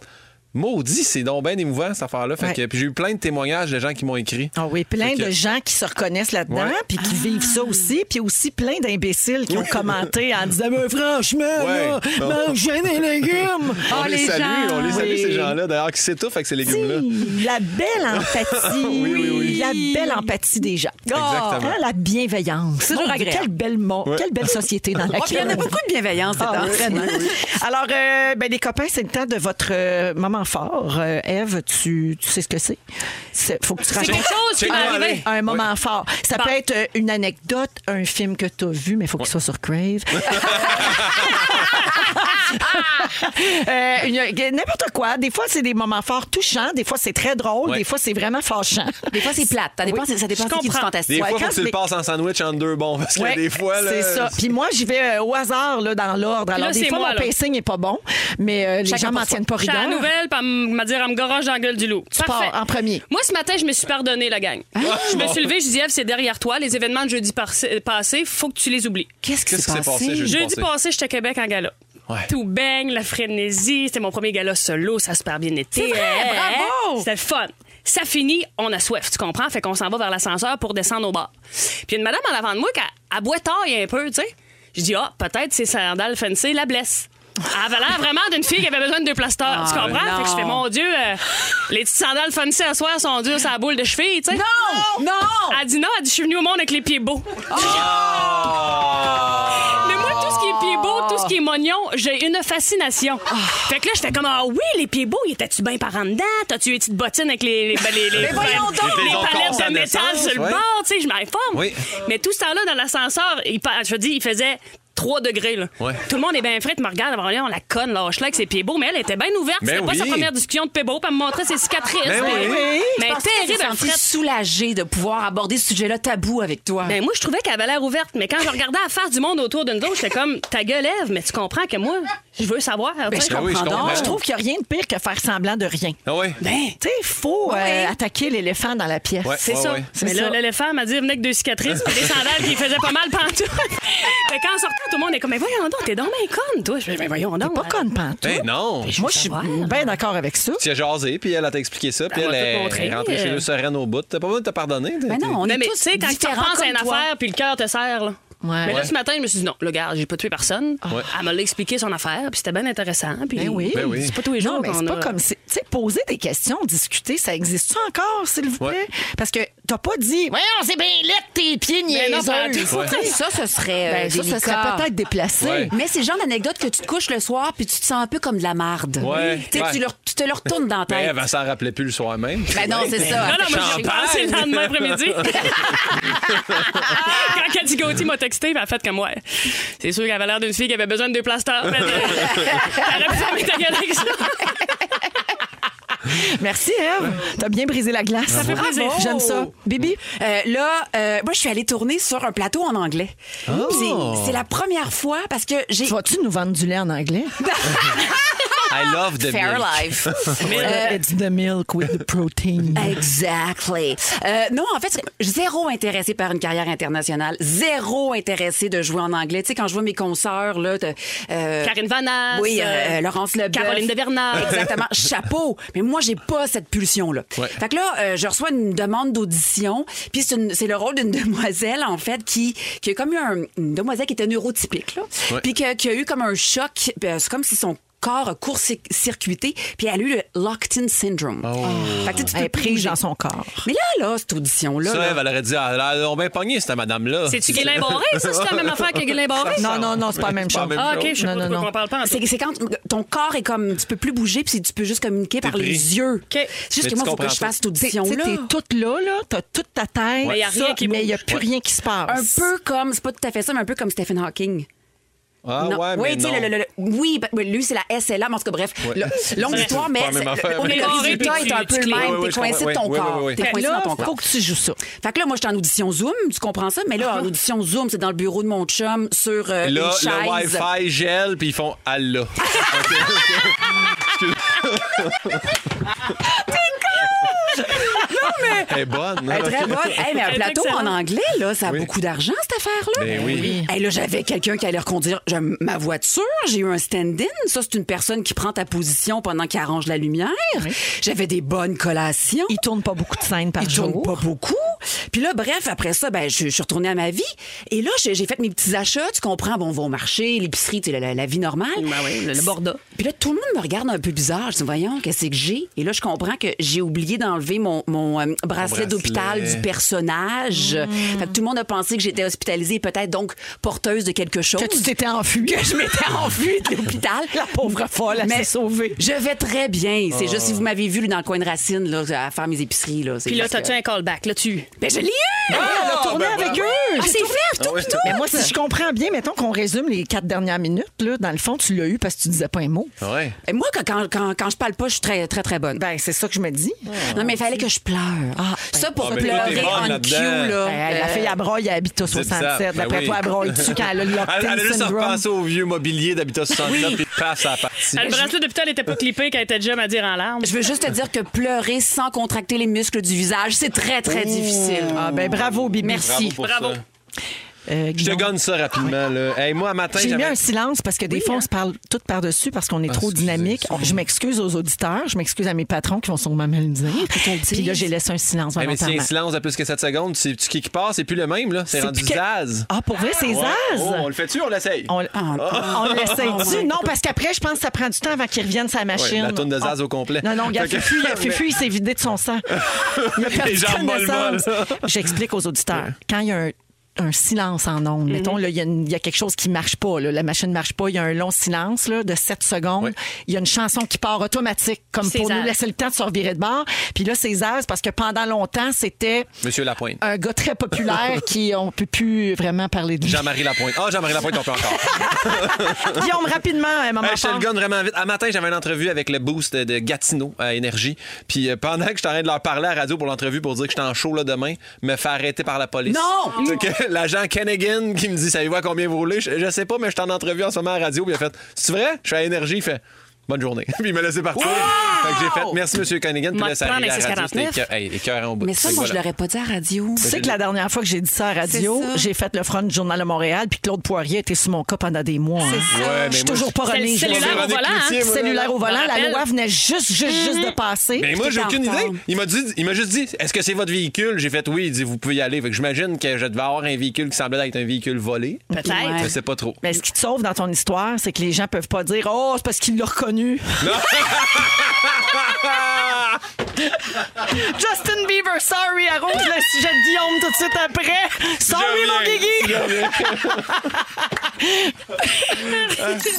[SPEAKER 4] Maudit, c'est donc bien émouvant cette affaire-là. Fait
[SPEAKER 2] Ouais.
[SPEAKER 4] que- Puis j'ai eu plein de témoignages de gens qui m'ont écrit.
[SPEAKER 2] Ah oui, plein
[SPEAKER 4] Fait que-
[SPEAKER 2] de gens qui se reconnaissent là-dedans,
[SPEAKER 4] Ouais.
[SPEAKER 2] puis qui vivent ça aussi, puis aussi plein d'imbéciles qui ont commenté en disant Mais franchement, là,
[SPEAKER 4] Ouais. Non. Ah,
[SPEAKER 2] mangez des légumes! Ah,
[SPEAKER 4] on les,
[SPEAKER 5] les
[SPEAKER 4] salue,
[SPEAKER 5] gens.
[SPEAKER 4] on les salue,
[SPEAKER 2] Oui.
[SPEAKER 4] ces gens-là, d'ailleurs, qui s'étouffent avec ces légumes-là.
[SPEAKER 2] La belle empathie.
[SPEAKER 4] Oui, oui, oui.
[SPEAKER 2] La belle empathie des gens.
[SPEAKER 4] Exactement.
[SPEAKER 2] Ah, la bienveillance.
[SPEAKER 5] toujours
[SPEAKER 2] Mon Dieu,
[SPEAKER 5] agréable.
[SPEAKER 2] Quelle belle, mo-
[SPEAKER 4] Ouais.
[SPEAKER 2] quelle belle société dans laquelle
[SPEAKER 5] Oh, puis il y
[SPEAKER 2] on
[SPEAKER 5] en a
[SPEAKER 2] vit.
[SPEAKER 5] beaucoup de bienveillance ces
[SPEAKER 2] Ah,
[SPEAKER 5] temps-ci.
[SPEAKER 2] vraiment. Alors, euh, ben, les copains, c'est le temps de votre euh, moment fort. Euh, Ève, tu, tu sais ce que c'est? Il faut que tu
[SPEAKER 3] C'est
[SPEAKER 2] racontes
[SPEAKER 3] quelque chose qui
[SPEAKER 4] check
[SPEAKER 3] m'est
[SPEAKER 4] moi
[SPEAKER 3] arrivé.
[SPEAKER 4] aller.
[SPEAKER 2] un moment fort. Ça
[SPEAKER 3] Bon.
[SPEAKER 2] peut être euh, une anecdote, un film que tu as vu, mais il faut qu'il soit sur Crave. Euh, une- N'importe quoi. Des fois, c'est des moments forts touchants. Des fois, c'est très drôle.
[SPEAKER 4] Ouais.
[SPEAKER 2] Des fois, c'est vraiment fâchant.
[SPEAKER 5] Des fois, c'est plate. Ça dépend, ça dépend
[SPEAKER 3] Je
[SPEAKER 5] c'est qui du
[SPEAKER 3] comprends.
[SPEAKER 5] fantastique.
[SPEAKER 4] Des
[SPEAKER 2] Ouais,
[SPEAKER 4] fois, faut
[SPEAKER 2] quand
[SPEAKER 4] que tu le
[SPEAKER 2] mais-
[SPEAKER 4] passes en sandwich entre deux bons. Parce que
[SPEAKER 2] Ouais,
[SPEAKER 4] des fois, là.
[SPEAKER 2] C'est ça. Puis moi, j'y vais euh, au hasard là, dans l'ordre. Alors,
[SPEAKER 3] là,
[SPEAKER 2] des
[SPEAKER 3] c'est
[SPEAKER 2] fois,
[SPEAKER 3] moi,
[SPEAKER 2] mon
[SPEAKER 3] là.
[SPEAKER 2] pacing n'est pas bon, mais euh, les
[SPEAKER 5] Chacun
[SPEAKER 2] gens
[SPEAKER 5] pour
[SPEAKER 2] m'en
[SPEAKER 5] soi.
[SPEAKER 2] tiennent pas
[SPEAKER 3] Je suis à
[SPEAKER 2] rigueur.
[SPEAKER 3] la nouvelle, puis elle me dire, elle me gorge dans la gueule du loup. Parfait.
[SPEAKER 2] pars en premier. Ah.
[SPEAKER 3] Moi, ce matin, je me suis pardonné, la gang. Je me suis levée, je dis, Ève, c'est derrière toi. Les événements de jeudi par- passé, faut que tu les oublies.
[SPEAKER 5] Qu'est-ce qui
[SPEAKER 4] Qu'est-ce qui
[SPEAKER 5] s'est
[SPEAKER 4] s'est
[SPEAKER 5] passé?
[SPEAKER 4] passé? Je-
[SPEAKER 3] Jeudi passé, j'étais à Québec en gala.
[SPEAKER 4] Ouais.
[SPEAKER 3] Tout baigne, la frénésie. C'était mon premier gala solo, ça a super bien été. Hein?
[SPEAKER 5] C'est vrai, bravo!
[SPEAKER 3] C'était le fun. Ça finit, on a soif, tu comprends? Fait qu'on s'en va vers l'ascenseur pour descendre au bar. Puis une madame en avant de moi, qui elle boit taille un peu, tu sais. Je dis, ah, peut-être ses sandales fancy la blesse. Elle avait l'air vraiment d'une fille qui avait besoin de deux plasteurs. tu comprends?
[SPEAKER 5] non.
[SPEAKER 3] Fait que je fais, mon Dieu, euh, les petites sandales fancy à soir sont dures sur la boule de cheville, tu sais.
[SPEAKER 5] Non! Non!
[SPEAKER 3] Elle dit non, Ah, elle dit, je suis venue au monde avec les pieds beaux.
[SPEAKER 4] Ah!
[SPEAKER 3] Mais moi, tout ce qui est pieds beaux, tout ce qui est mignon, j'ai une fascination. Fait que là, j'étais comme, ah oui, les pieds beaux, y étais-tu bien par en dedans? T'as-tu les petites bottines avec les, les, ben, les, les,
[SPEAKER 5] voyons donc!
[SPEAKER 3] les
[SPEAKER 4] Les entorses
[SPEAKER 3] palettes
[SPEAKER 4] à
[SPEAKER 3] de métal
[SPEAKER 4] naissance,
[SPEAKER 3] sur le
[SPEAKER 4] ouais.
[SPEAKER 3] bord, tu sais, je m'informe.
[SPEAKER 4] Oui.
[SPEAKER 3] Mais tout ce temps-là, dans l'ascenseur, il pa- je dis, il faisait 3 degrés, là.
[SPEAKER 4] Ouais.
[SPEAKER 3] Tout le monde est bien frais, tu me regardes, on la conne, lâche-la avec ses pieds beaux, mais elle était bien ouverte.
[SPEAKER 4] Ben
[SPEAKER 3] C'était pas
[SPEAKER 4] oui.
[SPEAKER 3] sa première discussion de pieds beaux, puis elle me montrait ses cicatrices.
[SPEAKER 4] Ben oui.
[SPEAKER 2] Oui.
[SPEAKER 3] Mais terrible,
[SPEAKER 5] Je suis
[SPEAKER 3] Fred.
[SPEAKER 5] soulagée de pouvoir aborder ce sujet-là tabou avec toi.
[SPEAKER 3] Ben moi, je trouvais qu'elle avait l'air ouverte, mais quand je regardais la face du monde autour d'une autre, j'étais comme, ta gueule, Ève, mais tu comprends que moi, Je veux savoir. tu
[SPEAKER 2] Ben,
[SPEAKER 3] sais.
[SPEAKER 2] je
[SPEAKER 4] Ben oui, je
[SPEAKER 2] comprends donc.
[SPEAKER 4] comprends.
[SPEAKER 2] Je trouve qu'il n'y a rien de pire que faire semblant de rien.
[SPEAKER 4] Ah ouais.
[SPEAKER 5] Ben,
[SPEAKER 2] Tu sais, il faut euh, attaquer l'éléphant dans la pièce.
[SPEAKER 4] Ouais,
[SPEAKER 3] C'est
[SPEAKER 4] ouais,
[SPEAKER 3] ça.
[SPEAKER 4] ouais.
[SPEAKER 3] Mais
[SPEAKER 2] C'est
[SPEAKER 3] là,
[SPEAKER 2] ça.
[SPEAKER 3] l'éléphant m'a dit, il venait avec deux cicatrices, puis des sandales, puis il faisait pas mal pantoute. fait qu'en sortant, tout le monde est comme, mais voyons donc, t'es donc bien conne, toi. Je fais, mais voyons donc. hein.
[SPEAKER 2] T'es pas conne pantoute.
[SPEAKER 4] Ben non.
[SPEAKER 2] Moi, je suis bien d'accord avec ça.
[SPEAKER 4] Tu as jasé, puis elle a t'expliqué ça, puis
[SPEAKER 3] Elle
[SPEAKER 4] elle,
[SPEAKER 3] m'a tout montré,
[SPEAKER 4] est rentrée chez
[SPEAKER 3] euh.
[SPEAKER 4] nous sereine au bout. T'as pas besoin de te pardonner. t'es- Ben,
[SPEAKER 5] Mais Ben non, on
[SPEAKER 3] Non,
[SPEAKER 5] est
[SPEAKER 3] mais tu
[SPEAKER 5] tous
[SPEAKER 3] sais, quand tu
[SPEAKER 5] différents
[SPEAKER 3] penses à
[SPEAKER 5] comme
[SPEAKER 3] une
[SPEAKER 5] toi.
[SPEAKER 3] affaire, puis le cœur te serre, là.
[SPEAKER 2] Ouais.
[SPEAKER 3] Mais là,
[SPEAKER 2] Ouais.
[SPEAKER 3] ce matin, je me suis dit, non, le gars, j'ai pas tué personne. Elle m'a expliqué son affaire, puis c'était bien intéressant. Puis
[SPEAKER 2] Ben oui.
[SPEAKER 4] Ben oui.
[SPEAKER 3] c'est pas tous les jours
[SPEAKER 2] Non, mais
[SPEAKER 3] qu'on
[SPEAKER 2] c'est pas
[SPEAKER 3] a-
[SPEAKER 2] comme si. Tu sais, poser des questions, discuter, ça existe encore, s'il vous plaît?
[SPEAKER 4] Ouais.
[SPEAKER 2] Parce que t'as pas dit, voyons, c'est bien laid tes pieds
[SPEAKER 3] Mais non,
[SPEAKER 2] niaiseux.
[SPEAKER 3] pas du
[SPEAKER 4] Ouais.
[SPEAKER 5] Ça, ce serait. euh,
[SPEAKER 2] Ben, ça, ça
[SPEAKER 5] délicat.
[SPEAKER 2] serait peut-être déplacé.
[SPEAKER 4] Ouais.
[SPEAKER 5] Mais c'est le genre d'anecdote que tu te couches le soir puis tu te sens un peu comme de la marde.
[SPEAKER 4] Ouais.
[SPEAKER 5] Tu
[SPEAKER 4] Ouais.
[SPEAKER 5] sais,
[SPEAKER 4] Ben,
[SPEAKER 5] Tu, le- tu te le retournes dans la
[SPEAKER 4] Mais
[SPEAKER 5] tête.
[SPEAKER 4] elle, elle s'en rappelait plus le soir même.
[SPEAKER 5] Ben non, c'est ça.
[SPEAKER 3] Non, non, moi, j'ai
[SPEAKER 4] Champagne.
[SPEAKER 3] pensé le lendemain après-midi. Quand Cathy Gauthier m'a texté, elle a fait comme, ouais, c'est sûr qu'elle avait l'air d'une fille qui avait besoin de deux plasteurs. Fait que, T'aurais pu fermer ta gueule avec ça.
[SPEAKER 2] Merci, Eve. T'as bien brisé la glace. Ça
[SPEAKER 3] fait plaisir.
[SPEAKER 2] J'aime ça. Bibi?
[SPEAKER 5] Euh, là, euh, moi, je suis allée tourner sur un plateau en anglais.
[SPEAKER 4] Oh.
[SPEAKER 5] C'est- C'est la première fois parce que j'ai.
[SPEAKER 2] Tu Vas-tu nous vendre du lait en anglais?
[SPEAKER 4] I love the milk.
[SPEAKER 5] life.
[SPEAKER 2] Euh, It's the milk with the protein.
[SPEAKER 5] Exactly. Euh, non, en fait, zéro intéressé par une carrière internationale, zéro intéressé de jouer en anglais. Tu sais, quand je vois mes consoeurs, là, de, euh,
[SPEAKER 3] Karine Vanasse.
[SPEAKER 5] Oui, euh, Laurence Leboeuf.
[SPEAKER 3] Caroline de Bernard.
[SPEAKER 5] Exactement. Chapeau. Mais moi, j'ai pas cette pulsion-là.
[SPEAKER 4] Ouais.
[SPEAKER 5] Fait que là, euh, je reçois une demande d'audition. Puis c'est une- c'est le rôle d'une demoiselle, en fait, qui, qui a comme eu un- une demoiselle qui était neurotypique, là.
[SPEAKER 4] Ouais.
[SPEAKER 5] Puis que- qui a eu comme un choc. Ben, c'est comme si son corps a court-circuité, puis elle a eu le Locked-in syndrome.
[SPEAKER 4] Oh.
[SPEAKER 5] Fait que tu sais, tu
[SPEAKER 2] Elle est
[SPEAKER 5] peux plus
[SPEAKER 2] prise
[SPEAKER 5] bouger.
[SPEAKER 2] dans son corps.
[SPEAKER 5] Mais là, là, cette audition-là.
[SPEAKER 4] Ça,
[SPEAKER 5] là,
[SPEAKER 4] Eve, elle aurait dit, ah, là, on bien pogné, cette madame-là.
[SPEAKER 3] C'est-tu Guélin Barré, ça? C'est la même affaire que Guélin Barré?
[SPEAKER 2] Non, non, non, c'est pas la même
[SPEAKER 4] C'est pas la
[SPEAKER 2] chose.
[SPEAKER 4] même
[SPEAKER 3] Ah, OK, je sais
[SPEAKER 2] Non,
[SPEAKER 3] pas
[SPEAKER 2] non,
[SPEAKER 3] pourquoi
[SPEAKER 2] non.
[SPEAKER 3] on parle pas en tout.
[SPEAKER 5] C'est c'est quand ton corps est comme. Tu peux plus bouger, puis tu peux juste communiquer par
[SPEAKER 4] pris.
[SPEAKER 5] les yeux.
[SPEAKER 3] Mais
[SPEAKER 5] C'est juste
[SPEAKER 4] tu
[SPEAKER 5] que moi, il faut
[SPEAKER 4] comprends
[SPEAKER 5] que je
[SPEAKER 4] tout.
[SPEAKER 5] fasse cette
[SPEAKER 2] T'sais, t'sais,
[SPEAKER 5] audition-là.
[SPEAKER 2] T'es toute là, là, t'as toute ta tête,
[SPEAKER 3] Mais y a rien
[SPEAKER 2] ça,
[SPEAKER 3] qui
[SPEAKER 2] mais il n'y a
[SPEAKER 3] bouge.
[SPEAKER 2] plus rien qui se
[SPEAKER 5] Un
[SPEAKER 2] passe.
[SPEAKER 5] peu comme, c'est pas tout à fait ça, mais un peu comme Stephen Hawking.
[SPEAKER 4] Ah,
[SPEAKER 5] Non.
[SPEAKER 4] ouais,
[SPEAKER 5] oui,
[SPEAKER 4] mais
[SPEAKER 5] tu sais,
[SPEAKER 4] non.
[SPEAKER 5] le- le- le- oui, ben, lui, c'est la SLA, mais en tout cas, bref.
[SPEAKER 4] Ouais.
[SPEAKER 5] le- Longue
[SPEAKER 4] C'est
[SPEAKER 5] histoire,
[SPEAKER 4] pas
[SPEAKER 5] mais
[SPEAKER 4] la même
[SPEAKER 5] c'est-
[SPEAKER 4] affaire,
[SPEAKER 5] le
[SPEAKER 4] mais-
[SPEAKER 3] Mais
[SPEAKER 5] résultat
[SPEAKER 3] carré, puis
[SPEAKER 5] est un
[SPEAKER 3] tu-
[SPEAKER 5] peu
[SPEAKER 3] tu
[SPEAKER 5] le
[SPEAKER 3] clés.
[SPEAKER 5] même.
[SPEAKER 4] Ouais, ouais,
[SPEAKER 5] T'es
[SPEAKER 4] je
[SPEAKER 5] coincé de
[SPEAKER 4] comprends.
[SPEAKER 5] ton
[SPEAKER 4] Ouais,
[SPEAKER 5] corps.
[SPEAKER 4] ouais, ouais.
[SPEAKER 5] T'es
[SPEAKER 2] Fait que
[SPEAKER 5] coincé
[SPEAKER 2] Ben là,
[SPEAKER 5] dans ton
[SPEAKER 2] faut
[SPEAKER 5] corps.
[SPEAKER 2] que tu joues ça. Ah.
[SPEAKER 5] Fait que là, moi, j'étais en audition Zoom, tu comprends ça? Mais là, en audition Zoom, c'est dans le bureau de mon chum, sur
[SPEAKER 4] Là,
[SPEAKER 5] euh, une
[SPEAKER 4] le
[SPEAKER 5] chaise.
[SPEAKER 4] Wi-Fi gèle, puis ils font Allah. T'es con! Non, mais. Elle est bonne, hein,
[SPEAKER 5] Elle est très bonne. Hey, mais un
[SPEAKER 3] Elle est
[SPEAKER 5] plateau en
[SPEAKER 3] excellente.
[SPEAKER 5] anglais, là, ça a
[SPEAKER 4] Oui.
[SPEAKER 5] beaucoup d'argent, cette affaire-là.
[SPEAKER 4] Ben oui.
[SPEAKER 5] Hey, là, j'avais quelqu'un qui allait reconduire je- ma voiture. J'ai eu un stand-in. Ça, c'est une personne qui prend ta position pendant qu'il arrange la lumière. J'avais des bonnes collations.
[SPEAKER 2] Il tourne pas beaucoup de scènes par
[SPEAKER 5] Il
[SPEAKER 2] jour.
[SPEAKER 5] tourne pas beaucoup. Puis là, bref, après ça, ben, je, je suis retournée à ma vie. Et là, j'ai j'ai fait mes petits achats. Tu comprends? Bon, on va au marché, l'épicerie, tu sais, la, la- la vie normale.
[SPEAKER 3] Ben oui, le- le Borda.
[SPEAKER 5] Puis là, tout le monde me regarde un peu bizarre. Je dis, voyons, qu'est-ce que j'ai? Et là, je comprends que j'ai oublié d'enlever mon, mon, euh,
[SPEAKER 4] bracelet.
[SPEAKER 5] bracelet d'hôpital du personnage.
[SPEAKER 2] Hmm.
[SPEAKER 5] Fait que tout le monde a pensé que j'étais hospitalisée et peut-être donc porteuse de quelque chose.
[SPEAKER 2] Que tu t'étais enfui.
[SPEAKER 5] Que je m'étais enfuie de l'hôpital.
[SPEAKER 2] La pauvre folle, elle
[SPEAKER 5] Mais
[SPEAKER 2] s'est sauvée.
[SPEAKER 5] Je vais très bien. C'est juste si vous m'avez vu dans le coin de Racine là, à faire mes épiceries. Là, c'est
[SPEAKER 3] Puis là,
[SPEAKER 5] parce
[SPEAKER 3] t'as-tu
[SPEAKER 5] que-
[SPEAKER 3] un callback? Là, tu.
[SPEAKER 5] Ben, je l'ai eu!
[SPEAKER 2] Elle a tourné avec eux.
[SPEAKER 5] ben Ah, c'est fait, tout
[SPEAKER 4] ouais.
[SPEAKER 5] pitoute!
[SPEAKER 2] Mais moi, si je comprends bien, mettons qu'on résume les quatre dernières minutes, là, dans le fond, tu l'as eu parce que tu disais pas un mot.
[SPEAKER 4] Ouais.
[SPEAKER 5] Ah. Et moi, quand- quand, quand, quand je parle pas, je suis très, très, très bonne.
[SPEAKER 2] Ben, c'est ça que je me dis.
[SPEAKER 5] non, mais il fallait que je pleure. ça, pour
[SPEAKER 4] Ah, ben, toi, t'es
[SPEAKER 5] pleurer
[SPEAKER 4] bonne
[SPEAKER 5] en
[SPEAKER 4] là-dedans.
[SPEAKER 5] cue, là.
[SPEAKER 2] Ben, la
[SPEAKER 5] euh,
[SPEAKER 2] fille à broye, elle habite au
[SPEAKER 4] C'est
[SPEAKER 2] 67.
[SPEAKER 4] bizarre.
[SPEAKER 2] D'après
[SPEAKER 4] Ben
[SPEAKER 2] toi,
[SPEAKER 4] oui.
[SPEAKER 2] elle broye-tu quand elle a
[SPEAKER 4] Elle,
[SPEAKER 2] le
[SPEAKER 4] elle a
[SPEAKER 2] lockdown
[SPEAKER 4] juste
[SPEAKER 2] syndrome?
[SPEAKER 4] repensé au vieux mobilier d'habitat 69, puis paf, ça a parti.
[SPEAKER 3] Le bracelet d'hôpital n'était pas clippé quand elle était jeune à dire en larmes.
[SPEAKER 5] Je veux juste te dire que pleurer sans contracter les muscles du visage, c'est très, très difficile.
[SPEAKER 2] Ah, ben, bravo, Bibi.
[SPEAKER 5] Merci.
[SPEAKER 4] pour
[SPEAKER 3] Bravo.
[SPEAKER 4] ça.
[SPEAKER 2] Euh,
[SPEAKER 4] Je te
[SPEAKER 2] Guillaume,
[SPEAKER 4] gagne ça rapidement, là. Hey, moi, un matin,
[SPEAKER 2] J'ai mis
[SPEAKER 4] j'avais-
[SPEAKER 2] un silence parce que des
[SPEAKER 5] hein.
[SPEAKER 2] fois, on se parle tout par-dessus parce qu'on est trop
[SPEAKER 4] excusez,
[SPEAKER 2] dynamique. On- je m'excuse aux auditeurs, je m'excuse à mes patrons qui vont sûrement me le dire.
[SPEAKER 5] Ah, qu'on le dise.
[SPEAKER 2] Puis là, j'ai laissé un silence
[SPEAKER 4] Hey, Eh, mais si un
[SPEAKER 2] volontairement.
[SPEAKER 4] silence de plus que 7 secondes, c'est tu qui qui passe, c'est plus le même, là. C'est
[SPEAKER 2] C'est
[SPEAKER 4] rendu
[SPEAKER 2] plus que-
[SPEAKER 4] Zaz.
[SPEAKER 2] Ah, pour vrai, c'est
[SPEAKER 4] Ouais.
[SPEAKER 2] Zaz?
[SPEAKER 4] Oh, on le fait-tu, on l'essaye?
[SPEAKER 2] On, l-
[SPEAKER 3] Ah,
[SPEAKER 2] on l'essaye-tu? Non, parce qu'après, je pense que ça prend du temps avant qu'il revienne sa machine.
[SPEAKER 4] Ouais, la toune de Zaz
[SPEAKER 2] Ah.
[SPEAKER 4] au complet.
[SPEAKER 2] Non, non, regarde,
[SPEAKER 4] Fait que-
[SPEAKER 2] Fufu, il, a- Fufu, il s'est vidé de son sang. Il a perdu
[SPEAKER 4] Les jambes molles,
[SPEAKER 2] connaissance.
[SPEAKER 4] molles.
[SPEAKER 2] J'explique aux auditeurs. Quand il y a un un silence en
[SPEAKER 3] Mm-hmm.
[SPEAKER 2] ondes. Mettons, là, il y, a une- il y a quelque chose qui marche pas. là. La machine marche pas. Il y a un long silence là, de 7 secondes.
[SPEAKER 4] Ouais.
[SPEAKER 2] Il y a une chanson qui part automatique, comme
[SPEAKER 3] C'est
[SPEAKER 2] pour nous
[SPEAKER 3] Zaz.
[SPEAKER 2] laisser le temps de se revirer de bord. Puis là, c'est Zaz, parce que pendant longtemps, c'était
[SPEAKER 4] Monsieur Lapointe.
[SPEAKER 2] un gars très populaire qui, on peut plus vraiment parler de lui.
[SPEAKER 4] Jean-Marie Lapointe. Ah, Jean-Marie Lapointe, on peut encore.
[SPEAKER 2] Guillaume, rapidement, un moment
[SPEAKER 4] Hey, je te le gonne vraiment vite. Un matin, j'avais une entrevue avec le boost de Gatineau à Énergie. Puis euh, pendant que j'étais en train de leur parler à la radio pour l'entrevue pour dire que j'étais en show là, demain, me faire arrêter par la police.
[SPEAKER 5] Non!
[SPEAKER 4] Fait que l'agent Kennegan qui me dit Savez-vous à combien vous roulez je, je sais pas, mais je suis en entrevue en ce moment à la radio. Puis il a fait C'est vrai Je suis à Énergie. Il fait Bonne journée. Puis il m'a laissé partir. Fait que j'ai fait Merci, monsieur Kennegan. Puis
[SPEAKER 3] M'a
[SPEAKER 4] là, ça
[SPEAKER 3] prendre
[SPEAKER 4] arrive
[SPEAKER 3] un
[SPEAKER 4] à la radio.
[SPEAKER 3] 649.
[SPEAKER 4] C'était écœur- hey, écœurant au bout.
[SPEAKER 5] Mais ça,
[SPEAKER 4] Fait que
[SPEAKER 5] moi, je
[SPEAKER 4] voilà.
[SPEAKER 5] l'aurais pas dit à la radio.
[SPEAKER 2] Tu sais que la dernière fois que j'ai dit ça à la radio,
[SPEAKER 5] C'est ça.
[SPEAKER 2] j'ai fait le front du Journal de Montréal, puis Claude Poirier était sous mon cas pendant des mois. hein.
[SPEAKER 5] ça.
[SPEAKER 4] Ouais, mais
[SPEAKER 2] je suis
[SPEAKER 4] moi,
[SPEAKER 2] toujours pas
[SPEAKER 3] C'est le
[SPEAKER 2] remis.
[SPEAKER 3] cellulaire au
[SPEAKER 4] Véronique
[SPEAKER 3] volant. hein? Mm-hmm.
[SPEAKER 4] Cloutier, moi.
[SPEAKER 2] Cellulaire au volant, la
[SPEAKER 3] rappelle.
[SPEAKER 2] loi venait juste, juste, juste de passer.
[SPEAKER 4] Mais moi, j'ai
[SPEAKER 5] J'étais
[SPEAKER 4] aucune
[SPEAKER 5] en retard.
[SPEAKER 4] idée. Il m'a dit, il m'a juste dit, est-ce que c'est votre véhicule? J'ai fait oui. Il dit, vous pouvez y aller. Fait que j'imagine que je devais avoir un véhicule qui semblait être un véhicule volé.
[SPEAKER 3] Peut-être.
[SPEAKER 4] Je sais pas trop.
[SPEAKER 2] Mais ce qui te sauve dans ton histoire, c'est que les gens peuvent pas dire Oh, c'est parce qu'il l'a reconnu. Justin Bieber, sorry, arrose le sujet de Guillaume tout de suite après. Sorry, mon
[SPEAKER 4] reviens.
[SPEAKER 2] Guigui.
[SPEAKER 4] Je reviens.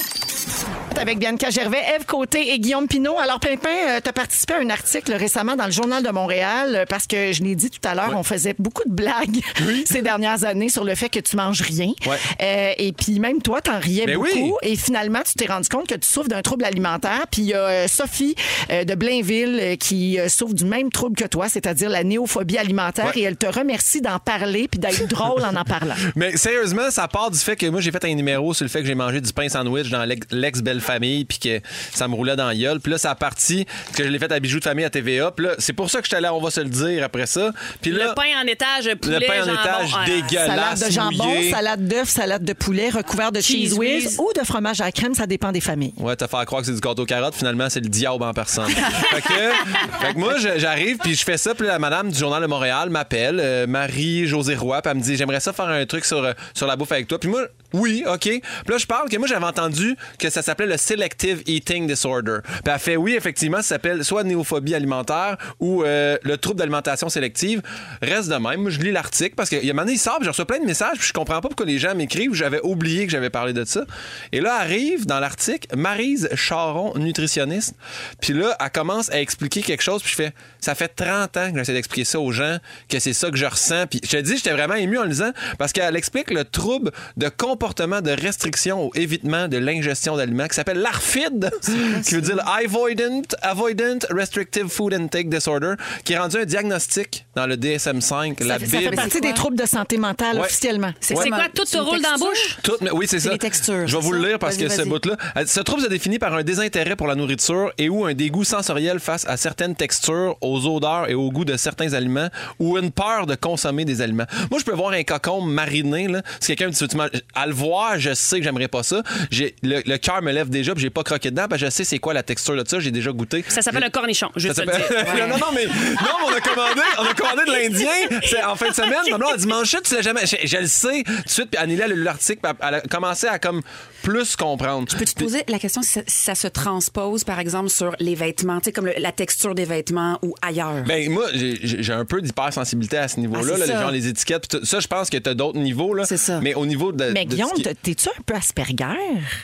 [SPEAKER 2] avec Bianca Gervais, Eve Côté et Guillaume Pinault. Alors, Pimpin, tu as participé à un article récemment dans le Journal de Montréal euh, parce que, je l'ai dit tout à l'heure, on faisait beaucoup de blagues ces dernières années sur le fait que tu manges rien.
[SPEAKER 4] Ouais.
[SPEAKER 2] Euh, et puis, même toi, t'en riais
[SPEAKER 4] Mais
[SPEAKER 2] beaucoup.
[SPEAKER 4] oui.
[SPEAKER 2] Et finalement, tu t'es rendu compte que tu souffres d'un trouble alimentaire. Puis, il y a euh, Sophie euh, de Blainville euh, qui euh, souffre du même trouble que toi, c'est-à-dire la néophobie alimentaire.
[SPEAKER 4] Ouais.
[SPEAKER 2] Et elle te remercie d'en parler puis d'être drôle en en parlant.
[SPEAKER 4] Mais sérieusement, ça part du fait que moi, j'ai fait un numéro sur le fait que j'ai mangé du pain sandwich dans l'ex- l'ex-belle-famille, puis que ça me roulait dans la gueule. Puis là, ça a parti, parce que je l'ai fait à Bijoux de famille à TVA. Puis là, c'est pour ça que je suis allé, à on va se le dire après ça. Puis là,
[SPEAKER 3] Le pain en étage, poulet,
[SPEAKER 4] le pain en
[SPEAKER 3] jambon.
[SPEAKER 4] étage
[SPEAKER 3] Ah,
[SPEAKER 4] dégueulasse.
[SPEAKER 2] Salade de jambon,
[SPEAKER 4] mouillé.
[SPEAKER 2] salade d'œuf, salade de poulet, recouvert de cheese,
[SPEAKER 3] Cheese
[SPEAKER 2] whiz,
[SPEAKER 3] whiz.
[SPEAKER 2] ou de fromage à la crème, ça dépend des familles.
[SPEAKER 4] Ouais, te faire croire que c'est du gâteau aux carottes, finalement, c'est le diable en personne. fait, que, fait que moi, je- j'arrive, puis je fais ça, puis la madame du Journal de Montréal m'appelle, euh, Marie-Josée Roy, puis elle me dit J'aimerais ça faire un truc sur, euh, sur la bouffe avec toi. Puis moi, oui, OK. Puis là, je parle que moi, j'avais entendu que ça s'appelait le Selective Eating Disorder. Puis elle fait Oui, effectivement, ça s'appelle soit néophobie alimentaire ou euh, le trouble d'alimentation sélective. Reste de même. Moi, je lis l'article parce qu'il y a un moment donné, il sort, puis je reçois plein de messages, puis je comprends pas pourquoi les gens m'écrivent. J'avais oublié que j'avais parlé de ça. Et là, arrive dans l'article Marise Charon, nutritionniste. Puis là, elle commence à expliquer quelque chose, puis je fais Ça fait 30 ans que j'essaie d'expliquer ça aux gens, que c'est ça que je ressens. Puis je te dis, j'étais vraiment ému en le lisant parce qu'elle explique le trouble de comportement de restriction ou évitement de l'ingestion d'aliments qui s'appelle l'ARFID, qui veut dire le Avoidant, Avoidant Restrictive Food Intake Disorder, qui est rendu un diagnostic dans le DSM-5, la
[SPEAKER 5] fait- ça fait
[SPEAKER 4] Bible.
[SPEAKER 5] partie
[SPEAKER 2] C'est des troubles de santé mentale
[SPEAKER 4] Ouais.
[SPEAKER 2] officiellement.
[SPEAKER 5] C'est
[SPEAKER 3] C'est
[SPEAKER 5] comme
[SPEAKER 3] quoi,
[SPEAKER 5] un-
[SPEAKER 3] tout
[SPEAKER 5] c'est
[SPEAKER 3] te
[SPEAKER 5] une
[SPEAKER 3] roule dans la
[SPEAKER 5] texture.
[SPEAKER 3] bouche?
[SPEAKER 4] Tout, mais oui, c'est ça.
[SPEAKER 5] les textures,
[SPEAKER 4] Je vais
[SPEAKER 5] c'est
[SPEAKER 4] vous le
[SPEAKER 5] ça?
[SPEAKER 4] lire parce
[SPEAKER 5] Vas-y,
[SPEAKER 4] que ce
[SPEAKER 5] vas-y.
[SPEAKER 4] bout-là. Euh, Ce trouble se définit par un désintérêt pour la nourriture et ou un dégoût sensoriel face à certaines textures, aux odeurs et au goût de certains aliments ou une peur de consommer des aliments. Moi, je peux voir un cocon mariné, là. Si quelqu'un me dit, Tu manges- à le voir, je sais que j'aimerais pas ça. J'ai, le, le cœur me lève déjà, puis j'ai pas croqué dedans, parce que je sais c'est quoi la texture de ça, j'ai déjà goûté.
[SPEAKER 3] Ça s'appelle un cornichon, je vais te
[SPEAKER 4] Ça
[SPEAKER 3] le dire.
[SPEAKER 4] s'appelle- non, non, mais, non, mais on a commandé, on a commandé de l'Indien c'est en fin de semaine. Ma blonde a dit, mange ça, tu l'as jamais. Je, je le sais. Tout de suite, puis Annie, elle a lu l'article, puis elle a commencé à comme plus comprendre.
[SPEAKER 5] Peux-tu te poser la question si ça, si ça se transpose, par exemple, sur les vêtements, tu sais, comme le- la texture des vêtements ou ailleurs?
[SPEAKER 4] Ben, moi, j'ai- j'ai j'ai un peu d'hypersensibilité à ce niveau-là,
[SPEAKER 5] Ah, c'est
[SPEAKER 4] là, les
[SPEAKER 5] ça.
[SPEAKER 4] gens, les étiquettes. puis tout. Ça, je pense que t'as d'autres niveaux, là.
[SPEAKER 5] C'est ça.
[SPEAKER 4] Mais au niveau de.
[SPEAKER 2] Mais
[SPEAKER 4] de
[SPEAKER 2] Guillaume,
[SPEAKER 4] ce qui-
[SPEAKER 2] t'es- t'es-tu un peu Asperger?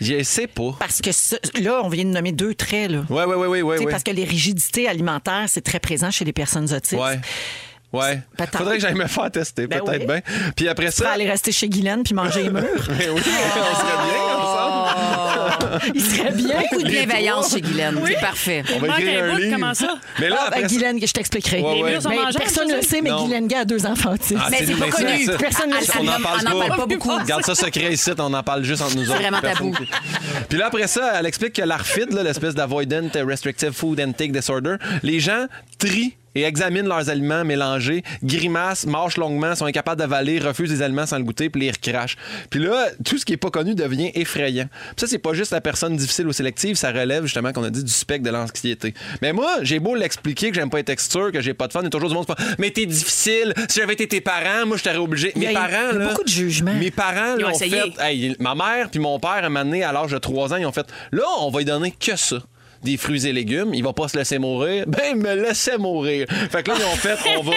[SPEAKER 4] Je sais pas.
[SPEAKER 2] Parce que ce- là, on vient de nommer deux traits. Là.
[SPEAKER 4] Ouais, ouais, ouais, ouais, ouais.
[SPEAKER 2] Tu sais,
[SPEAKER 4] ouais.
[SPEAKER 2] Parce que les rigidités alimentaires, c'est très présent chez les personnes autistes.
[SPEAKER 4] Ouais. Ouais.
[SPEAKER 2] Peut-être.
[SPEAKER 4] Faudrait que j'aille me faire tester,
[SPEAKER 2] Ben
[SPEAKER 4] peut-être
[SPEAKER 2] oui.
[SPEAKER 4] bien. Puis après
[SPEAKER 2] Tu vas
[SPEAKER 4] ça.
[SPEAKER 2] aller rester chez Guylaine puis manger les murs.
[SPEAKER 4] Ben oui, on serait bien ensemble.
[SPEAKER 2] Il serait bien.
[SPEAKER 5] Beaucoup de bienveillance chez Guylaine.
[SPEAKER 3] Oui.
[SPEAKER 5] C'est parfait.
[SPEAKER 4] On va
[SPEAKER 3] manque
[SPEAKER 4] écrire
[SPEAKER 3] un
[SPEAKER 4] un
[SPEAKER 3] bout,
[SPEAKER 4] livre.
[SPEAKER 3] comment ça?
[SPEAKER 4] Mais là,
[SPEAKER 2] Ah, ben,
[SPEAKER 4] après ça-
[SPEAKER 2] Guylaine, je t'expliquerai.
[SPEAKER 4] Ouais, Les ouais. murs
[SPEAKER 3] sont
[SPEAKER 2] Ben,
[SPEAKER 3] mangeables,
[SPEAKER 2] personne
[SPEAKER 3] ça,
[SPEAKER 2] ne le
[SPEAKER 3] ça?
[SPEAKER 2] sait, mais
[SPEAKER 4] Non.
[SPEAKER 2] Guylaine Gay a deux enfants autistes.
[SPEAKER 4] Ah,
[SPEAKER 5] Mais c'est pas
[SPEAKER 4] dénoncé,
[SPEAKER 5] connu.
[SPEAKER 4] Ah, ça.
[SPEAKER 2] Personne ne le
[SPEAKER 4] On
[SPEAKER 2] sait.
[SPEAKER 4] n'en parle
[SPEAKER 5] On n'en
[SPEAKER 4] pas.
[SPEAKER 5] parle pas beaucoup.
[SPEAKER 4] Garde ça secret ici, on en parle juste entre nous autres.
[SPEAKER 5] Vraiment
[SPEAKER 4] Personne
[SPEAKER 5] tabou.
[SPEAKER 4] qui- Puis là, après ça, elle explique que l'ARFID, là, l'espèce d'Avoidant Restrictive Food Intake Disorder, les gens trient et examinent leurs aliments mélangés, grimacent, marchent longuement, sont incapables d'avaler, refusent les aliments sans le goûter, puis les recrachent. Puis là, tout ce qui est pas connu devient effrayant. Puis ça, c'est pas juste la personne difficile ou sélective, ça relève justement qu'on a dit du spectre de l'anxiété. Mais moi, j'ai beau l'expliquer que j'aime pas les textures, que j'ai pas de fun, il y a toujours du monde qui dit Mais t'es difficile, si j'avais été tes parents, moi je t'aurais obligé.
[SPEAKER 2] Il y a-
[SPEAKER 4] Mes parents,
[SPEAKER 2] il y a
[SPEAKER 4] là,
[SPEAKER 2] beaucoup de jugements.
[SPEAKER 4] Mes parents,
[SPEAKER 3] Ils
[SPEAKER 4] là,
[SPEAKER 3] ont
[SPEAKER 4] ont
[SPEAKER 3] essayé.
[SPEAKER 4] fait Hey, ma mère puis mon père, à un moment donné, à l'âge de 3 ans, ils ont fait là, on va lui donner que ça. Des fruits et légumes, il va pas se laisser mourir. Ben, il me laissait mourir. Fait que là, ils ont fait, on va,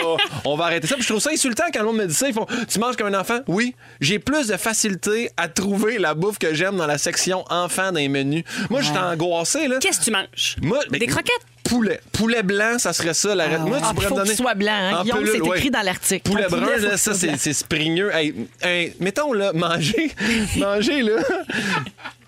[SPEAKER 4] on va arrêter ça. Puis je trouve ça insultant quand l'on me dit ça. Ils font, tu manges comme un enfant? Oui. J'ai plus de facilité à trouver la bouffe que j'aime dans la section enfants d'un menu. Moi, j'étais angoissé, là.
[SPEAKER 3] Qu'est-ce que tu manges?
[SPEAKER 4] Moi, ben,
[SPEAKER 3] Des croquettes?
[SPEAKER 4] Poulet. Poulet blanc, ça serait ça. La... Moi,
[SPEAKER 2] Ah,
[SPEAKER 4] tu pourrais
[SPEAKER 2] faut
[SPEAKER 4] me donner.
[SPEAKER 2] qu'il soit blanc, hein.
[SPEAKER 4] En
[SPEAKER 2] Guillaume,
[SPEAKER 4] pelule,
[SPEAKER 2] c'est écrit dans l'article.
[SPEAKER 4] Poulet
[SPEAKER 2] Un poulet,
[SPEAKER 4] brun,
[SPEAKER 2] faut
[SPEAKER 4] là, ça,
[SPEAKER 2] qu'il soit
[SPEAKER 4] c'est
[SPEAKER 2] blanc.
[SPEAKER 4] c'est springueux. Hey, hey, mettons, là, manger. manger, là.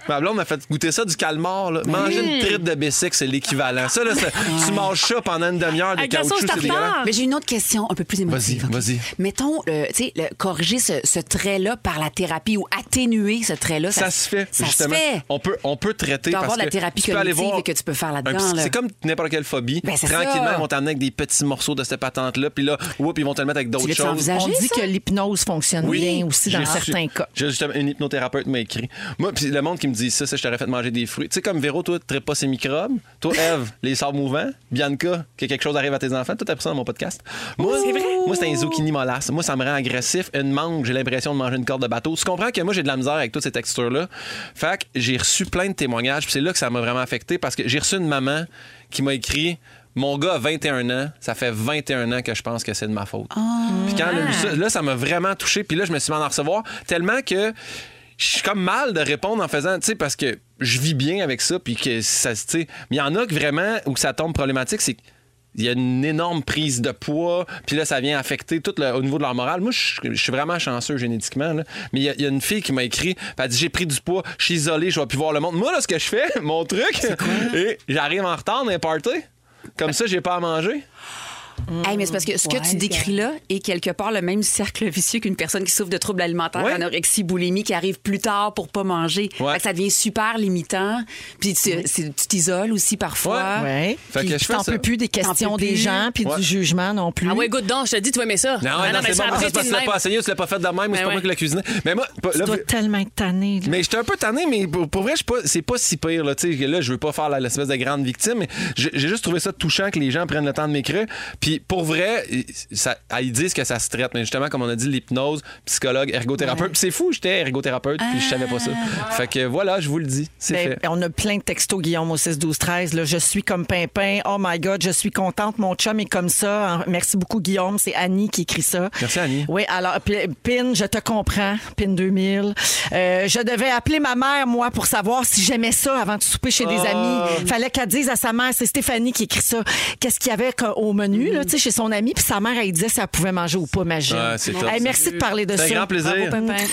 [SPEAKER 4] Ma blonde m'a fait goûter ça du calmar. là. Manger une tripe de Bessic, c'est l'équivalent. Ça, là, c'est- tu manges ça pendant une demi-heure de
[SPEAKER 3] Avec la sauce
[SPEAKER 4] caoutchouc, c'est
[SPEAKER 3] tartare.
[SPEAKER 4] dégueulasse.
[SPEAKER 2] Ah!
[SPEAKER 5] Mais j'ai une autre question un peu plus émotive.
[SPEAKER 4] Vas-y,
[SPEAKER 5] ok?
[SPEAKER 4] vas-y.
[SPEAKER 5] Mettons, euh, tu sais, le- corriger ce, ce trait-là par la thérapie ou atténuer ce trait-là.
[SPEAKER 4] Ça se fait,
[SPEAKER 5] Ça
[SPEAKER 4] justement.
[SPEAKER 5] se fait.
[SPEAKER 4] On peut, on peut traiter
[SPEAKER 5] Tu peux
[SPEAKER 4] parce
[SPEAKER 5] avoir de la
[SPEAKER 4] que
[SPEAKER 5] thérapie
[SPEAKER 4] tu peux aller
[SPEAKER 5] cognitive
[SPEAKER 4] voir
[SPEAKER 5] et que tu peux faire là-dedans,
[SPEAKER 4] un psy-
[SPEAKER 5] là.
[SPEAKER 4] C'est comme n'importe quelle phobie.
[SPEAKER 5] Ben, c'est
[SPEAKER 4] Tranquillement,
[SPEAKER 5] ça.
[SPEAKER 4] ils vont t'emmener avec des petits morceaux de cette patente-là, puis là, whoop, ils vont te le mettre avec d'autres
[SPEAKER 5] l'as-tu
[SPEAKER 4] choses.
[SPEAKER 2] On
[SPEAKER 5] envisagé? Agir,
[SPEAKER 2] dit
[SPEAKER 5] ça?
[SPEAKER 2] que l'hypnose fonctionne bien aussi dans
[SPEAKER 4] j'ai reçu-
[SPEAKER 2] certains cas.
[SPEAKER 4] j'ai Justement, une hypnothérapeute m'a écrit. Moi, puis le monde qui me dit ça, ça, je t'aurais fait manger des fruits. Tu sais, comme Véro, toi, tu pas ces microbes. Toi, Eve, les sorts mouvants. Bianca, que quelque chose arrive à tes enfants. Toi, t'as pris ça dans mon podcast. Moi, c'est vrai. Moi, c'est un zucchini mollasse. Moi, ça me rend agressif. Une mangue, j'ai l'impression de manger une corde de bateau. Tu comprends que moi, j'ai de la misère avec toutes ces textures-là. Fait que j'ai reçu plein de témoignages. Puis c'est là que ça m'a vraiment affecté parce que j'ai reçu une maman qui m'a écrit. Mon gars a 21 ans, ça fait 21 ans que je pense que c'est de ma faute. Puis quand elle a lu ça, là, ça m'a vraiment touché. Puis là, je me suis mis à en recevoir tellement que je suis comme mal de répondre en faisant, tu sais, parce que je vis bien avec ça. Puis que ça, se- tu sais, mais il y en a que vraiment où ça tombe problématique, c'est qu'il y a une énorme prise de poids, puis là, ça vient affecter tout le- au niveau de leur morale. Moi, je je suis vraiment chanceux génétiquement, là. mais il y a- il y, a une fille qui m'a écrit, puis elle dit J'ai pris du poids, je suis isolée, je vais plus voir le monde. Moi, là, ce que je fais, mon truc, et j'arrive en retard dans les parties. Comme ça, j'ai pas à manger.
[SPEAKER 5] Hey, mais c'est parce que ce
[SPEAKER 2] Mmh.
[SPEAKER 5] que tu décris là est quelque part le même cercle vicieux qu'une personne qui souffre de troubles alimentaires,
[SPEAKER 4] Ouais.
[SPEAKER 5] anorexie, boulimie, qui arrive plus tard pour pas manger.
[SPEAKER 4] Ouais.
[SPEAKER 5] Fait que ça devient super limitant. Puis tu c'est- tu t'isoles aussi parfois.
[SPEAKER 2] Ouais.
[SPEAKER 4] Fait que
[SPEAKER 2] Puis
[SPEAKER 4] je fais
[SPEAKER 2] t'en
[SPEAKER 4] ça.
[SPEAKER 2] peux plus des questions
[SPEAKER 5] T'en peux
[SPEAKER 2] des
[SPEAKER 5] plus.
[SPEAKER 2] gens puis
[SPEAKER 4] Ouais.
[SPEAKER 2] du jugement non plus.
[SPEAKER 3] Ah ouais, goûte donc, je te dis, tu vas aimer ça.
[SPEAKER 4] Non,
[SPEAKER 3] Ah
[SPEAKER 4] non,
[SPEAKER 3] mais
[SPEAKER 4] c'est
[SPEAKER 3] ça
[SPEAKER 4] bon,
[SPEAKER 3] après,
[SPEAKER 4] c'est parce
[SPEAKER 3] t'es
[SPEAKER 4] que
[SPEAKER 3] de
[SPEAKER 4] tu l'as
[SPEAKER 3] même.
[SPEAKER 4] pas essayé, tu l'as pas fait de même, mais c'est
[SPEAKER 3] Ben
[SPEAKER 4] pas moi
[SPEAKER 3] ouais.
[SPEAKER 4] qui l'ai cuisiné. Mais moi, pas-
[SPEAKER 2] tu
[SPEAKER 4] là,
[SPEAKER 2] dois
[SPEAKER 4] vu-
[SPEAKER 2] tellement être tanné. là.
[SPEAKER 4] mais j'étais un peu tanné, mais pour, pour vrai, je suis pas- c'est pas si pire. Là, tu sais, là, je veux pas faire la- l'espèce de grande victime, mais j'ai j'ai juste trouvé ça touchant que les gens prennent le temps de m'écrire. Puis pour vrai, ça, ah, ils disent que ça se traite, mais justement, comme on a dit, l'hypnose, psychologue, ergothérapeute. Puis c'est fou, j'étais ergothérapeute, puis je savais pas ça. Fait que voilà, je vous le dis, c'est
[SPEAKER 2] Ben,
[SPEAKER 4] fait.
[SPEAKER 2] on a plein de textos, Guillaume, au 6-12-13. là. Je suis comme Pimpin. Oh my God, je suis contente. Mon chum est comme ça. En- Merci beaucoup, Guillaume. C'est Annie qui écrit ça.
[SPEAKER 4] Merci, Annie.
[SPEAKER 2] Oui, alors, P- Pin, je te comprends. Pin 2000. Euh, je devais appeler ma mère, moi, pour savoir si j'aimais ça avant de souper chez des
[SPEAKER 4] Oh.
[SPEAKER 2] amis. Fallait qu'elle dise à sa mère, c'est Stéphanie qui écrit ça, qu'est-ce qu'il y avait co- au menu, là, tu sais, chez son ami. Puis sa mère, elle disait si elle pouvait manger ou pas, imagine.
[SPEAKER 4] Ouais, c'est top,
[SPEAKER 2] Hey,
[SPEAKER 4] ça.
[SPEAKER 2] merci de parler de ça.
[SPEAKER 4] C'est un grand plaisir.
[SPEAKER 5] Bravo, Pimpin.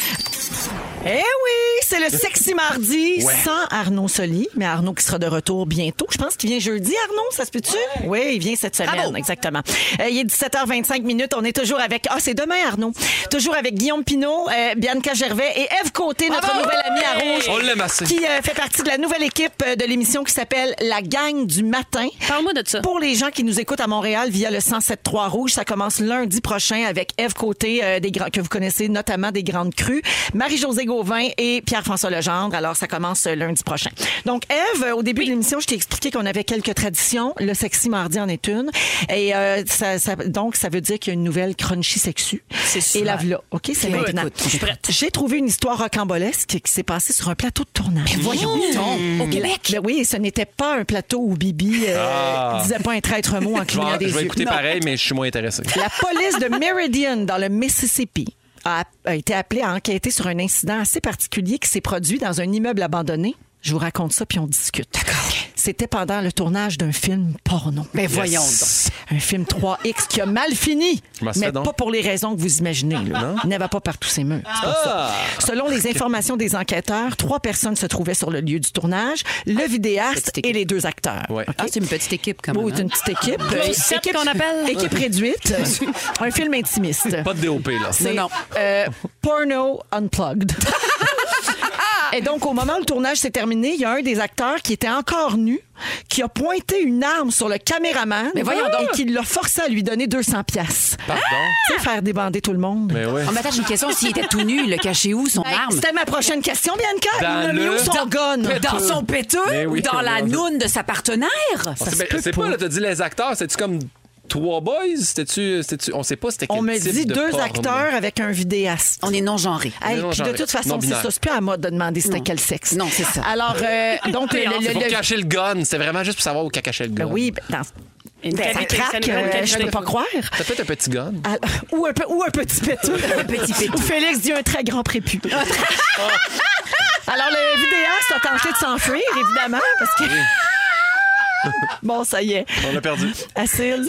[SPEAKER 2] Eh oui, c'est le sexy mardi
[SPEAKER 4] Ouais.
[SPEAKER 2] sans Arnaud Soli, mais Arnaud qui sera de retour bientôt. Je pense qu'il vient jeudi, Arnaud, ça se peut-tu? Oui, il vient cette semaine, exactement. Euh, il est 17h25 minutes, on est toujours avec Ah, c'est demain Arnaud. Toujours avec Guillaume Pinault, euh, Bianca Gervais et Eve Côté, notre nouvelle amie à Rouge.
[SPEAKER 4] On l'aime assez.
[SPEAKER 2] ben, Qui euh, fait partie de la nouvelle équipe euh, de l'émission qui s'appelle La Gang du matin.
[SPEAKER 3] Parle-moi de ça.
[SPEAKER 2] Pour les gens qui nous écoutent à Montréal via le 107.3 Rouge, ça commence lundi prochain avec Eve Côté, euh, des grands- que vous connaissez notamment des Grandes Crues, Marie-Josée Gauvin et Pierre-François Legendre. Alors, ça commence euh, lundi prochain. Donc, Eve, euh, au début de l'émission, je t'ai expliqué qu'on avait quelques traditions. Le sexy mardi en est une. Et euh, ça- ça- donc, ça veut dire qu'il y a une nouvelle crunchy sexu.
[SPEAKER 3] C'est
[SPEAKER 2] Et
[SPEAKER 3] super.
[SPEAKER 2] la voilà. OK, c'est
[SPEAKER 3] Écoute,
[SPEAKER 2] maintenant.
[SPEAKER 3] je suis prête.
[SPEAKER 2] J'ai trouvé une histoire rocambolesque qui s'est passée sur un plateau de tournage. voyons
[SPEAKER 5] Au Québec.
[SPEAKER 2] ben oui, ce n'était pas un plateau où Bibi euh,
[SPEAKER 4] Ah.
[SPEAKER 2] disait pas un traître mot en
[SPEAKER 4] Je vais,
[SPEAKER 2] clignant des
[SPEAKER 4] je vais
[SPEAKER 2] yeux.
[SPEAKER 4] écouter
[SPEAKER 2] Non.
[SPEAKER 4] pareil, mais je suis moins intéressé.
[SPEAKER 2] La police de Meridian, dans le Mississippi, a, a été appelée à enquêter sur un incident assez particulier qui s'est produit dans un immeuble abandonné. Je vous raconte ça, puis on discute. C'était pendant le tournage d'un film porno.
[SPEAKER 5] Ben voyons
[SPEAKER 4] Yes.
[SPEAKER 2] Un film 3X qui a mal fini,
[SPEAKER 4] Je m'en
[SPEAKER 2] mais
[SPEAKER 4] sais donc.
[SPEAKER 2] pas pour les raisons que vous imaginez. Là. Il n'avait pas partout ses murs. c'est pas
[SPEAKER 4] Ah!
[SPEAKER 2] ça. Selon les informations des enquêteurs, trois personnes se trouvaient sur le lieu du tournage, le vidéaste
[SPEAKER 5] Petite équipe.
[SPEAKER 2] et les deux acteurs.
[SPEAKER 4] Ouais.
[SPEAKER 2] OK?
[SPEAKER 5] Ah, c'est une petite équipe quand même. hein.
[SPEAKER 2] Oui, c'est une petite équipe. Euh,
[SPEAKER 3] set
[SPEAKER 2] équipe-
[SPEAKER 3] qu'on appelle.
[SPEAKER 2] Équipe réduite. Un film intimiste.
[SPEAKER 4] Pas de DOP, là.
[SPEAKER 2] C'est,
[SPEAKER 5] Non, non.
[SPEAKER 2] euh, porno unplugged.
[SPEAKER 5] Ah!
[SPEAKER 2] Et donc, au moment où le tournage s'est terminé, il y a un des acteurs qui était encore nu, qui a pointé une arme sur le caméraman
[SPEAKER 5] Mais voyons
[SPEAKER 2] et
[SPEAKER 5] donc. Ah!
[SPEAKER 2] qui l'a forcé à lui donner 200 pièces.
[SPEAKER 4] Pardon.
[SPEAKER 2] Tu sais, faire débander tout le monde.
[SPEAKER 4] Mais ouais.
[SPEAKER 5] On m'attache une question. S'il était tout nu, le cachait où,
[SPEAKER 2] Ben,
[SPEAKER 5] son arme?
[SPEAKER 2] C'était ma prochaine question, Bianca.
[SPEAKER 4] Dans
[SPEAKER 2] il l'a mis
[SPEAKER 4] le-
[SPEAKER 2] où son gun?
[SPEAKER 5] Euh, Dans son péteux
[SPEAKER 4] Mais Eh oui,
[SPEAKER 5] ou dans la
[SPEAKER 4] on l'a-
[SPEAKER 5] noune de sa partenaire?
[SPEAKER 4] On sait- ben, C'est pas, là, t'as dit les acteurs, c'était-tu comme trois boys? C'était-tu, c'était-tu- on sait pas c'était quel
[SPEAKER 2] On me
[SPEAKER 4] type
[SPEAKER 2] dit
[SPEAKER 4] de
[SPEAKER 2] deux
[SPEAKER 4] porno.
[SPEAKER 2] acteurs avec un vidéaste.
[SPEAKER 5] On est non-genré.
[SPEAKER 2] Hey,
[SPEAKER 4] Non,
[SPEAKER 2] puis de
[SPEAKER 4] genre,
[SPEAKER 2] toute façon, c'est
[SPEAKER 4] non-binaire.
[SPEAKER 2] ça. C'est plus à la mode de demander c'était
[SPEAKER 5] Non.
[SPEAKER 2] quel sexe.
[SPEAKER 5] Non, c'est ça.
[SPEAKER 2] Alors, euh, donc, le- le-
[SPEAKER 4] C'est
[SPEAKER 2] le-
[SPEAKER 4] pour
[SPEAKER 2] le-
[SPEAKER 4] cacher le gun, c'est vraiment juste pour savoir où qu'elle cachait le gun.
[SPEAKER 2] Ben oui, ben, dans-
[SPEAKER 3] Une
[SPEAKER 2] ben, ça
[SPEAKER 3] qualité, ça nous
[SPEAKER 2] craque,
[SPEAKER 3] prend une
[SPEAKER 2] euh, je
[SPEAKER 3] qualité.
[SPEAKER 2] peux pas croire.
[SPEAKER 4] T'as peut-être un petit gun.
[SPEAKER 2] Ah, Ou un, peu- ou un petit pétou. Ah. un petit Ou Félix dit un très grand prépu. Alors, le vidéaste a tenté de s'enfuir, évidemment, parce que... Bon, ça y est.
[SPEAKER 4] On l'a perdu. Ah.
[SPEAKER 2] Asile.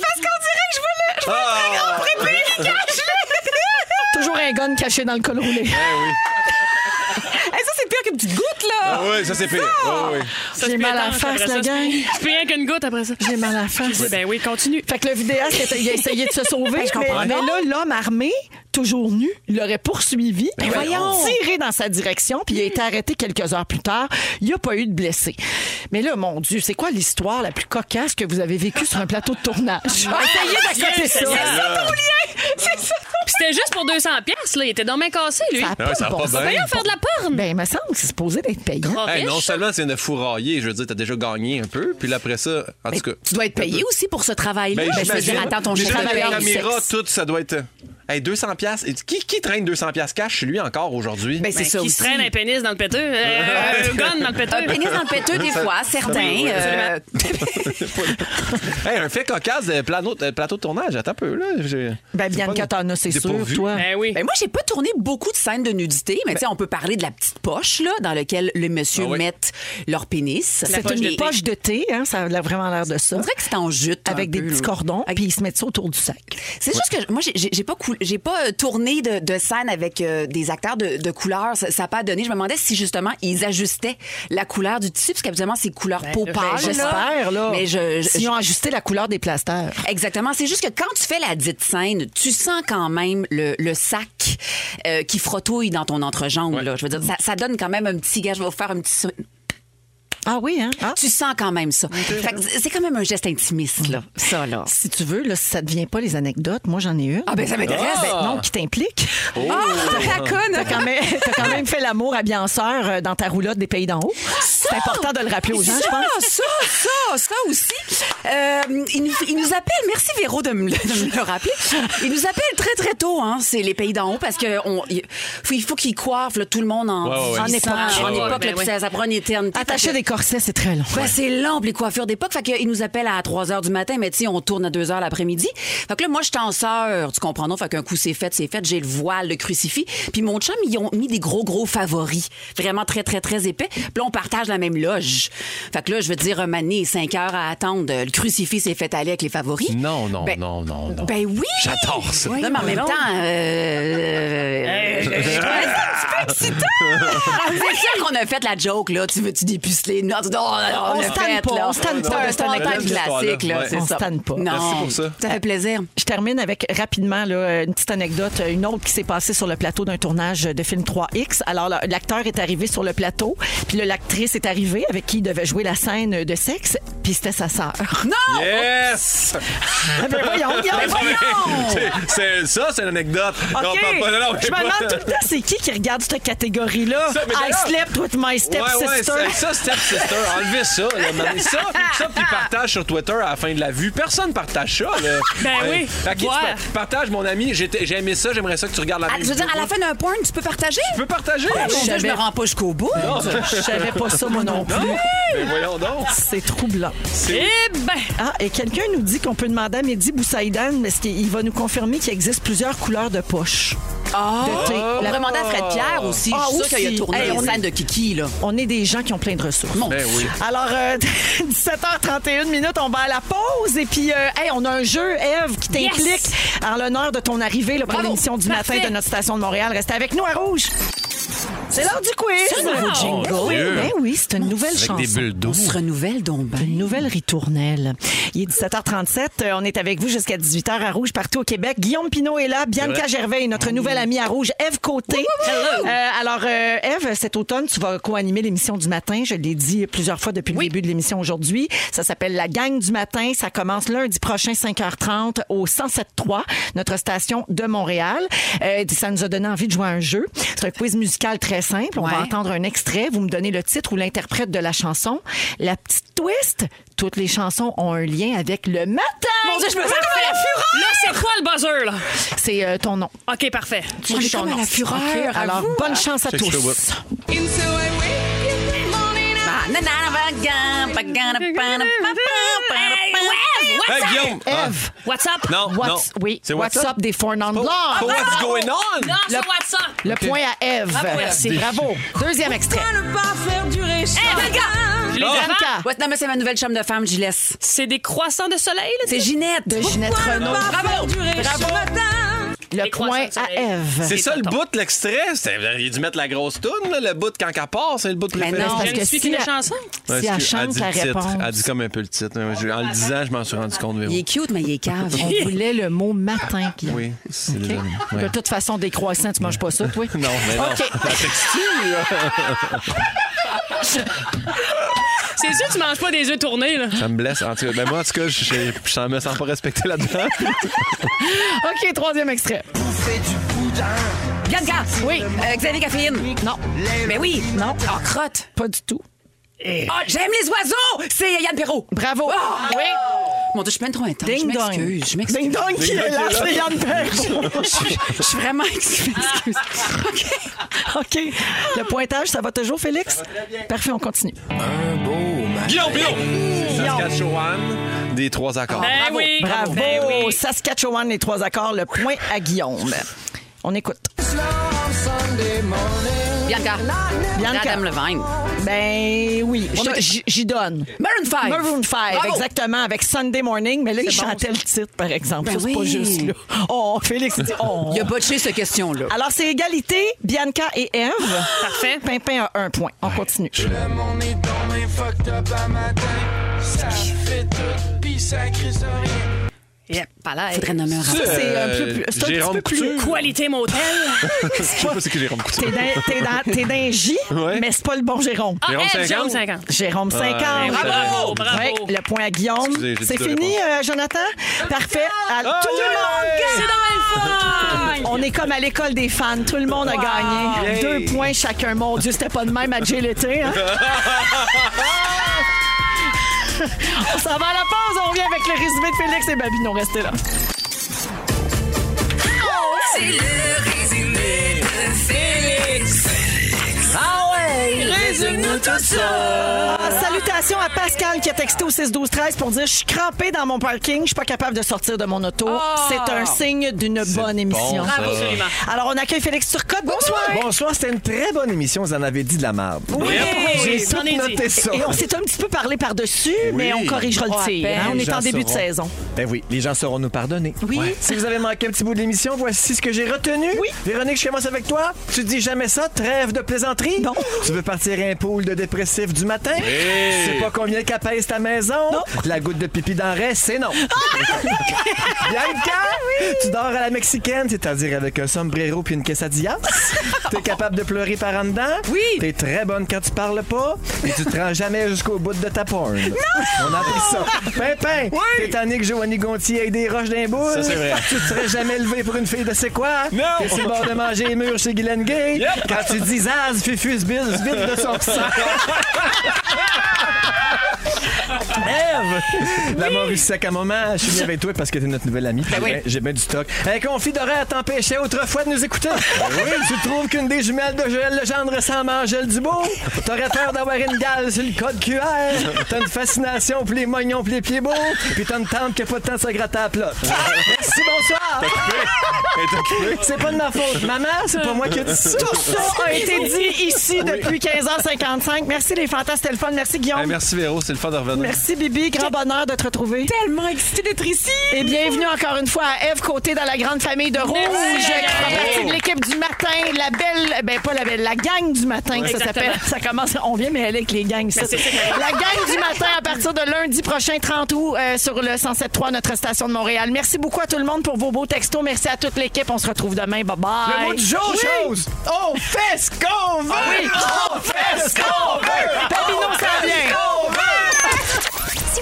[SPEAKER 2] Toujours un gun caché dans le col roulé.
[SPEAKER 4] Eh oui.
[SPEAKER 2] Hey, ça,
[SPEAKER 5] c'est pire qu'une petite goutte, là.
[SPEAKER 4] Ah oui, ça c'est pire. Ah oui.
[SPEAKER 3] Ça,
[SPEAKER 2] J'ai
[SPEAKER 3] c'est
[SPEAKER 2] mal à la
[SPEAKER 3] intense
[SPEAKER 2] face,
[SPEAKER 3] après
[SPEAKER 2] la
[SPEAKER 3] ça, c'est-
[SPEAKER 2] gang.
[SPEAKER 3] C'est rien qu'une goutte après ça.
[SPEAKER 2] J'ai mal à la face.
[SPEAKER 3] Ben oui, continue.
[SPEAKER 2] Fait que le vidéaste, était- il a essayé de se sauver. mais,
[SPEAKER 5] comprends.
[SPEAKER 2] mais là, l'homme armé, toujours nu, il l'aurait poursuivi. il aurait
[SPEAKER 5] voyons.
[SPEAKER 2] Tiré dans sa direction, puis il a été arrêté quelques heures plus tard. Il n'y a pas eu de blessé. Mais là, mon Dieu, c'est quoi l'histoire la plus cocasse que vous avez vécue sur un plateau de tournage? Essayez d'accoter ça.
[SPEAKER 3] Puis c'était juste pour 200 pièces là, il était dans main cassé lui.
[SPEAKER 2] Ça a
[SPEAKER 3] Ça
[SPEAKER 4] Ouais, Ah, ça
[SPEAKER 2] pas de
[SPEAKER 4] a
[SPEAKER 2] bon
[SPEAKER 4] pas
[SPEAKER 2] sens.
[SPEAKER 4] bien.
[SPEAKER 3] va faire de la porne.
[SPEAKER 2] Ben, il me semble que c'est supposé d'être payant.
[SPEAKER 3] Trop
[SPEAKER 4] Hey,
[SPEAKER 3] riche.
[SPEAKER 4] non seulement c'est de fourrailler, je veux dire, t'as déjà gagné un peu, puis là, après ça,
[SPEAKER 2] Ben,
[SPEAKER 4] en tout cas.
[SPEAKER 5] Tu dois être payé aussi pour ce travail-là. Ben, je veux dire, attends, ton
[SPEAKER 2] j'imagine.
[SPEAKER 5] travailleur du
[SPEAKER 4] caméra,
[SPEAKER 5] sexe.
[SPEAKER 4] tout, ça doit être. Hey, 200 pièces. Qui, qui traîne 200 pièces cash chez lui encore aujourd'hui?
[SPEAKER 5] Ben, c'est
[SPEAKER 3] Ben,
[SPEAKER 5] ça
[SPEAKER 3] qui
[SPEAKER 5] aussi.
[SPEAKER 3] se traîne un pénis dans le péteux, euh, un gun dans le péteux.
[SPEAKER 5] Un pénis dans le péteux, des fois, certains. euh,
[SPEAKER 4] Hey, un fait cocasse de plano- de plateau de tournage. Attends un peu, là. j'ai-
[SPEAKER 2] Ben,
[SPEAKER 4] c'est
[SPEAKER 2] Bianca,
[SPEAKER 4] pas-
[SPEAKER 2] t'en as, c'est
[SPEAKER 4] j'ai pas
[SPEAKER 2] sûr,
[SPEAKER 4] vu.
[SPEAKER 2] toi.
[SPEAKER 3] Ben oui.
[SPEAKER 5] Ben moi, j'ai pas tourné beaucoup de scènes de nudité, mais tu sais, on peut parler de la petite poche là, dans laquelle les messieurs
[SPEAKER 4] Ben Ah oui.
[SPEAKER 5] mettent leur pénis.
[SPEAKER 3] La
[SPEAKER 2] C'est
[SPEAKER 3] poche
[SPEAKER 2] une
[SPEAKER 3] de
[SPEAKER 2] poche de thé, hein, ça a vraiment l'air de ça.
[SPEAKER 5] On dirait que c'est en jute. un
[SPEAKER 2] Avec des
[SPEAKER 5] peu,
[SPEAKER 2] petits
[SPEAKER 5] là.
[SPEAKER 2] cordons, puis ils se mettent ça autour du sac.
[SPEAKER 5] C'est juste que moi, j'ai- j'ai j'ai pas, coul- j'ai pas euh, tourné de, de scène avec euh, des acteurs de, de couleur. Ça n'a pas donné. Je me demandais si justement ils ajustaient la couleur du tissu, parce qu'habituellement, c'est couleur peau
[SPEAKER 3] ben,
[SPEAKER 5] pâle. là.
[SPEAKER 2] J'espère, là.
[SPEAKER 5] Mais je, je-
[SPEAKER 2] S'ils ont ajusté la couleur des plasteurs.
[SPEAKER 5] Exactement. C'est juste que quand tu fais la dite scène, tu sens quand même le, le sac euh, qui frotouille dans ton entrejambe. Là. Je veux dire, ça, ça donne quand même un petit gars. Je vais vous faire un petit. sou-
[SPEAKER 2] Ah oui, hein? Ah.
[SPEAKER 5] Tu sens quand même ça. Fait que c'est quand même un geste intimiste, là. Ça, là.
[SPEAKER 2] Si tu veux, là, si ça ne devient pas les anecdotes, moi j'en ai une.
[SPEAKER 5] Ah, ben, ça m'intéresse.
[SPEAKER 2] Ben, non, qui t'implique.
[SPEAKER 5] Ah, la
[SPEAKER 2] T'as
[SPEAKER 5] conne!
[SPEAKER 2] quand, même- t'as quand même fait l'amour à bien sœur euh, dans ta roulotte des pays d'en haut. C'est important de le rappeler aux gens, je pense.
[SPEAKER 5] Ça, ça, ça aussi. Euh, il, nous, il nous appelle, merci Véro de me, le- de me le rappeler. Il nous appelle très, très tôt, hein, c'est les pays d'en haut, parce qu'il faut, il faut qu'ils coiffent là, tout le monde en,
[SPEAKER 4] Ouais, ouais, ouais.
[SPEAKER 5] en
[SPEAKER 4] En
[SPEAKER 5] époque.
[SPEAKER 2] époque.
[SPEAKER 5] En
[SPEAKER 3] Ouais, ouais,
[SPEAKER 5] époque, là,
[SPEAKER 3] ben
[SPEAKER 5] puis ça, ça prend une éternité.
[SPEAKER 2] Attacher des corsets, c'est très long.
[SPEAKER 5] Ben, c'est long, pour les coiffures d'époque. Fait qu'il nous appelle à 3 h du matin, mais tu sais, on tourne à 2 h l'après-midi. Fait que là, moi, je suis en sœur, tu comprends, non? Fait qu'un coup, c'est fait, c'est fait. J'ai le voile, le crucifix. Puis mon chum, ils ont mis des gros, gros favoris. Vraiment très, très, très épais. Puis là, on partage la même loge. Fait que là, je veux dire, mané, 5 heures à attendre. Le crucifix s'est fait aller avec les favoris.
[SPEAKER 4] Non, non,
[SPEAKER 5] Ben-
[SPEAKER 4] non, non, non.
[SPEAKER 5] Ben oui!
[SPEAKER 4] J'adore ça.
[SPEAKER 5] Non, mais en même temps, euh, je trouvais ça un petit peu excitant. C'est sûr qu'on a fait la joke, là. Tu veux-tu dépuceler? Non, non, non, on,
[SPEAKER 2] On
[SPEAKER 5] l'a
[SPEAKER 2] se tanne
[SPEAKER 5] fait,
[SPEAKER 2] pas,
[SPEAKER 5] là.
[SPEAKER 2] on se tanne
[SPEAKER 5] C'est
[SPEAKER 2] pas
[SPEAKER 5] un-
[SPEAKER 2] de
[SPEAKER 5] C'est
[SPEAKER 2] cette
[SPEAKER 5] un thème
[SPEAKER 2] anecdote-là.
[SPEAKER 5] classique, là.
[SPEAKER 4] Ouais.
[SPEAKER 5] c'est
[SPEAKER 2] On
[SPEAKER 5] ça.
[SPEAKER 2] se tanne pas.
[SPEAKER 5] Non.
[SPEAKER 4] Merci pour ça.
[SPEAKER 5] Ça fait plaisir.
[SPEAKER 2] Je termine avec rapidement là, une petite anecdote, une autre qui s'est passée sur le plateau d'un tournage de film 3X. Alors, la- l'acteur est arrivé sur le plateau, puis là, l'actrice est arrivée avec qui il devait jouer la scène de sexe, puis c'était sa sœur.
[SPEAKER 5] Non!
[SPEAKER 4] Yes!
[SPEAKER 2] Ben voyons, regarde.
[SPEAKER 4] C'est- c'est- ça, c'est une anecdote.
[SPEAKER 2] OK.
[SPEAKER 4] Non, pas- pas- non,
[SPEAKER 2] je me
[SPEAKER 4] pas-
[SPEAKER 2] demande tout le temps, c'est qui qui regarde cette catégorie-là?
[SPEAKER 4] Ça, mais
[SPEAKER 2] I
[SPEAKER 4] d'ailleurs-
[SPEAKER 2] slept with my
[SPEAKER 4] ouais, ouais,
[SPEAKER 2] stepsister.
[SPEAKER 4] c'est- ça, Step Sister, enlevez ça. là, mané. ça, ça puis partage sur Twitter à la fin de la vue. Personne partage ça. Là.
[SPEAKER 3] Ben
[SPEAKER 4] Euh,
[SPEAKER 3] oui.
[SPEAKER 4] À qui tu
[SPEAKER 3] Ouais.
[SPEAKER 4] peux- partage, mon ami, j'étais- j'ai aimé ça, j'aimerais ça que tu regardes la
[SPEAKER 5] Ah,
[SPEAKER 4] même
[SPEAKER 5] Je veux dire, à la fin d'un point, tu peux partager?
[SPEAKER 4] Tu peux partager?
[SPEAKER 5] Mon Dieu, je me rends pas jusqu'au bout.
[SPEAKER 2] je savais pas ça, moi non plus.
[SPEAKER 4] Mais Ben, voyons donc.
[SPEAKER 2] C'est troublant.
[SPEAKER 3] Eh ben,
[SPEAKER 2] Ah, et quelqu'un nous dit qu'on peut demander à Mehdi Boussaïdan, parce qu'il il va nous confirmer qu'il existe plusieurs couleurs de poche.
[SPEAKER 5] Ah!
[SPEAKER 2] De thé.
[SPEAKER 5] On pourrait demander à Fred Pierre aussi.
[SPEAKER 2] Ah,
[SPEAKER 5] je suis sûre
[SPEAKER 2] aussi.
[SPEAKER 5] qu'il a tourné
[SPEAKER 2] Hey,
[SPEAKER 5] une
[SPEAKER 2] on est-
[SPEAKER 5] scène de Kiki, là.
[SPEAKER 2] On est des gens qui ont plein de ressources.
[SPEAKER 5] Mon
[SPEAKER 4] Ben oui.
[SPEAKER 2] Alors, euh, 17h31 minutes, on va à la pause. Et puis, euh, hey, on a un jeu, Eve, qui t'implique en l'honneur de ton arrivée là, pour
[SPEAKER 3] Bravo.
[SPEAKER 2] l'émission du
[SPEAKER 3] Parfait.
[SPEAKER 2] matin de notre station de Montréal. Restez avec nous à Rouge. C'est l'heure du quiz. C'est
[SPEAKER 5] un nouveau
[SPEAKER 4] jingle.
[SPEAKER 2] Oui,
[SPEAKER 4] Dieu.
[SPEAKER 2] ben oui, c'est une nouvelle chanson.
[SPEAKER 5] On se renouvelle donc ben.
[SPEAKER 2] Une nouvelle ritournelle. Il est 17h37. euh, On est avec vous jusqu'à 18h à Rouge, partout au Québec. Guillaume Pinot est là, Bianca Gervais est notre nouvelle amie à Rouge, Eve Côté. Euh, alors, euh, Eve, cet automne, tu vas co-animer l'émission du matin. Je l'ai dit plusieurs fois depuis le début de l'émission aujourd'hui. Ça s'appelle La Gang du matin. Ça commence lundi prochain, 5h30, au 107.3, notre station de Montréal. Euh, ça nous a donné envie de jouer à un jeu. C'est un quiz musical très simple. On va
[SPEAKER 5] Ouais.
[SPEAKER 2] entendre entendre un extrait, vous me donnez le titre ou l'interprète de la chanson. La petite twist, toutes les chansons ont un lien avec le matin. Ah!
[SPEAKER 5] Mon Dieu, je me sens
[SPEAKER 3] parfait. Là, c'est quoi le buzzer, là?
[SPEAKER 2] C'est euh, ton nom.
[SPEAKER 3] OK, parfait.
[SPEAKER 2] Tu
[SPEAKER 5] On est
[SPEAKER 2] dis ton
[SPEAKER 5] comme à
[SPEAKER 2] nom.
[SPEAKER 5] la fureur,
[SPEAKER 2] Ok,
[SPEAKER 5] à
[SPEAKER 2] alors,
[SPEAKER 5] vous,
[SPEAKER 2] bonne chance à
[SPEAKER 4] Check
[SPEAKER 2] tous.
[SPEAKER 4] ça,
[SPEAKER 5] Ah, nanana, bagan, bagana, pana, pa, pa, pa, pa.
[SPEAKER 4] Hey, Guillaume! Ah,
[SPEAKER 2] Eve,
[SPEAKER 3] What's up?
[SPEAKER 4] non,
[SPEAKER 2] what's,
[SPEAKER 4] non.
[SPEAKER 2] oui,
[SPEAKER 4] C'est
[SPEAKER 2] what's, up des Four Non
[SPEAKER 4] Oh,
[SPEAKER 2] Blondes?
[SPEAKER 4] oh, what's going on? Ah.
[SPEAKER 3] Non, c'est what's up?
[SPEAKER 2] Le point à Eve.
[SPEAKER 3] merci.
[SPEAKER 2] Bravo. Deuxième extrait.
[SPEAKER 3] Eh, regarde! Je les avance.
[SPEAKER 2] Bianca,
[SPEAKER 5] Ouais, non, mais c'est ma nouvelle chambre de femme, j'y laisse.
[SPEAKER 3] C'est des croissants de soleil, là?
[SPEAKER 5] C'est Ginette.
[SPEAKER 2] de Ginette Renault.
[SPEAKER 5] Bravo! Bravo!
[SPEAKER 2] Le
[SPEAKER 3] Les
[SPEAKER 2] coin
[SPEAKER 3] croissants
[SPEAKER 2] à
[SPEAKER 3] de soleil.
[SPEAKER 2] Ève.
[SPEAKER 4] C'est ça le
[SPEAKER 3] tonton.
[SPEAKER 4] bout de l'extrait. C'est- Il a dû mettre la grosse toune, là, le bout quand qu'elle part, c'est le bout
[SPEAKER 5] Mais
[SPEAKER 4] préféré.
[SPEAKER 5] non.
[SPEAKER 2] Parce
[SPEAKER 3] Je
[SPEAKER 2] que
[SPEAKER 3] ne suis
[SPEAKER 2] si
[SPEAKER 3] qu'une
[SPEAKER 2] la-
[SPEAKER 3] chanson.
[SPEAKER 2] Si
[SPEAKER 4] Excuse-
[SPEAKER 2] elle chante
[SPEAKER 4] dit
[SPEAKER 2] la
[SPEAKER 4] le titre.
[SPEAKER 2] réponse.
[SPEAKER 4] Elle dit comme un peu le titre. Je- En le disant, je m'en suis rendu compte. Véro.
[SPEAKER 5] Il est cute, mais il est cave.
[SPEAKER 2] On voulait le mot matin. Guy.
[SPEAKER 4] Oui, c'est le-
[SPEAKER 2] De
[SPEAKER 4] ouais.
[SPEAKER 2] toute façon, des croissants, tu manges pas ça, toi?
[SPEAKER 4] Non, mais non.
[SPEAKER 2] OK.
[SPEAKER 4] La textile, là.
[SPEAKER 3] C'est sûr, que tu manges pas des œufs tournés, là.
[SPEAKER 4] Ça me blesse. En tout cas, ben moi, en tout cas, je, je, je me sens pas respecté là-dedans.
[SPEAKER 2] OK, troisième extrait.
[SPEAKER 5] Regarde, regarde.
[SPEAKER 2] Oui.
[SPEAKER 5] Euh, Xavier Caféine.
[SPEAKER 2] Non,
[SPEAKER 5] Mais oui.
[SPEAKER 2] Non.
[SPEAKER 5] Oh, crotte.
[SPEAKER 2] pas du tout.
[SPEAKER 5] Ah, j'aime les oiseaux! C'est Yann Perrault.
[SPEAKER 2] Bravo.
[SPEAKER 5] Ah!
[SPEAKER 2] Oui.
[SPEAKER 5] Mon Dieu, je suis même trop intense.
[SPEAKER 2] Ding
[SPEAKER 5] je
[SPEAKER 2] dong.
[SPEAKER 5] m'excuse. Je m'excuse.
[SPEAKER 2] Ding dong qui est là, c'est Yann Perrault.
[SPEAKER 5] Je suis- je suis vraiment ex- excuse. OK.
[SPEAKER 2] OK. Le pointage, ça va toujours, Félix? Parfait, on continue.
[SPEAKER 7] Un beau matin.
[SPEAKER 4] Guillaume Guillaume! Saskatchewan, des trois accords.
[SPEAKER 3] Ben oui.
[SPEAKER 2] Ah, Bravo.
[SPEAKER 3] Ben oui.
[SPEAKER 2] Saskatchewan, les trois accords, le point à Guillaume. On écoute.
[SPEAKER 5] Bianca.
[SPEAKER 2] Bianca.
[SPEAKER 5] Adam Levine.
[SPEAKER 2] Ben oui, je- j- j'y donne.
[SPEAKER 5] Maroon 5.
[SPEAKER 2] Maroon 5,
[SPEAKER 5] Bravo.
[SPEAKER 2] exactement, avec Sunday Morning. Mais là, il chantait le titre, par exemple.
[SPEAKER 5] Ben
[SPEAKER 2] Ça, c'est pas
[SPEAKER 5] oui.
[SPEAKER 2] juste là. Oh, Félix dit oh.
[SPEAKER 5] Il a botché cette question-là.
[SPEAKER 2] Alors, c'est égalité, Bianca et Eve.
[SPEAKER 3] Parfait.
[SPEAKER 2] Pimpin a un point. On continue.
[SPEAKER 3] Yep, pas l'air.
[SPEAKER 5] Faudrait nommer un rapport.
[SPEAKER 2] Ça, c'est un peu plus- c'est un
[SPEAKER 4] Jérôme
[SPEAKER 2] petit peu plus
[SPEAKER 4] Couture.
[SPEAKER 3] Qualité motel.
[SPEAKER 4] Je sais pas c'est que Jérôme Couture.
[SPEAKER 2] T'es dans- t'es dans- T'es d'un J,
[SPEAKER 4] Ouais.
[SPEAKER 2] mais c'est pas le bon Jérôme.
[SPEAKER 3] Ah,
[SPEAKER 4] Jérôme
[SPEAKER 3] elle,
[SPEAKER 4] 50.
[SPEAKER 3] Jérôme 50.
[SPEAKER 2] Jérôme 50.
[SPEAKER 3] Bravo, bravo.
[SPEAKER 2] Ouais, le point à Guillaume.
[SPEAKER 4] Excusez, j'ai dit
[SPEAKER 2] C'est
[SPEAKER 4] deux
[SPEAKER 2] fini, euh, Jonathan? Parfait. À-
[SPEAKER 4] Ah,
[SPEAKER 2] tout le monde
[SPEAKER 4] yeah!
[SPEAKER 2] gagne!
[SPEAKER 3] C'est
[SPEAKER 4] Ah.
[SPEAKER 3] dans le fun!
[SPEAKER 2] On est comme à l'école des fans. Tout le monde a gagné.
[SPEAKER 4] Yay!
[SPEAKER 2] Deux points chacun. Mon Dieu, c'était pas de même à Jay l'été. hein? on s'en va à la pause. On revient avec le résumé de Félix et Babinon. Restez là.
[SPEAKER 1] C'est le résumé de Félix. Ah ouais, résume-nous tout ça.
[SPEAKER 2] Ah, salutations à Pascal qui a texté au 6 12 13 pour dire je suis crampé dans mon parking, je suis pas capable de sortir de mon auto.
[SPEAKER 8] Ah!
[SPEAKER 2] C'est un signe d'une bonne émission.
[SPEAKER 4] ça.
[SPEAKER 3] Absolument.
[SPEAKER 2] Alors on accueille Félix Turcotte. Bonsoir.
[SPEAKER 8] Bonsoir, c'était une très bonne émission. Vous en avez dit de la merde.
[SPEAKER 3] Oui,
[SPEAKER 8] J'ai
[SPEAKER 3] j'en
[SPEAKER 8] tout
[SPEAKER 3] ai dit.
[SPEAKER 8] noté ça.
[SPEAKER 2] Et on s'est un petit peu parlé par-dessus, mais on corrigera le
[SPEAKER 8] Oh,
[SPEAKER 5] On
[SPEAKER 2] tir.
[SPEAKER 5] rappelle.
[SPEAKER 2] hein. on
[SPEAKER 8] Les
[SPEAKER 2] est
[SPEAKER 8] gens
[SPEAKER 2] en début de
[SPEAKER 8] sauront.
[SPEAKER 2] saison.
[SPEAKER 8] Ben oui, les gens sauront nous pardonner. Oui. Si vous avez manqué un petit bout de l'émission, voici ce que j'ai retenu.
[SPEAKER 2] Oui.
[SPEAKER 8] Véronique, je commence avec toi. Tu dis jamais ça, trêve de plaisanterie.
[SPEAKER 2] Non.
[SPEAKER 8] Tu veux partir un pool de dépressif du matin. Tu sais pas combien qu'elle pèse ta maison. La goutte de pipi dans le reste, c'est non. Bianca, tu dors à la mexicaine, c'est-à-dire avec un sombrero puis une quesadilla. T'es capable de pleurer par en dedans. Oui. T'es très bonne quand tu parles pas et tu te rends jamais jusqu'au bout de ta porn. On a appris ça. Pimpin, t'es tanné que Joanie Gontier ait des roches d'un bout.
[SPEAKER 4] Ça, c'est vrai.
[SPEAKER 8] Tu te serais jamais levé pour une fille de c'est quoi?
[SPEAKER 4] Non.
[SPEAKER 8] T'es sur le bord de manger les murs chez Guylaine Gay. Quand tu dis Zaz, Fifus, Biz, vide de son sang. Ève, la mort russie à un moment. Je suis venu avec toi parce que t'es notre nouvelle
[SPEAKER 2] Ben
[SPEAKER 8] amie. J'ai bien- J'ai bien du stock. Un conflit d'horaire t'empêchait autrefois de nous écouter.
[SPEAKER 2] Ben
[SPEAKER 8] oui. Tu trouves qu'une des jumelles de Joël Legendre ressemble à Angèle Dubois? T'aurais peur d'avoir une gale sur le code QR? T'as une fascination pour les moignons pour les pieds beaux? Puis t'as une tempe qui a pas de temps de se gratter à plat. Merci, bonsoir! C'est pas de ma faute. Maman, c'est pas moi qui ai dit ça.
[SPEAKER 2] Tout ça a été dit ici depuis 15h55. Merci les fantasmes téléphones. Merci Guillaume.
[SPEAKER 4] Hey, Ben, merci Véro, c'est le fun de revenir.
[SPEAKER 2] Merci Bibi, grand bonheur de te retrouver.
[SPEAKER 5] tellement excitée d'être ici.
[SPEAKER 2] Et bienvenue encore une fois à Eve Côté dans la grande famille de Rouge. Je fais partie de l'équipe du matin, la belle, ben pas la belle, la gang du matin que ça s'appelle. Ça commence, on vient mais elle est avec les gangs.
[SPEAKER 5] Ben,
[SPEAKER 2] ça. La gang du matin à partir de lundi prochain 30 août euh, sur le 107.3 notre station de Montréal. Merci beaucoup à tout le monde pour vos beaux textos. Merci à toute l'équipe. On se retrouve demain. Bye bye.
[SPEAKER 8] Le mot du jour, chose. On fait ce qu'on veut.
[SPEAKER 2] Ah
[SPEAKER 8] on fait ce qu'on veut.
[SPEAKER 2] Babineau, ça
[SPEAKER 8] On fait ce
[SPEAKER 2] vient.
[SPEAKER 8] qu'on veut.
[SPEAKER 1] Si